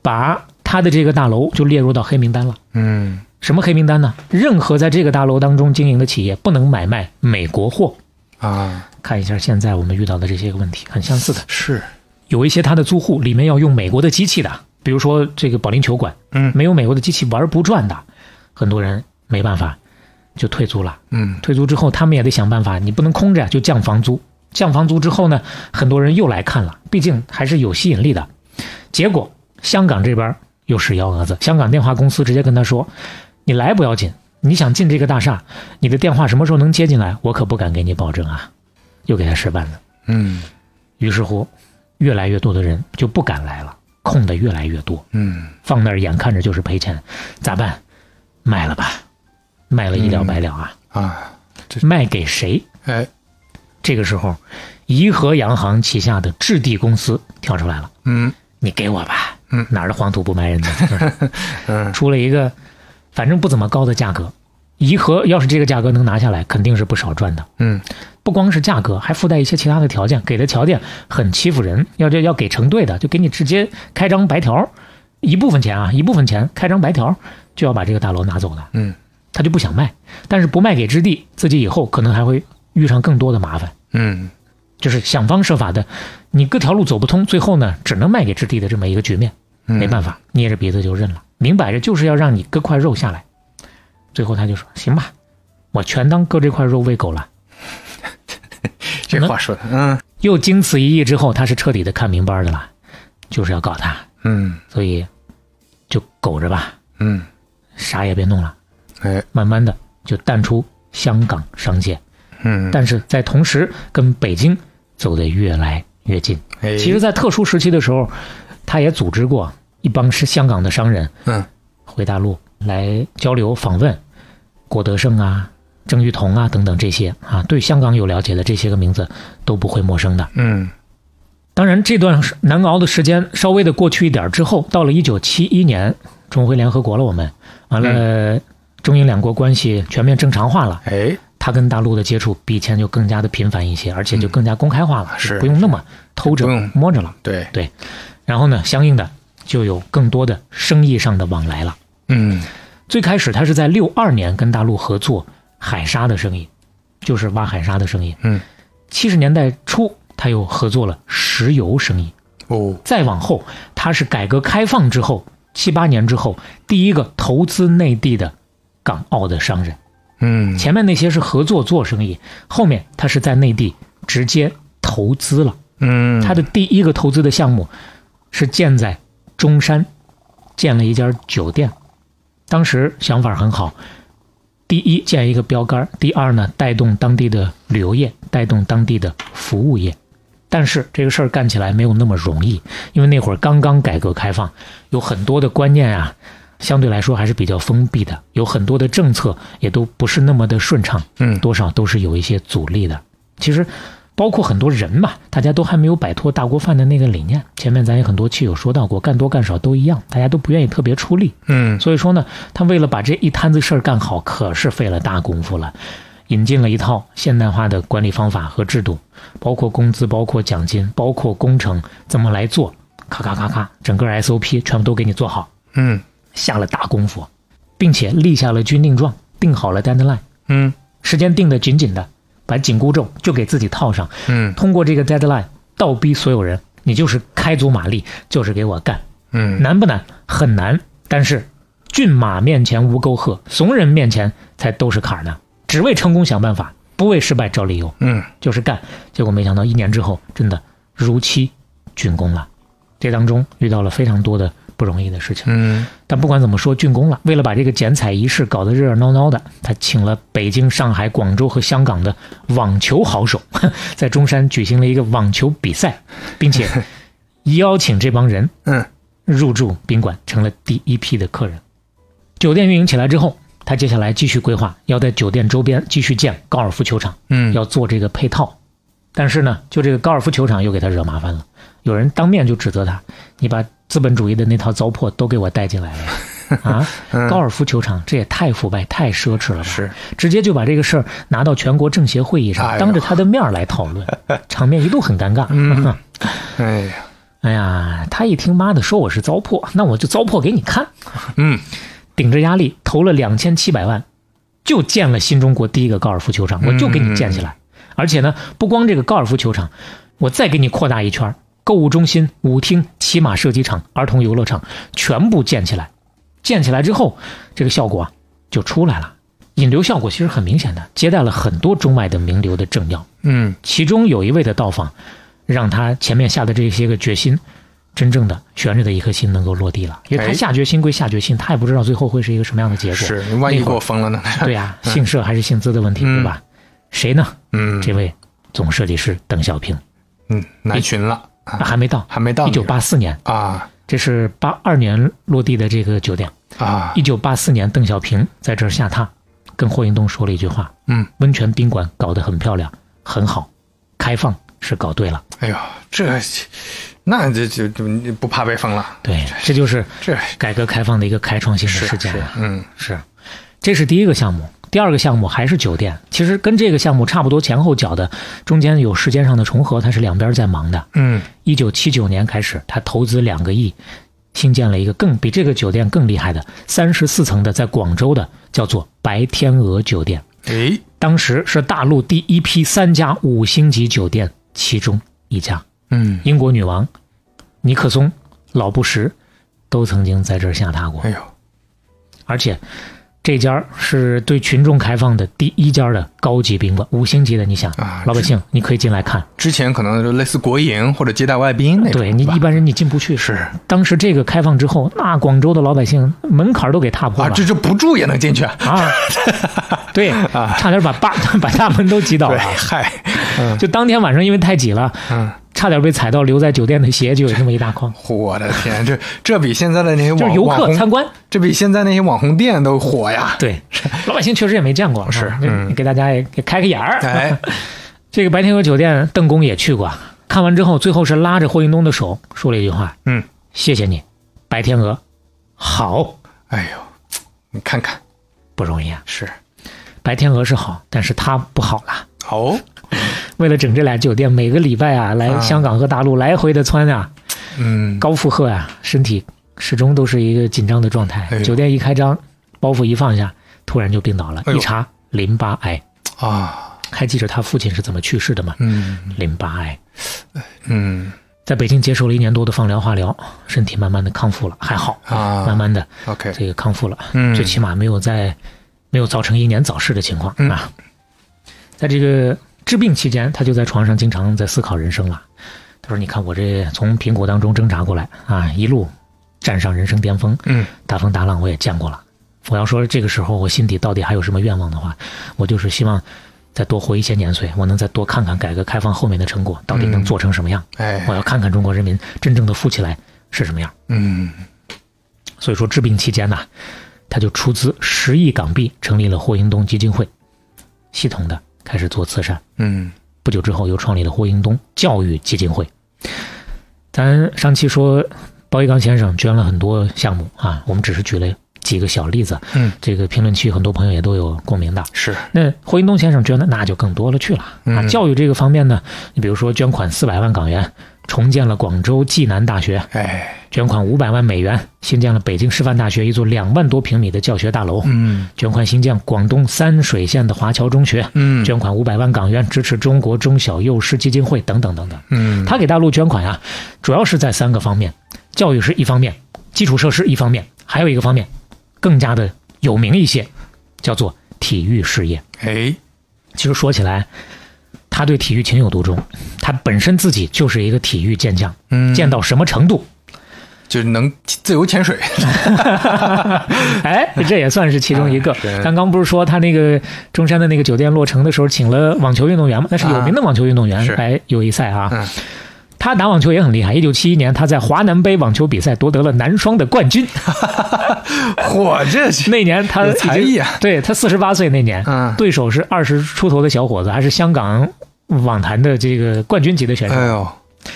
B: 把他的这个大楼就列入到黑名单了。
C: 嗯
B: 什么黑名单呢？任何在这个大楼当中经营的企业不能买卖美国货。
C: 啊，
B: 看一下现在我们遇到的这些个问题，很相似的。
C: 是，
B: 有一些它的租户里面要用美国的机器的，比如说这个保龄球馆，
C: 嗯
B: 没有美国的机器玩不转的，很多人没办法就退租了。
C: 嗯
B: 退租之后，他们也得想办法，你不能空着呀就降房租。降房租之后呢，很多人又来看了，毕竟还是有吸引力的。结果香港这边又使幺蛾子，香港电话公司直接跟他说：“你来不要紧，你想进这个大厦，你的电话什么时候能接进来，我可不敢给你保证啊。”又给他使绊子。
C: 嗯
B: 于是乎，越来越多的人就不敢来了，空的越来越多，
C: 嗯
B: 放那儿眼看着就是赔钱，咋办？卖了吧，卖了一了百了啊！
C: 啊，
B: 卖给谁？
C: 哎，
B: 这个时候，怡和洋行旗下的置地公司跳出来了，
C: 嗯
B: 你给我吧，
C: 嗯
B: 哪儿的黄土不埋人呢？
C: 嗯
B: 出了一个反正不怎么高的价格，怡和要是这个价格能拿下来，肯定是不少赚的。
C: 嗯
B: 不光是价格，还附带一些其他的条件，给的条件很欺负人，要这要给成对的，就给你直接开张白条，一部分钱啊，一部分钱开张白条就要把这个大楼拿走的，
C: 嗯
B: 他就不想卖，但是不卖给之地，自己以后可能还会遇上更多的麻烦，
C: 嗯
B: 就是想方设法的，你各条路走不通，最后呢，只能卖给之地的这么一个局面，
C: 嗯，
B: 没办
C: 法，
B: 法，捏着鼻子就认了，明摆着就是要让你割块肉下来，最后他就说行吧，我全当割这块肉喂狗了。
C: 这话说的，嗯
B: 又经此一役之后，他是彻底的看明白的了，就是要搞他，
C: 嗯
B: 所以就苟着吧，
C: 嗯，
B: 啥也别弄了，
C: 哎，
B: 慢慢的就淡出香港商界，
C: 嗯，
B: 但是在同时跟北京走得越来越近。
C: 哎
B: 其实，，在特殊时期的时候，他也组织过一帮是香港的商人
C: 嗯
B: 回大陆来交流访问，郭德胜啊、郑裕彤啊等等这些啊，对香港有了解的这些个名字都不会陌生的。
C: 嗯
B: 当然，这段难熬的时间稍微的过去一点之后，到了一九七一年，重回联合国了。我们完了，
C: 嗯
B: 中英两国关系全面正常化了，
C: 哎，
B: 他跟大陆的接触比以前就更加的频繁一些，而且就更加公开化了，
C: 嗯是
B: 就不用那么偷着
C: 不用
B: 摸着了。
C: 对，
B: 然后呢，相应的就有更多的生意上的往来了。
C: 嗯
B: 最开始他是在六二年跟大陆合作海沙的生意，就是挖海沙的生意。
C: 嗯，
B: 七十年代初他又合作了石油生意。
C: 哦，
B: 再往后，它是改革开放之后七八年之后第一个投资内地的港澳的商人。
C: 嗯，
B: 前面那些是合作做生意，后面他是在内地直接投资了。
C: 嗯，
B: 他的第一个投资的项目是建在中山，建了一家酒店。当时想法很好，第一建一个标杆儿，第二呢带动当地的旅游业，带动当地的服务业。但是这个事儿干起来没有那么容易，因为那会儿刚刚改革开放，有很多的观念啊，相对来说还是比较封闭的，有很多的政策也都不是那么的顺畅。
C: 嗯
B: 多少都是有一些阻力的。其实，包括很多人嘛，大家都还没有摆脱大锅饭的那个理念。前面咱也很多期有说到过，干多干少都一样，大家都不愿意特别出力。
C: 嗯
B: 所以说呢，他为了把这一摊子事儿干好，可是费了大功夫了。引进了一套现代化的管理方法和制度，包括工资、包括奖金、包括工程怎么来做，咔咔咔咔，整个 SOP 全部都给你做好，
C: 嗯
B: 下了大功夫，并且立下了军令状，定好了 deadline，
C: 嗯
B: 时间定得紧紧的，把紧箍咒就给自己套上，
C: 嗯
B: 通过这个 deadline 倒逼所有人，你就是开足马力，就是给我干，
C: 嗯，
B: 难不难？很难，但是骏马面前无沟壑，怂人面前才都是坎儿呢。只为成功想办法，不为失败找理由，
C: 嗯
B: 就是干。结果没想到一年之后，真的如期竣工了。这当中遇到了非常多的不容易的事情。
C: 嗯
B: 但不管怎么说，竣工了。为了把这个剪彩仪式搞得热热闹闹的，他请了北京、上海、广州和香港的网球好手， 在中山举行了一个网球比赛，并且邀请这帮人
C: 嗯
B: 入住宾馆，成了第一批的客人。酒店运营起来之后，他接下来继续规划，要在酒店周边继续建高尔夫球场，
C: 嗯，
B: 要做这个配套。但是呢，就这个高尔夫球场又给他惹麻烦了，有人当面就指责他：“你把资本主义的那套糟粕都给我带进来了呀 啊！高尔夫球场这也太腐败、太奢侈了吧？
C: 嗯是，
B: 直接就把这个事儿拿到全国政协会议上，
C: 哎呦
B: 当着他的面儿来讨 论，场面一度很尴尬。
C: 嗯哎呀，
B: 哎呀，他一听妈的说我是糟粕，那我就糟粕给你看。
C: 嗯，
B: 顶着压力投了两千七百万，就建了新中国第一个高尔夫球场，我就给你建起来。而且呢，不光这个高尔夫球场，我再给你扩大一圈儿，购物中心、舞厅、骑马射击场、儿童游乐场全部建起来。建起来之后，这个效果啊就出来了。引流效果其实很明显的，接待了很多中外的名流的政要，
C: 嗯，
B: 其中有一位的到访，让他前面下的这些个决心，真正的悬着的一颗心能够落地了。因为他
C: 哎
B: 下决心归下决心，他也不知道最后会是一个什么样的结果。
C: 是，万一
B: 那
C: 给
B: 会儿
C: 我封了呢？
B: 对 呀、姓社还是姓资的问题，
C: 嗯
B: 对吧？谁呢？
C: 嗯，
B: 这位总设计师邓小平，
C: 嗯，难寻了，
B: 啊还没到，
C: 还没到
B: 一
C: 你
B: 九八四年，
C: 啊
B: 这是八二年落地的这个酒店。
C: 啊，
B: 一九八四年，邓小平在这儿下榻，跟霍英东说了一句话：
C: 嗯，
B: 温泉宾馆搞得很漂亮，很好，开放是搞对了。
C: 哎呦，这那这这这不怕被封了？
B: 对，这就是
C: 这
B: 改革开放的一个开创性的
C: 是
B: 事件
C: 是
B: 啊。，
C: 嗯
B: 是，这是第一个项目。第二个项目还是酒店，其实跟这个项目差不多前后脚的，中间有时间上的重合，它是两边在忙的。
C: 嗯
B: 一九七九年开始，他投资两个亿，新建了一个更比这个酒店更厉害的三十四层的，在广州的叫做白天鹅酒店，
C: 哎，
B: 当时是大陆第一批三家五星级酒店其中一家。
C: 嗯，
B: 英国女王、尼克松、老布什都曾经在这儿下榻过
C: 哎，呦，
B: 而且这家儿是对群众开放的第一家的高级宾馆，五星级的。你想
C: 啊，
B: 老百姓你可以进来看，
C: 之前可能就类似国营或者接待外宾那种，
B: 对你
C: 吧啊
B: 一般人你进不去。
C: 是
B: 当时这个开放之后，那广州的老百姓门槛儿都给踏破
C: 啊，
B: 了
C: 这。就不住也能进去，
B: 啊， 对，差点把大 把大门都挤倒
C: 啊对，
B: 了。
C: 嗨，
B: 就当天晚上因为太挤了，
C: 嗯。
B: 差点被踩到留在酒店的鞋就有那么一大筐，
C: 我的天，这这比现在的那些
B: 就是
C: 网
B: 游
C: 网
B: 客
C: 红
B: 参观。
C: 这比现在那些网红店都火呀！
B: 对，老百姓确实也没见过，
C: 是
B: 啊
C: 嗯
B: 你给大家也给开个眼儿。
C: 哎，
B: 这个白天鹅酒店，邓公也去过，看完之后，最后是拉着霍英东的手说了一句话
C: 嗯，：“
B: 谢谢你，白天鹅，好
C: 哎呦，你看看，
B: 不容易啊，
C: 是
B: 白天鹅是好，但是它不好啦。
C: 哦，
B: 为了整这俩酒店，每个礼拜啊，来
C: 啊
B: 香港和大陆来回的窜啊，
C: 嗯，
B: 高负荷啊，身体始终都是一个紧张的状态
C: 哎。呦
B: 酒店一开张，包袱一放下，突然就病倒了，
C: 哎呦
B: 一查淋巴癌，
C: 啊，
B: 还记着他父亲是怎么去世的吗？
C: 嗯
B: 淋巴癌。”
C: 嗯
B: 在北京接受了一年多的放疗、化疗，身体慢慢的康复了，还好，
C: 啊
B: 慢慢的
C: ，OK，
B: 这个康复了，
C: 嗯
B: 最起码没有在没有造成英年早逝的情况、
C: 嗯
B: 啊。在这个治病期间，他就在床上经常在思考人生了。他说：“你看我这从贫苦当中挣扎过来啊，一路站上人生巅峰，
C: 嗯，
B: 大风大浪我也见过了。我要说这个时候我心底到底还有什么愿望的话，我就是希望再多活一些年岁，我能再多看看改革开放后面的成果到底能
C: 嗯
B: 做成什么样。
C: 哎
B: 我，要看看中国人民真正的富起来是什么样。
C: 嗯，
B: 所以说治病期间呢、他就出资十亿港币成立了霍英东基金会，系统的开始做慈善。
C: 嗯，
B: 不久之后又创立了霍英东教育基金会。咱上期说包一刚先生捐了很多项目啊，我们只是举了几个小例子。
C: 嗯，
B: 这个评论区很多朋友也都有共鸣的。
C: 是，
B: 那霍英东先生捐的那就更多了去了啊！
C: 嗯
B: 教育这个方面呢，你比如说捐款四百万港元重建了广州暨南大学，
C: 哎，
B: 捐款五百万美元新建了北京师范大学一座两万多平米的教学大楼，
C: 嗯
B: 捐款新建广东三水县的华侨中学，
C: 嗯
B: 捐款五百万港元支持中国中小幼师基金会等等等等。
C: 嗯，
B: 他给大陆捐款啊，主要是在三个方面：教育是一方面，基础设施一方面，还有一个方面更加的有名一些，叫做体育事业。
C: 哎，
B: 其实说起来，他对体育情有独钟，他本身自己就是一个体育健将，
C: 嗯，
B: 健到什么程度？
C: 就能自由 潜水，
B: 哎，这也算是其中一个
C: 啊是。
B: 刚刚不是说他那个中山的那个酒店落成的时候，请了网球运动员吗？那是有名的网球运动员
C: 啊是
B: 来友谊赛啊
C: 嗯。
B: 他打网球也很厉害。一九七一年，他在华南杯网球比赛夺得了男双的冠 军。
C: 嚯，这
B: 那年他
C: 有才艺啊
B: 已经对他四十八岁那年，
C: 嗯
B: 对手是二十出头的小伙子，还是香港网坛的这个冠军级的选手。
C: 哎呦，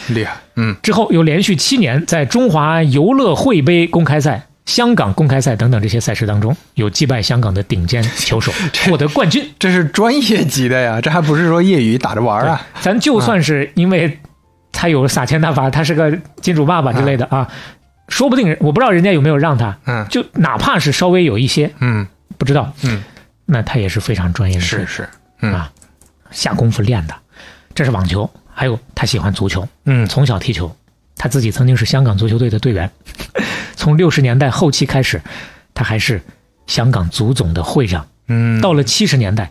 C: 厉害，嗯，
B: 之后又连续七年在中华游乐会杯公开赛、香港公开赛等等这些赛事当中，有击败香港的顶尖球手，获得冠军。
C: 这是专业级的呀，这还不是说业余打着玩儿 啊，
B: 咱就算是因为他有撒钱大法，他是个金主爸爸之类的啊，说不定人我不知道人家有没有让他，
C: 嗯
B: 就哪怕是稍微有一些
C: 嗯
B: 不知道，
C: 嗯，
B: 那他也是非常专业的水
C: 是
B: 平，
C: 是，嗯
B: 啊下功夫练的。这是网球，还有他喜欢足球，
C: 嗯，
B: 从小踢球，他自己曾经是香港足球队的队员， 从六十年代后期开始，他还是香港足总的会长。
C: 嗯，
B: 到了七十年代，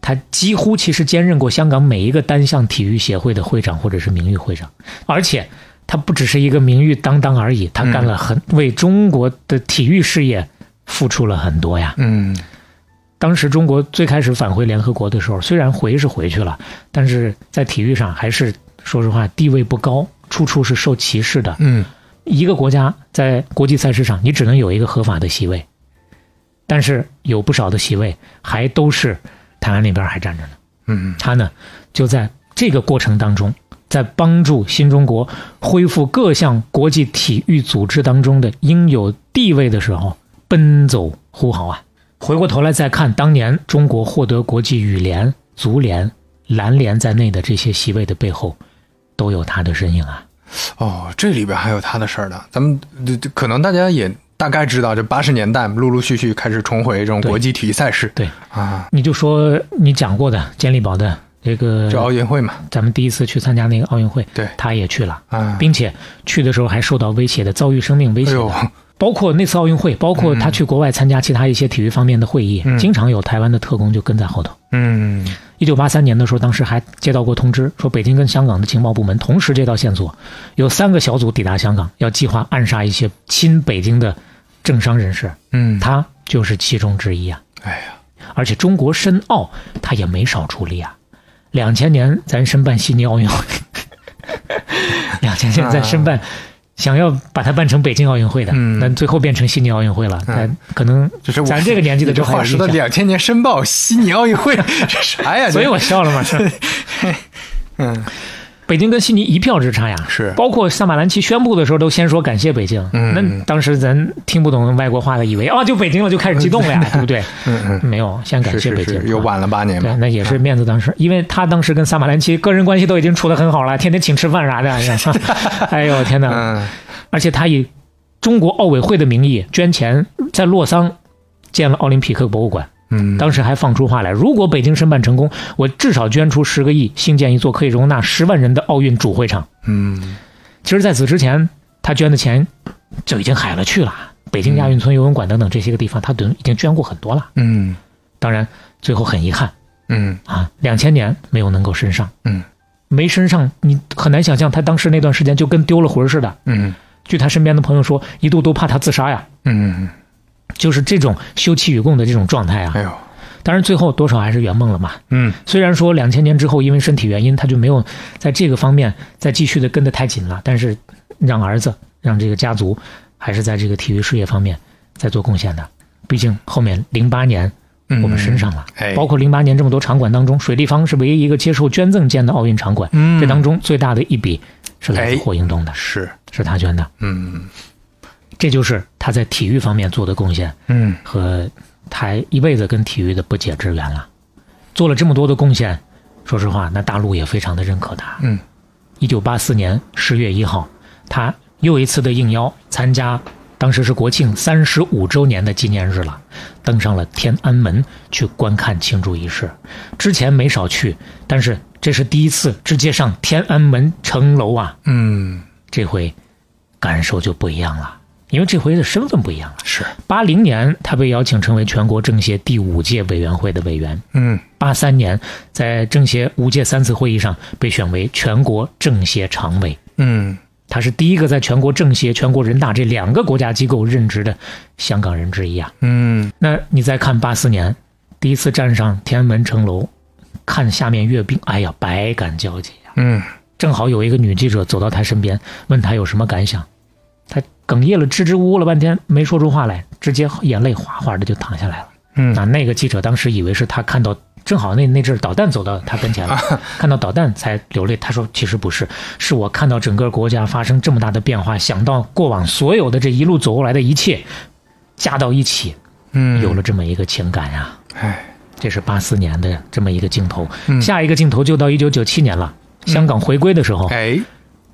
B: 他几乎其实兼任过香港每一个单项体育协会的会长或者是名誉会长，而且他不只是一个名誉当当而已，他干了很为中国的体育事业付出了很多呀。
C: 嗯
B: 当时中国最开始返回联合国的时候，虽然回是回去了，但是在体育上还是说实话地位不高，处处是受歧视的。
C: 嗯
B: 一个国家在国际赛事上，你只能有一个合法的席位，但是有不少的席位还都是台湾那边还站着呢。
C: 嗯
B: 他呢，就在这个过程当中，在帮助新中国恢复各项国际体育组织当中的应有地位的时候，奔走呼号啊！回过头来再看当年中国获得国际羽联、足联、篮联在内的这些席位的背后，都有他的身影啊！
C: 哦，这里边还有他的事儿呢。咱们这这可能大家也大概知道，这八十年代陆陆续续开始重回这种
B: 对
C: 国际体育赛事。
B: 对
C: 啊，
B: 你就说你讲过的健力宝的这个
C: 这奥运会嘛，
B: 咱们第一次去参加那个奥运会，
C: 对
B: 他也去了，
C: 啊，
B: 并且去的时候还受到威胁的，遭遇生命威
C: 哎
B: 胁
C: 呦
B: 的。，包括那次奥运会，包括他去国外参加其他一些体育方面的会议，
C: 嗯
B: 经常有台湾的特工就跟在后头。
C: 嗯
B: 一九八三年的时候，当时还接到过通知，说北京跟香港的情报部门同时接到线索，有三个小组抵达香港，要计划暗杀一些亲北京的政商人士，
C: 嗯，
B: 他就是其中之一啊。
C: 哎呀，
B: 而且中国申奥他也没少出力啊。两千年咱申办悉尼奥运会， 两千年咱申办，想要把它办成北京奥运会的，
C: 啊嗯
B: 那最后变成悉尼奥运会了。
C: 嗯
B: 咱可能
C: 就是我
B: 咱这个年纪的
C: 这
B: 就还有
C: 话说到
B: 印象，
C: 两千年申报悉尼奥运会， 这啥呀？这
B: 所以我笑了嘛。
C: 哎 嗯
B: 北京跟悉尼一票之差呀，
C: 是
B: 包括萨马兰奇宣布的时候都先说感谢北京，
C: 嗯
B: 那当时咱听不懂外国话的，以为哦就北京了就开始激动了呀，对不对？
C: 嗯
B: 没有，先
C: 嗯，
B: 感
C: 是
B: 谢
C: 是
B: 北京，
C: 是，又
B: 啊
C: 晚了八年
B: 对，
C: 嘛。
B: 那也是面子当时，因为他当时跟萨马兰奇个人关系都已经处得很好了，天天请吃饭啥的。 哎呦天哪！
C: 嗯
B: 而且他以中国奥委会的名义捐钱，在洛桑建了奥林匹克博物馆。
C: 嗯，
B: 当时还放出话来，如果北京申办成功，我至少捐出十个亿，兴建一座可以容纳十万人的奥运主会场。
C: 嗯
B: 其实，在此之前，他捐的钱就已经海了去了，北京亚运村游泳馆等等这些个地方，他都已经捐过很多了。
C: 嗯
B: 当然，最后很遗憾，
C: 嗯
B: 啊，两千年没有能够升上，
C: 嗯，
B: 没升上，你很难想象他当时那段时间就跟丢了魂似的。
C: 嗯
B: 据他身边的朋友说，一度都怕他自杀呀，
C: 嗯，
B: 就是这种休戚与共的这种状态啊
C: 哎。呦，
B: 当然，最后多少还是圆梦了嘛。
C: 嗯
B: 虽然说两千年之后因为身体原因，他就没有在这个方面再继续的跟得太紧了，但是让儿子，让这个家族，还是在这个体育事业方面在做贡献的。毕竟后面零八年
C: 嗯，
B: 我们身上了。
C: 哎，
B: 包括零八年这么多场馆当中，水立方是唯一一个接受捐赠建的奥运场馆，
C: 嗯
B: 这当中最大的一笔是来自霍英东的，
C: 是，
B: 是他捐的，
C: 嗯
B: 这就是他在体育方面做的贡献
C: 嗯
B: 和他一辈子跟体育的不解之缘了。做了这么多的贡献，说实话，那大陆也非常的认可他。
C: 嗯，
B: 一九八四年十月一号，他又一次的应邀参加，当时是国庆三十五周年的纪念日了，登上了天安门去观看庆祝仪式。之前没少去，但是这是第一次直接上天安门城楼啊，
C: 嗯
B: 这回感受就不一样了，因为这回的身份不一样了。
C: 是，
B: 八零年，他被邀请成为全国政协第五届委员会的委员。
C: 嗯
B: 八三年，在政协五届三次会议上被选为全国政协常委。
C: 嗯
B: 他是第一个在全国政协、全国人大这两个国家机构任职的香港人之一啊。
C: 嗯
B: 那你再看八四年，第一次站上天安门城楼，看下面阅兵，哎呀，百感交集啊！
C: 嗯
B: 正好有一个女记者走到他身边，问他有什么感想。他哽咽了，支支吾吾了半天，没说出话来，直接眼泪哗哗的就淌下来了。
C: 嗯
B: 那那个记者当时以为是他看到，正好那那阵儿导弹走到 他跟前了，看到导弹才流泪。他说其实不是，是我看到整个国家发生这么大的变化，想到过往所有的这一路走过来的一切，加到一起，
C: 嗯，
B: 有了，这么一个情感呀、
C: 哎，
B: 这是八四年的这么一个镜头，
C: 嗯
B: 下一个镜头就到一九九七年了，香港回归的时候，
C: 哎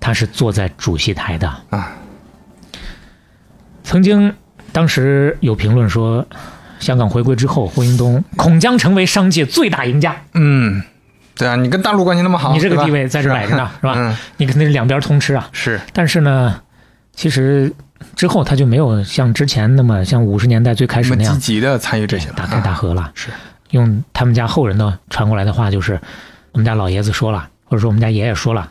B: 他是坐在主席台的。
C: 啊，
B: 曾经当时有评论说，香港回归之后，霍英东恐将成为商界最大赢家。
C: 嗯，对啊，你跟大陆关系那么好，
B: 你这个
C: 对吧
B: 地位在这摆着呢，是吧？
C: 嗯，
B: 你肯定是两边通吃啊。
C: 是，
B: 但是呢，其实之后他就没有像之前那么像五十年代最开
C: 那
B: 始
C: 么
B: 那
C: 积
B: 样
C: 极的参与这些了，啊
B: 大开大合了。
C: 是，
B: 用他们家后人的传过来的话，就是我们家老爷子说了，或者说我们家爷爷说了，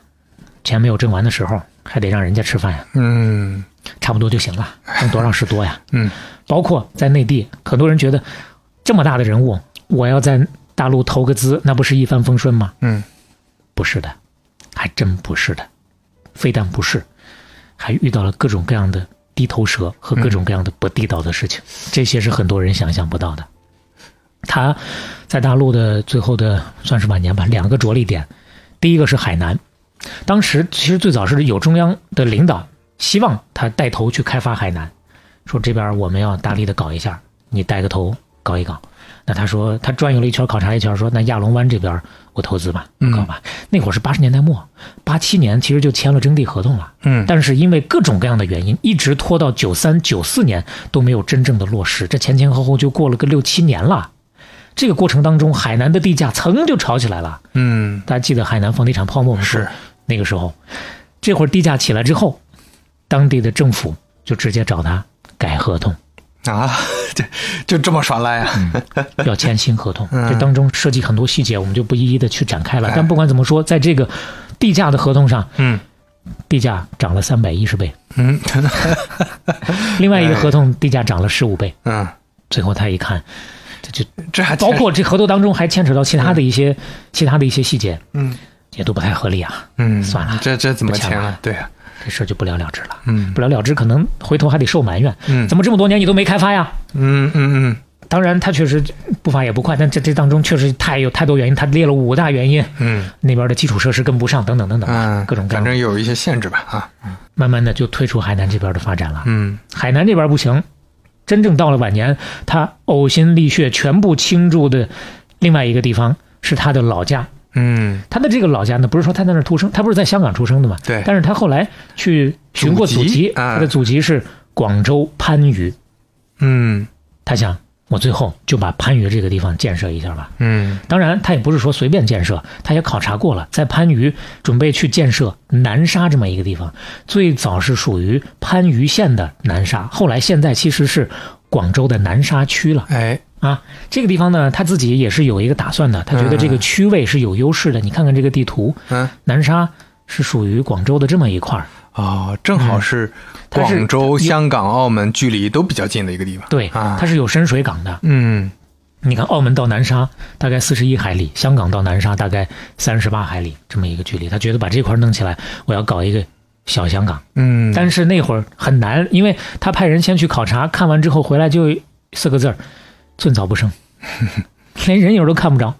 B: 钱没有挣完的时候，还得让人家吃饭呀。
C: 嗯
B: 差不多就行了，挣多少是多呀。
C: 嗯，
B: 包括在内地，很多人觉得这么大的人物，我要在大陆投个资，那不是一帆风顺吗？
C: 嗯，
B: 不是的，还真不是的，非但不是，还遇到了各种各样的低头蛇和各种各样的不地道的事情，这些是很多人想象不到的。他在大陆的最后的算是晚年吧，两个着力点，第一个是海南，当时其实最早是有中央的领导希望他带头去开发海南，说这边我们要大力的搞一下，你带个头搞一搞。那他说他转悠了一圈，考察一圈，说那亚龙湾这边我投资吧，
C: 嗯
B: 我搞吧。那会儿是八十年代末，八七年其实就签了征地合同了，
C: 嗯
B: 但是因为各种各样的原因，一直拖到九三九四年都没有真正的落实，这前前后后就过了个六七年了。这个过程当中，海南的地价噌就炒起来了。
C: 嗯
B: 大家记得海南房地产泡沫吗？
C: 是
B: 那个时候，这会儿地价起来之后，当地的政府就直接找他改合同，
C: 啊， 这就这么耍赖啊？
B: 要签新合同。
C: 嗯
B: 这当中涉及很多细节，我们就不一一的去展开了
C: 哎。
B: 但不管怎么说，在这个地价的合同上，
C: 嗯
B: 地价涨了三百一十倍，
C: 嗯
B: 另外一
C: 哎
B: 个合同地价涨了十五倍。
C: 嗯，
B: 最后他一看，这就
C: 这还
B: 包括这合同当中还牵扯到其他的一些、其他的一些细节，
C: 嗯
B: 也都不太合理啊。
C: 嗯，
B: 算了
C: 这这怎么
B: 不签
C: 签了
B: 了？
C: 对啊，
B: 这事儿就不了了之了。
C: 嗯
B: 不了了之，可能回头还得受埋怨。
C: 嗯
B: 怎么这么多年你都没开发呀？
C: 嗯嗯嗯
B: 当然，他确实步伐也不快，但这这当中确实太有太多原因，他列了五大原因，
C: 嗯
B: 那边的基础设施跟不上，等等等等，
C: 嗯，
B: 各种各
C: 反
B: 样，
C: 正有一些限制吧啊，
B: 慢慢的就退出海南这边的发展了。
C: 嗯
B: 海南这边不行，真正到了晚年，他呕心沥血全部倾注的另外一个地方是他的老家。
C: 嗯
B: 他的这个老家呢，不是说他在那儿出生，他不是在香港出生的嘛？
C: 对
B: 但是他后来去寻过
C: 祖
B: 祖
C: 籍
B: 籍，
C: 啊
B: 他的祖籍是广州番禺。
C: 嗯
B: 他想，我最后就把番禺这个地方建设一下吧。
C: 嗯
B: 当然，他也不是说随便建设，他也考察过了，在番禺准备去建设南沙这么一个地方，最早是属于番禺县的南沙，后来现在其实是广州的南沙区了
C: 哎
B: 啊。这个地方呢，他自己也是有一个打算的，他觉得这个区位是有优势的。你看看这个地图，
C: 嗯
B: 南沙是属于广州的这么一块儿，
C: 哦，正好是
B: 嗯它是
C: 广州、香港、澳门距离都比较近的一个地方。
B: 对，
C: 啊
B: 它是有深水港的。
C: 嗯
B: 你看，澳门到南沙大概四十一海里，香港到南沙大概三十八海里这么一个距离。他觉得把这块弄起来，我要搞一个小香港。
C: 嗯，
B: 但是那会儿很难，因为他派人先去考察，看完之后回来就四个字儿：寸草不生，连人影都看不着。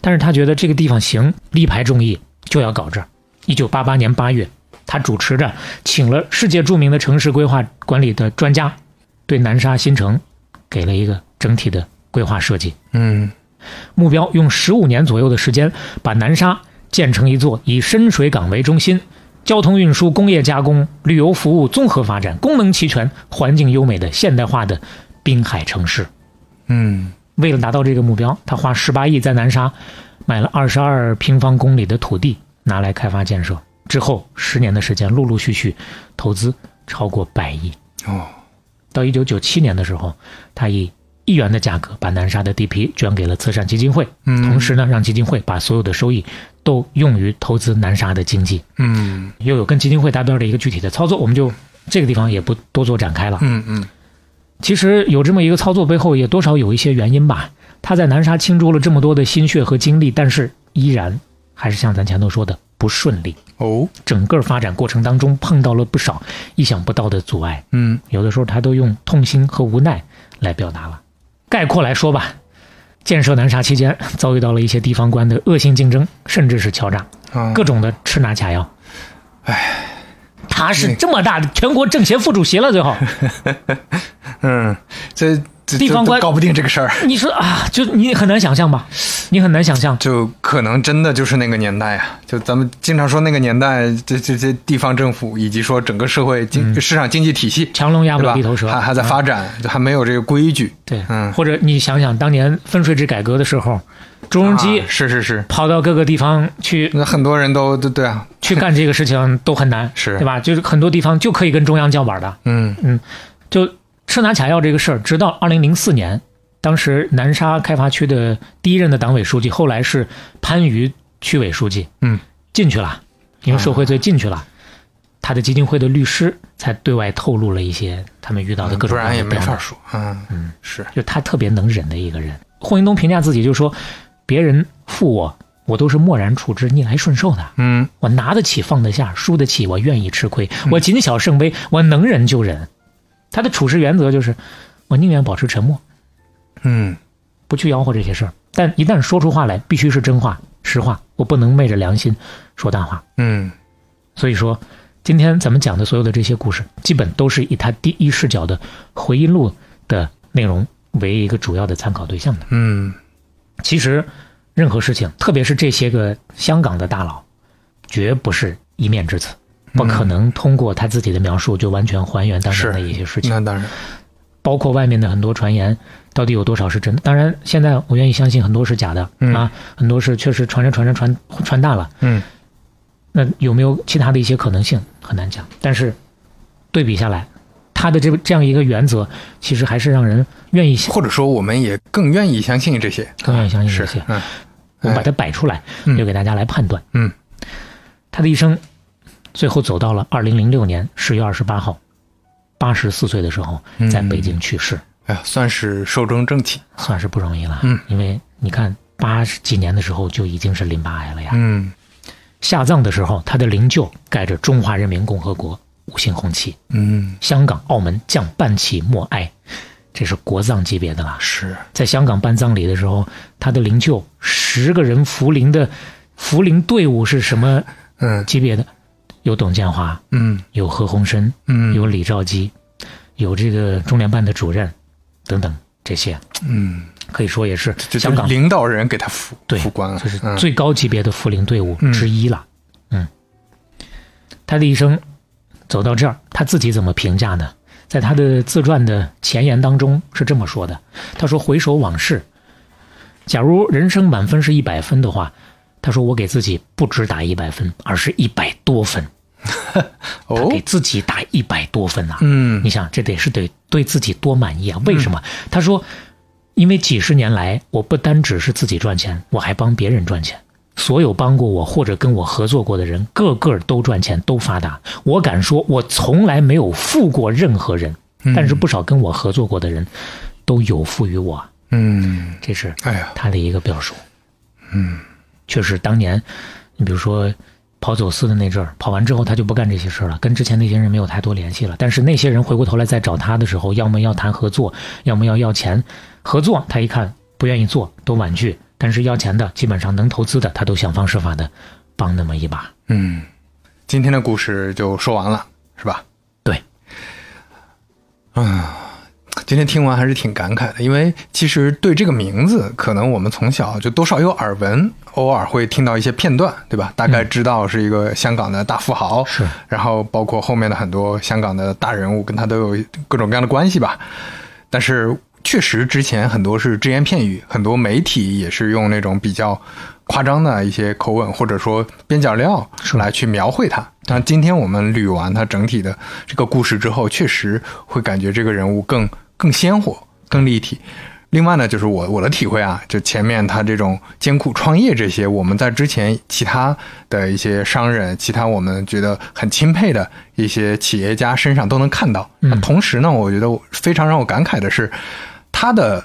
B: 但是他觉得这个地方行，力排众议，就要搞这儿。一九八八年八月，他主持着请了世界著名的城市规划管理的专家，对南沙新城给了一个整体的规划设计。
C: 嗯
B: 目标用十五年左右的时间，把南沙建成一座以深水港为中心、交通运输、工业加工、旅游服务综合发展、功能齐全、环境优美的现代化的滨海城市。
C: 嗯
B: 为了达到这个目标，他花十八亿在南沙买了二十二平方公里的土地，拿来开发建设。之后十年的时间，陆陆续续投资超过百亿。
C: 哦
B: 到一九九七年的时候，他以一元的价格把南沙的地皮捐给了慈善基金会，
C: 嗯
B: 同时呢，让基金会把所有的收益都用于投资南沙的经济，
C: 嗯
B: 又有跟基金会搭边的一个具体的操作，我们就这个地方也不多做展开了。
C: 嗯嗯
B: 其实有这么一个操作背后，也多少有一些原因吧。他在南沙倾注了这么多的心血和精力，但是依然还是像咱前头说的，不顺利，
C: 哦，
B: 整个发展过程当中碰到了不少意想不到的阻碍。
C: 嗯
B: 有的时候他都用痛心和无奈来表达了。概括来说吧，建设南沙期间遭遇到了一些地方官的恶性竞争，甚至是敲诈，
C: 啊，
B: 各种的吃拿卡要。哎，他是这么大的全国政协副主席了，最 后
C: 嗯，这这
B: 地方
C: 这
B: 官
C: 搞不定这个事儿，
B: 你说啊，就你很难想象吧？你很难想象。
C: 就可能真的就是那个年代啊，就咱们经常说那个年代，这这这地方政府以及说整个社会经、市场经济体系，
B: 强龙压嗯不
C: 对吧
B: 了地头蛇，
C: 还还在
B: 嗯
C: 发展，就还没有这个规矩。
B: 对，
C: 嗯
B: 或者你想想当年分税制改革的时候，朱镕基
C: 啊是是是，
B: 跑到各个地方去
C: 那很多人都对对啊，
B: 去干这个事情都很难，
C: 是
B: 对吧？就是很多地方就可以跟中央叫板的，
C: 嗯
B: 就吃拿卡要这个事儿，直到二零零四年，当时南沙开发区的第一任的党委书记，后来是番禺区委书记，
C: 嗯，啊
B: 进去了，因为受贿罪进去了。他的基金会的律师才对外透露了一些他们遇到的各
C: 嗯不
B: 种各样的
C: 然也没
B: 刁
C: 法
B: 难
C: 说，嗯嗯是，
B: 就他特别能忍的一个人。霍英东评价自己就说：“别人负我，我都是漠然处之、逆来顺受的。
C: 嗯
B: 我拿得起，放得下，输得起，我愿意吃亏，我谨小慎微，我能忍就忍。”他的处事原则就是：我宁愿保持沉默，
C: 嗯
B: 不去吆喝这些事儿。但一旦说出话来，必须是真话、实话，我不能昧着良心说大话。
C: 嗯
B: 所以说，今天咱们讲的所有的这些故事，基本都是以他第一视角的回忆录的内容为一个主要的参考对象的。
C: 嗯
B: 其实，任何事情，特别是这些个香港的大佬，绝不是一面之词，
C: 嗯
B: 不可能通过他自己的描述就完全还原当
C: 是
B: 年的一些事情，
C: 那当然，
B: 包括外面的很多传言，到底有多少是真的？当然，现在我愿意相信很多是假的、
C: 嗯
B: 啊，很多是确实传着传着传传大了。
C: 嗯
B: 那有没有其他的一些可能性很难讲，但是对比下来，他的这这样一个原则，其实还是让人愿意
C: 或者说我们也更愿意相信这些，
B: 更愿意相信这
C: 是
B: 些。
C: 嗯
B: 我把它摆出来，
C: 嗯
B: 留给大家来判断。
C: 嗯，
B: 他的一生最后走到了二零零六年十月二十八号，八十四岁的时候
C: 嗯
B: 在北京去世，
C: 哎呀，算是寿终正寝，
B: 算是不容易了。
C: 嗯，
B: 因为你看八十几年的时候就已经是淋巴癌了呀。
C: 嗯
B: 下葬的时候，他的灵柩盖着中华人民共和国五星红旗，
C: 嗯
B: 香港、澳门降半旗默哀，这是国葬级别的啦。
C: 是，
B: 在香港办葬礼的时候，他的灵柩十个人扶灵的扶灵队伍是什么
C: 嗯
B: 级别的？有董建华，
C: 嗯
B: 有何鸿燊，
C: 嗯
B: 有李兆基，有这个中联办的主任等等这些，
C: 嗯，
B: 可以说也是
C: 就就
B: 香港
C: 领导人给他扶
B: 对
C: 扶官了，
B: 就是
C: 嗯
B: 最高级别的扶灵队伍
C: 嗯
B: 之一了。嗯，他的一生走到这儿，他自己怎么评价呢？在他的自传的前言当中是这么说的：“他说回首往事，假如人生满分是一百分的话，他说我给自己不止打一百分，而是一百多分，他
C: 哦
B: 给自己打一百多分呐、
C: 嗯
B: 你想，这得是得对自己多满意啊？为什么？他说，因为几十年来，我不单只是自己赚钱，我还帮别人赚钱。所有帮过我或者跟我合作过的人，个个都赚钱，都发达。我敢说，我从来没有负过任何人，但是不少跟我合作过的人都有负于我啊。
C: 嗯，
B: 这是
C: 哎呀，
B: 他的一个表述。嗯，确实，当年你比如说跑走私的那阵儿，跑完之后他就不干这些事儿了，跟之前那些人没有太多联系了。但是那些人回过头来再找他的时候，要么要谈合作，要么要要钱。合作他一看不愿意做，都婉拒；但是要钱的，基本上能投资的，他都想方设法的帮那么一把。
C: 嗯，今天的故事就说完了，是吧？嗯
B: 对，
C: 今天听完还是挺感慨的，因为其实对这个名字，可能我们从小就多少有耳闻，
B: 嗯
C: 偶尔会听到一些片段，对吧？大概知道是一个香港的大富豪，
B: 是
C: 然后包括后面的很多香港的大人物跟他都有各种各样的关系吧。但是确实之前很多是只言片语，很多媒体也是用那种比较夸张的一些口吻或者说边角料
B: 是
C: 来去描绘他。但今天我们捋完他整体的这个故事之后，确实会感觉这个人物更更鲜活、更立体。另外呢，就是我我的体会啊，就前面他这种艰苦创业这些，我们在之前其他的一些商人、其他我们觉得很钦佩的一些企业家身上都能看到。
B: 嗯
C: 同时呢，我觉得我非常让我感慨的是，他的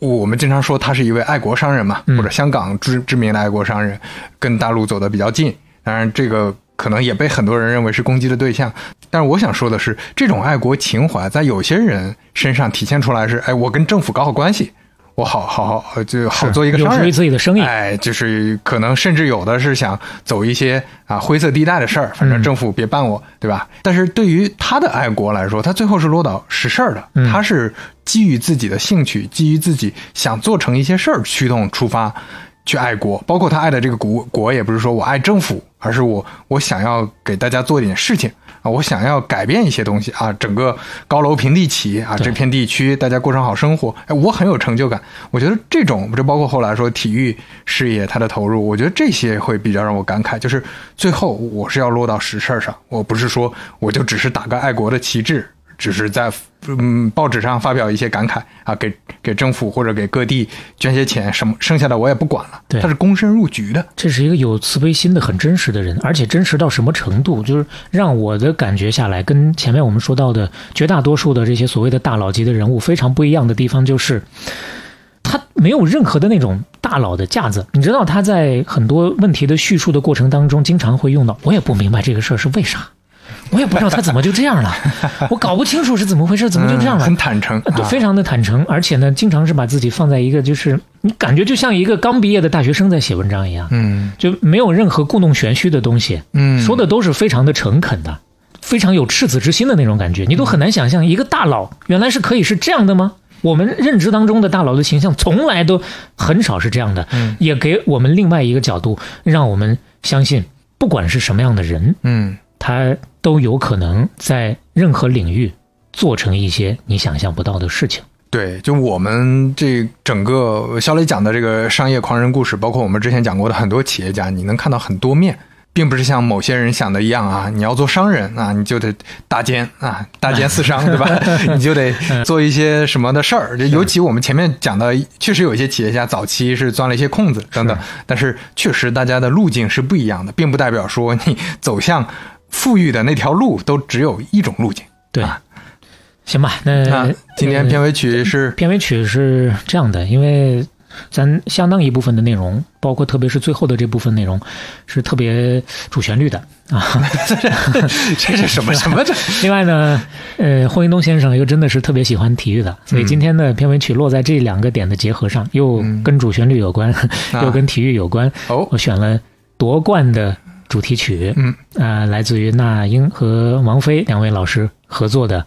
C: 我们经常说他是一位爱国商人嘛，
B: 嗯
C: 或者香港知知名的爱国商人，跟大陆走得比较近。当然，这个可能也被很多人认为是攻击的对象。但是我想说的是，这种爱国情怀在有些人身上体现出来是：哎，我跟政府搞好关系，我好好好就好做一个
B: 有
C: 商
B: 助于
C: 人。
B: 自己的生意。
C: 哎，就是可能甚至有的是想走一些啊灰色地带的事儿，反正
B: 嗯
C: 政府别办我，对吧？但是对于他的爱国来说，他最后是落到实事儿的，
B: 嗯
C: 他是基于自己的兴趣，基于自己想做成一些事儿驱动出发去爱国，包括他爱的这个国国，也不是说我爱政府，而是我我想要给大家做点事情。啊，我想要改变一些东西啊，整个高楼平地起啊，
B: 对
C: 这片地区大家过上好生活，哎，我很有成就感。我觉得这种，这包括后来说体育事业它的投入，我觉得这些会比较让我感慨，就是最后我是要落到实事儿上，我不是说我就只是打个爱国的旗帜。只是在嗯报纸上发表一些感慨啊，给给政府或者给各地捐些钱，什么剩下的我也不管了。
B: 对
C: 他是躬身入局的，
B: 这是一个有慈悲心的、很真实的人，而且真实到什么程度？就是让我的感觉下来，跟前面我们说到的绝大多数的这些所谓的大佬级的人物非常不一样的地方，就是他没有任何的那种大佬的架子。你知道他在很多问题的叙述的过程当中，经常会用到“我也不明白这个事儿是为啥”。我也不知道他怎么就这样 了，我搞不清楚是怎么回事，怎么就这样
C: 嗯
B: 了？呃
C: 很坦诚，
B: 对，
C: 啊
B: 非常的坦诚，而且呢，经常是把自己放在一个就是你感觉就像一个刚毕业的大学生在写文章一样，
C: 嗯
B: 就没有任何故弄玄虚的东西，
C: 嗯，
B: 说的都是非常的诚恳的，非常有赤子之心的那种感觉，你都很难想象一个大佬原来是可以是这样的吗？我们认知当中的大佬的形象从来都很少是这样的，
C: 嗯
B: 也给我们另外一个角度，让我们相信，不管是什么样的人，
C: 嗯。
B: 他都有可能在任何领域做成一些你想象不到的事情。
C: 对，就我们这整个肖磊讲的这个商业狂人故事，包括我们之前讲过的很多企业家，你能看到很多面，并不是像某些人想的一样啊，你要做商人啊，你就得大奸啊，大 奸四商，对吧？你就得做一些什么的事儿。就尤其我们前面讲的，确实有一些企业家早期是钻了一些空子等等，但是确实大家的路径是不一样的，并不代表说你走向富裕的那条路都只有一种路径。
B: 对，
C: 啊
B: 行吧，那、
C: 那今天
B: 呃
C: 片尾曲是
B: 片尾曲是这样的，因为咱相当一部分的内容，包括特别是最后的这部分内容，是特别主旋律的啊。
C: 这是 什么什么这？
B: 另外呢，呃，霍英东先生又真的是特别喜欢体育的，
C: 嗯
B: 所以今天的片尾曲落在这两个点的结合上，又跟主旋律有关，
C: 啊
B: 又跟体育有关。
C: 哦，
B: 我选了夺冠的主题曲，
C: 嗯，
B: 呃，来自于那英和王菲两位老师合作的《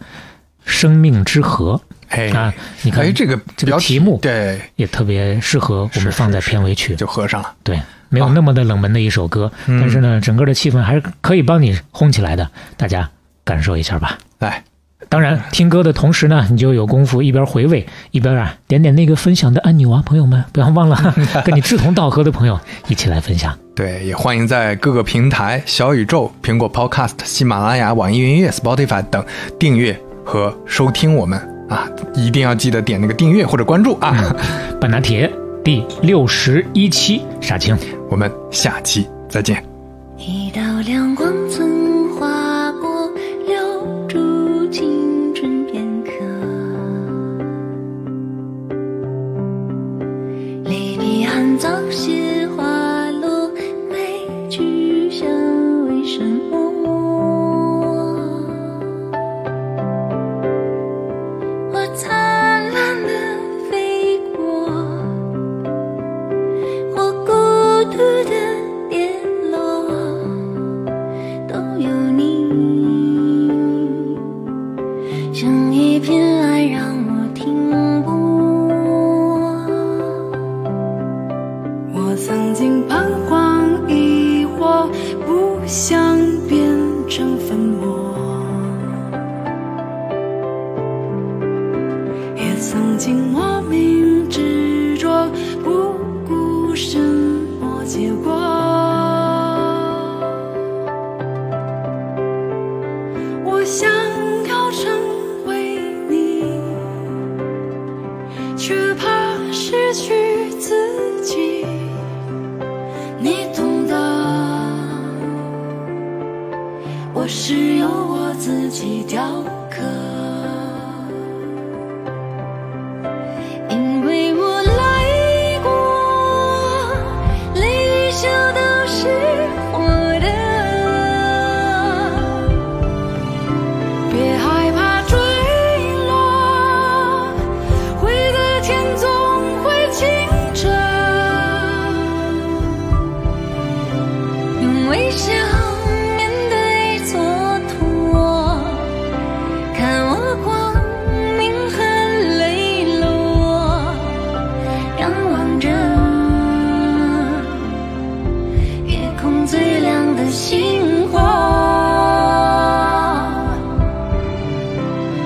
B: 生命之河
C: 哎》
B: 啊，你看
C: 哎，这个
B: 这
C: 标
B: 个
C: 题
B: 题目
C: 对，
B: 也特别适合我
C: 是
B: 们放在
C: 是
B: 片尾曲，
C: 就合上了。
B: 对，没有
C: 啊
B: 那么的冷门的一首歌，
C: 嗯
B: 但是呢，整个的气氛还是可以帮你烘起来的，大家感受一下吧。
C: 来，
B: 当然，听歌的同时呢，你就有功夫一边回味，一边啊点点那个分享的按钮啊，朋友们，不要忘了 跟你志同道合的朋友一起来分享。
C: 对，也欢迎在各个平台、小宇宙、苹果 Podcast、喜马拉雅、网易云音乐、Spotify 等订阅和收听我们啊！一定要记得点那个订阅或者关注啊！
B: 半拿铁第六十一期杀青。
C: 我们下期再见。
E: 一道亮光曾划过，留住青春片刻。离别寒早些花落，梅去香为什么？我灿烂的飞过。我孤独的跌落，都有你，像一片爱让我停泊。
F: 我曾经彷徨疑惑，不想变成粉末。也曾经莫名执着，不顾什么结果。我想要成为你。却怕失去自己，你懂得，我是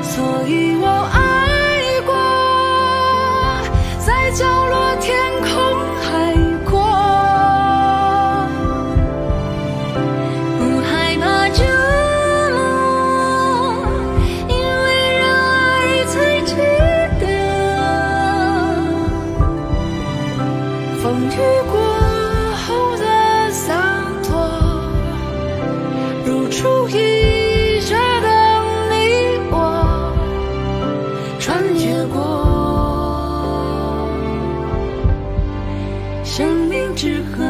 F: 所以我爱过，在角落天空海阔，
E: 不害怕折磨，因为热爱才值得。
F: 风雨过后的洒脱，如初一着的你我，穿越过生命之河。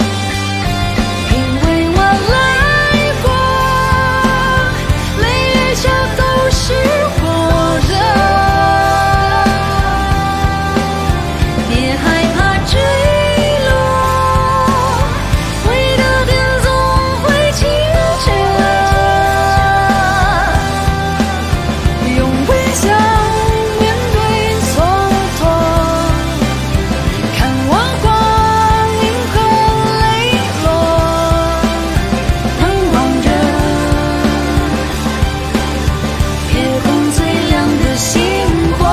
F: 因为我来过，每一笑都是火热。
E: 别害怕坠落，回到点总会清澈。
F: 用微笑面对蹉跎，看我光阴和泪落，盼望着天空最亮的星火。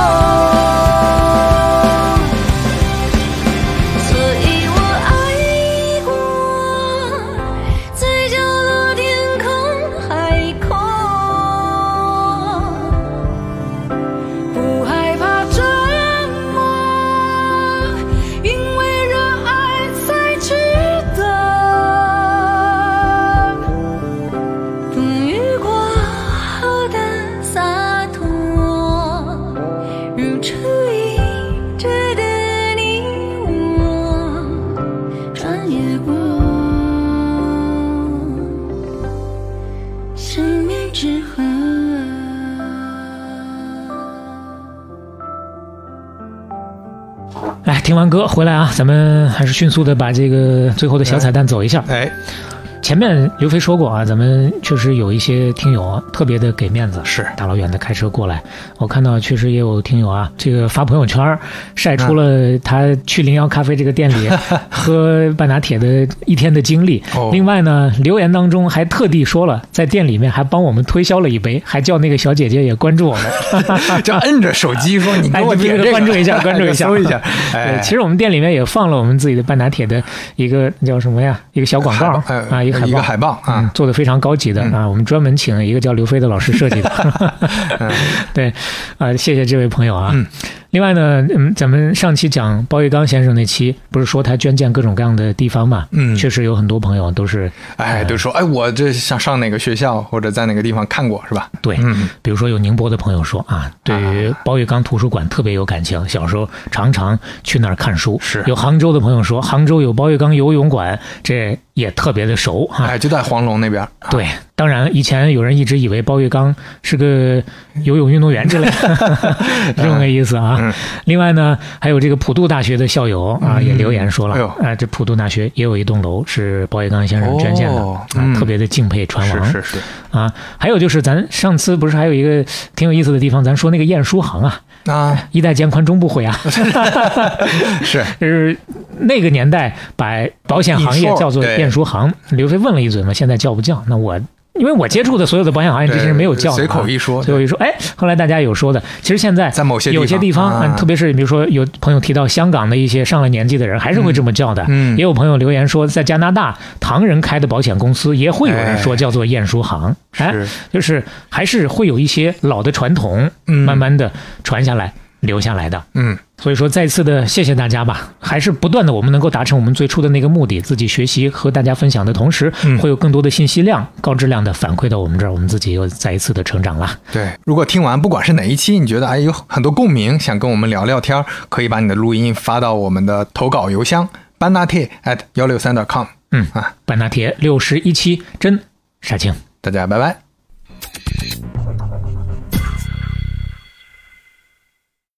E: 所以我爱过，在角落天空海阔。
F: 不害怕折磨，因为热爱才值得。
E: 风雨过后的洒脱，如初一着的你我，穿越过生命之河。
B: 来，哎听完歌回来啊，咱们还是迅速的把这个最后的小彩蛋走一下。
C: 哎，
B: 前面刘飞说过啊，咱们确实有一些听友啊，特别的给面子，
C: 是
B: 大老远的开车过来。我看到确实也有听友啊，这个发朋友圈儿晒出
C: 嗯
B: 了他去零幺咖啡这个店 里喝半拿铁的一天的经历。
C: 哦
B: 另外呢，留言当中还特地说了，在店里面还帮我们推销了一杯，还叫那个小姐姐也关注我们。
C: 就摁着手机说：“你给我
B: 啊哎
C: 点这个，
B: 关注一 下关注一下
C: 搜 一下。”
B: 对
C: 哎，，
B: 其实我们店里面也放了我们自己的半拿铁的一个叫什么呀？一个小广告
C: 海报
B: 啊，
C: 哎
B: 一个海
C: 一
B: 报，
C: 个海报啊
B: 嗯，做的非常高级的啊。我们专门请了一个叫刘飞的老师设计的， 对啊，谢谢这位朋友啊。另外呢，嗯，咱们上期讲包玉刚先生那期，不是说他捐建各种各样的地方嘛？
C: 嗯
B: 确实有很多朋友都是
C: 哎，都说哎，我这想上哪个学校或者在哪个地方看过是吧？
B: 对，
C: 嗯
B: 比如说有宁波的朋友说啊，对于包玉刚图书馆特别有感情，小时候常常去那儿看书。
C: 是
B: 有杭州的朋友说，杭州有包玉刚游泳馆，这也特别的熟啊哈、
C: 哎，就在黄龙那边。
B: 对，当然以前有人一直以为包玉刚是个游泳运动员之类 的，这么个意思啊。
C: 嗯
B: 另外呢，还有这个普渡大学的校友啊，也留言说了，
C: 哎呦
B: 啊，这普渡大学也有一栋楼是包玉刚先生捐献的，
C: 哦
B: 啊
C: 嗯，
B: 特别的敬佩传
C: 是
B: 王。
C: 是是
B: 啊，还有就是咱上次不是还有一个挺有意思的地方，咱说那个晏殊行啊，
C: 啊，
B: 一代肩宽终不悔 啊，
C: 是
B: 就是那个年代把保险行业
C: 印数
B: 叫做
C: 对
B: 晏殊行。刘飞问了一嘴嘛，现在叫不叫？那我因为我接触的所有的保险行业之前是没有叫的啊，
C: 随口一说，
B: 所以我就说，哎，后来大家有说的，其实现在
C: 在某些
B: 有些地方，
C: 啊
B: 嗯特别是比如说有朋友提到香港的一些上了年纪的人，还是会这么叫的。
C: 嗯嗯
B: 也有朋友留言说，在加拿大唐人开的保险公司也会有人说
C: 哎
B: 叫做晏殊行，哎，
C: 是
B: 就是还是会有一些老的传统，
C: 嗯
B: 慢慢的传下来、留下来的。
C: 嗯，
B: 所以说，再次的谢谢大家吧，还是不断的我们能够达成我们最初的那个目的，自己学习和大家分享的同时，
C: 嗯
B: 会有更多的信息量、高质量的反馈到我们这儿，我们自己又再一次的成长了。
C: 对。如果听完不管是哪一期，你觉得哎有很多共鸣，想跟我们聊聊天儿，可以把你的录音发到我们的投稿邮箱班纳铁 at 幺六三点 com。
B: 嗯
C: 啊，
B: 半拿铁六十一期真杀青。
C: 大家拜拜。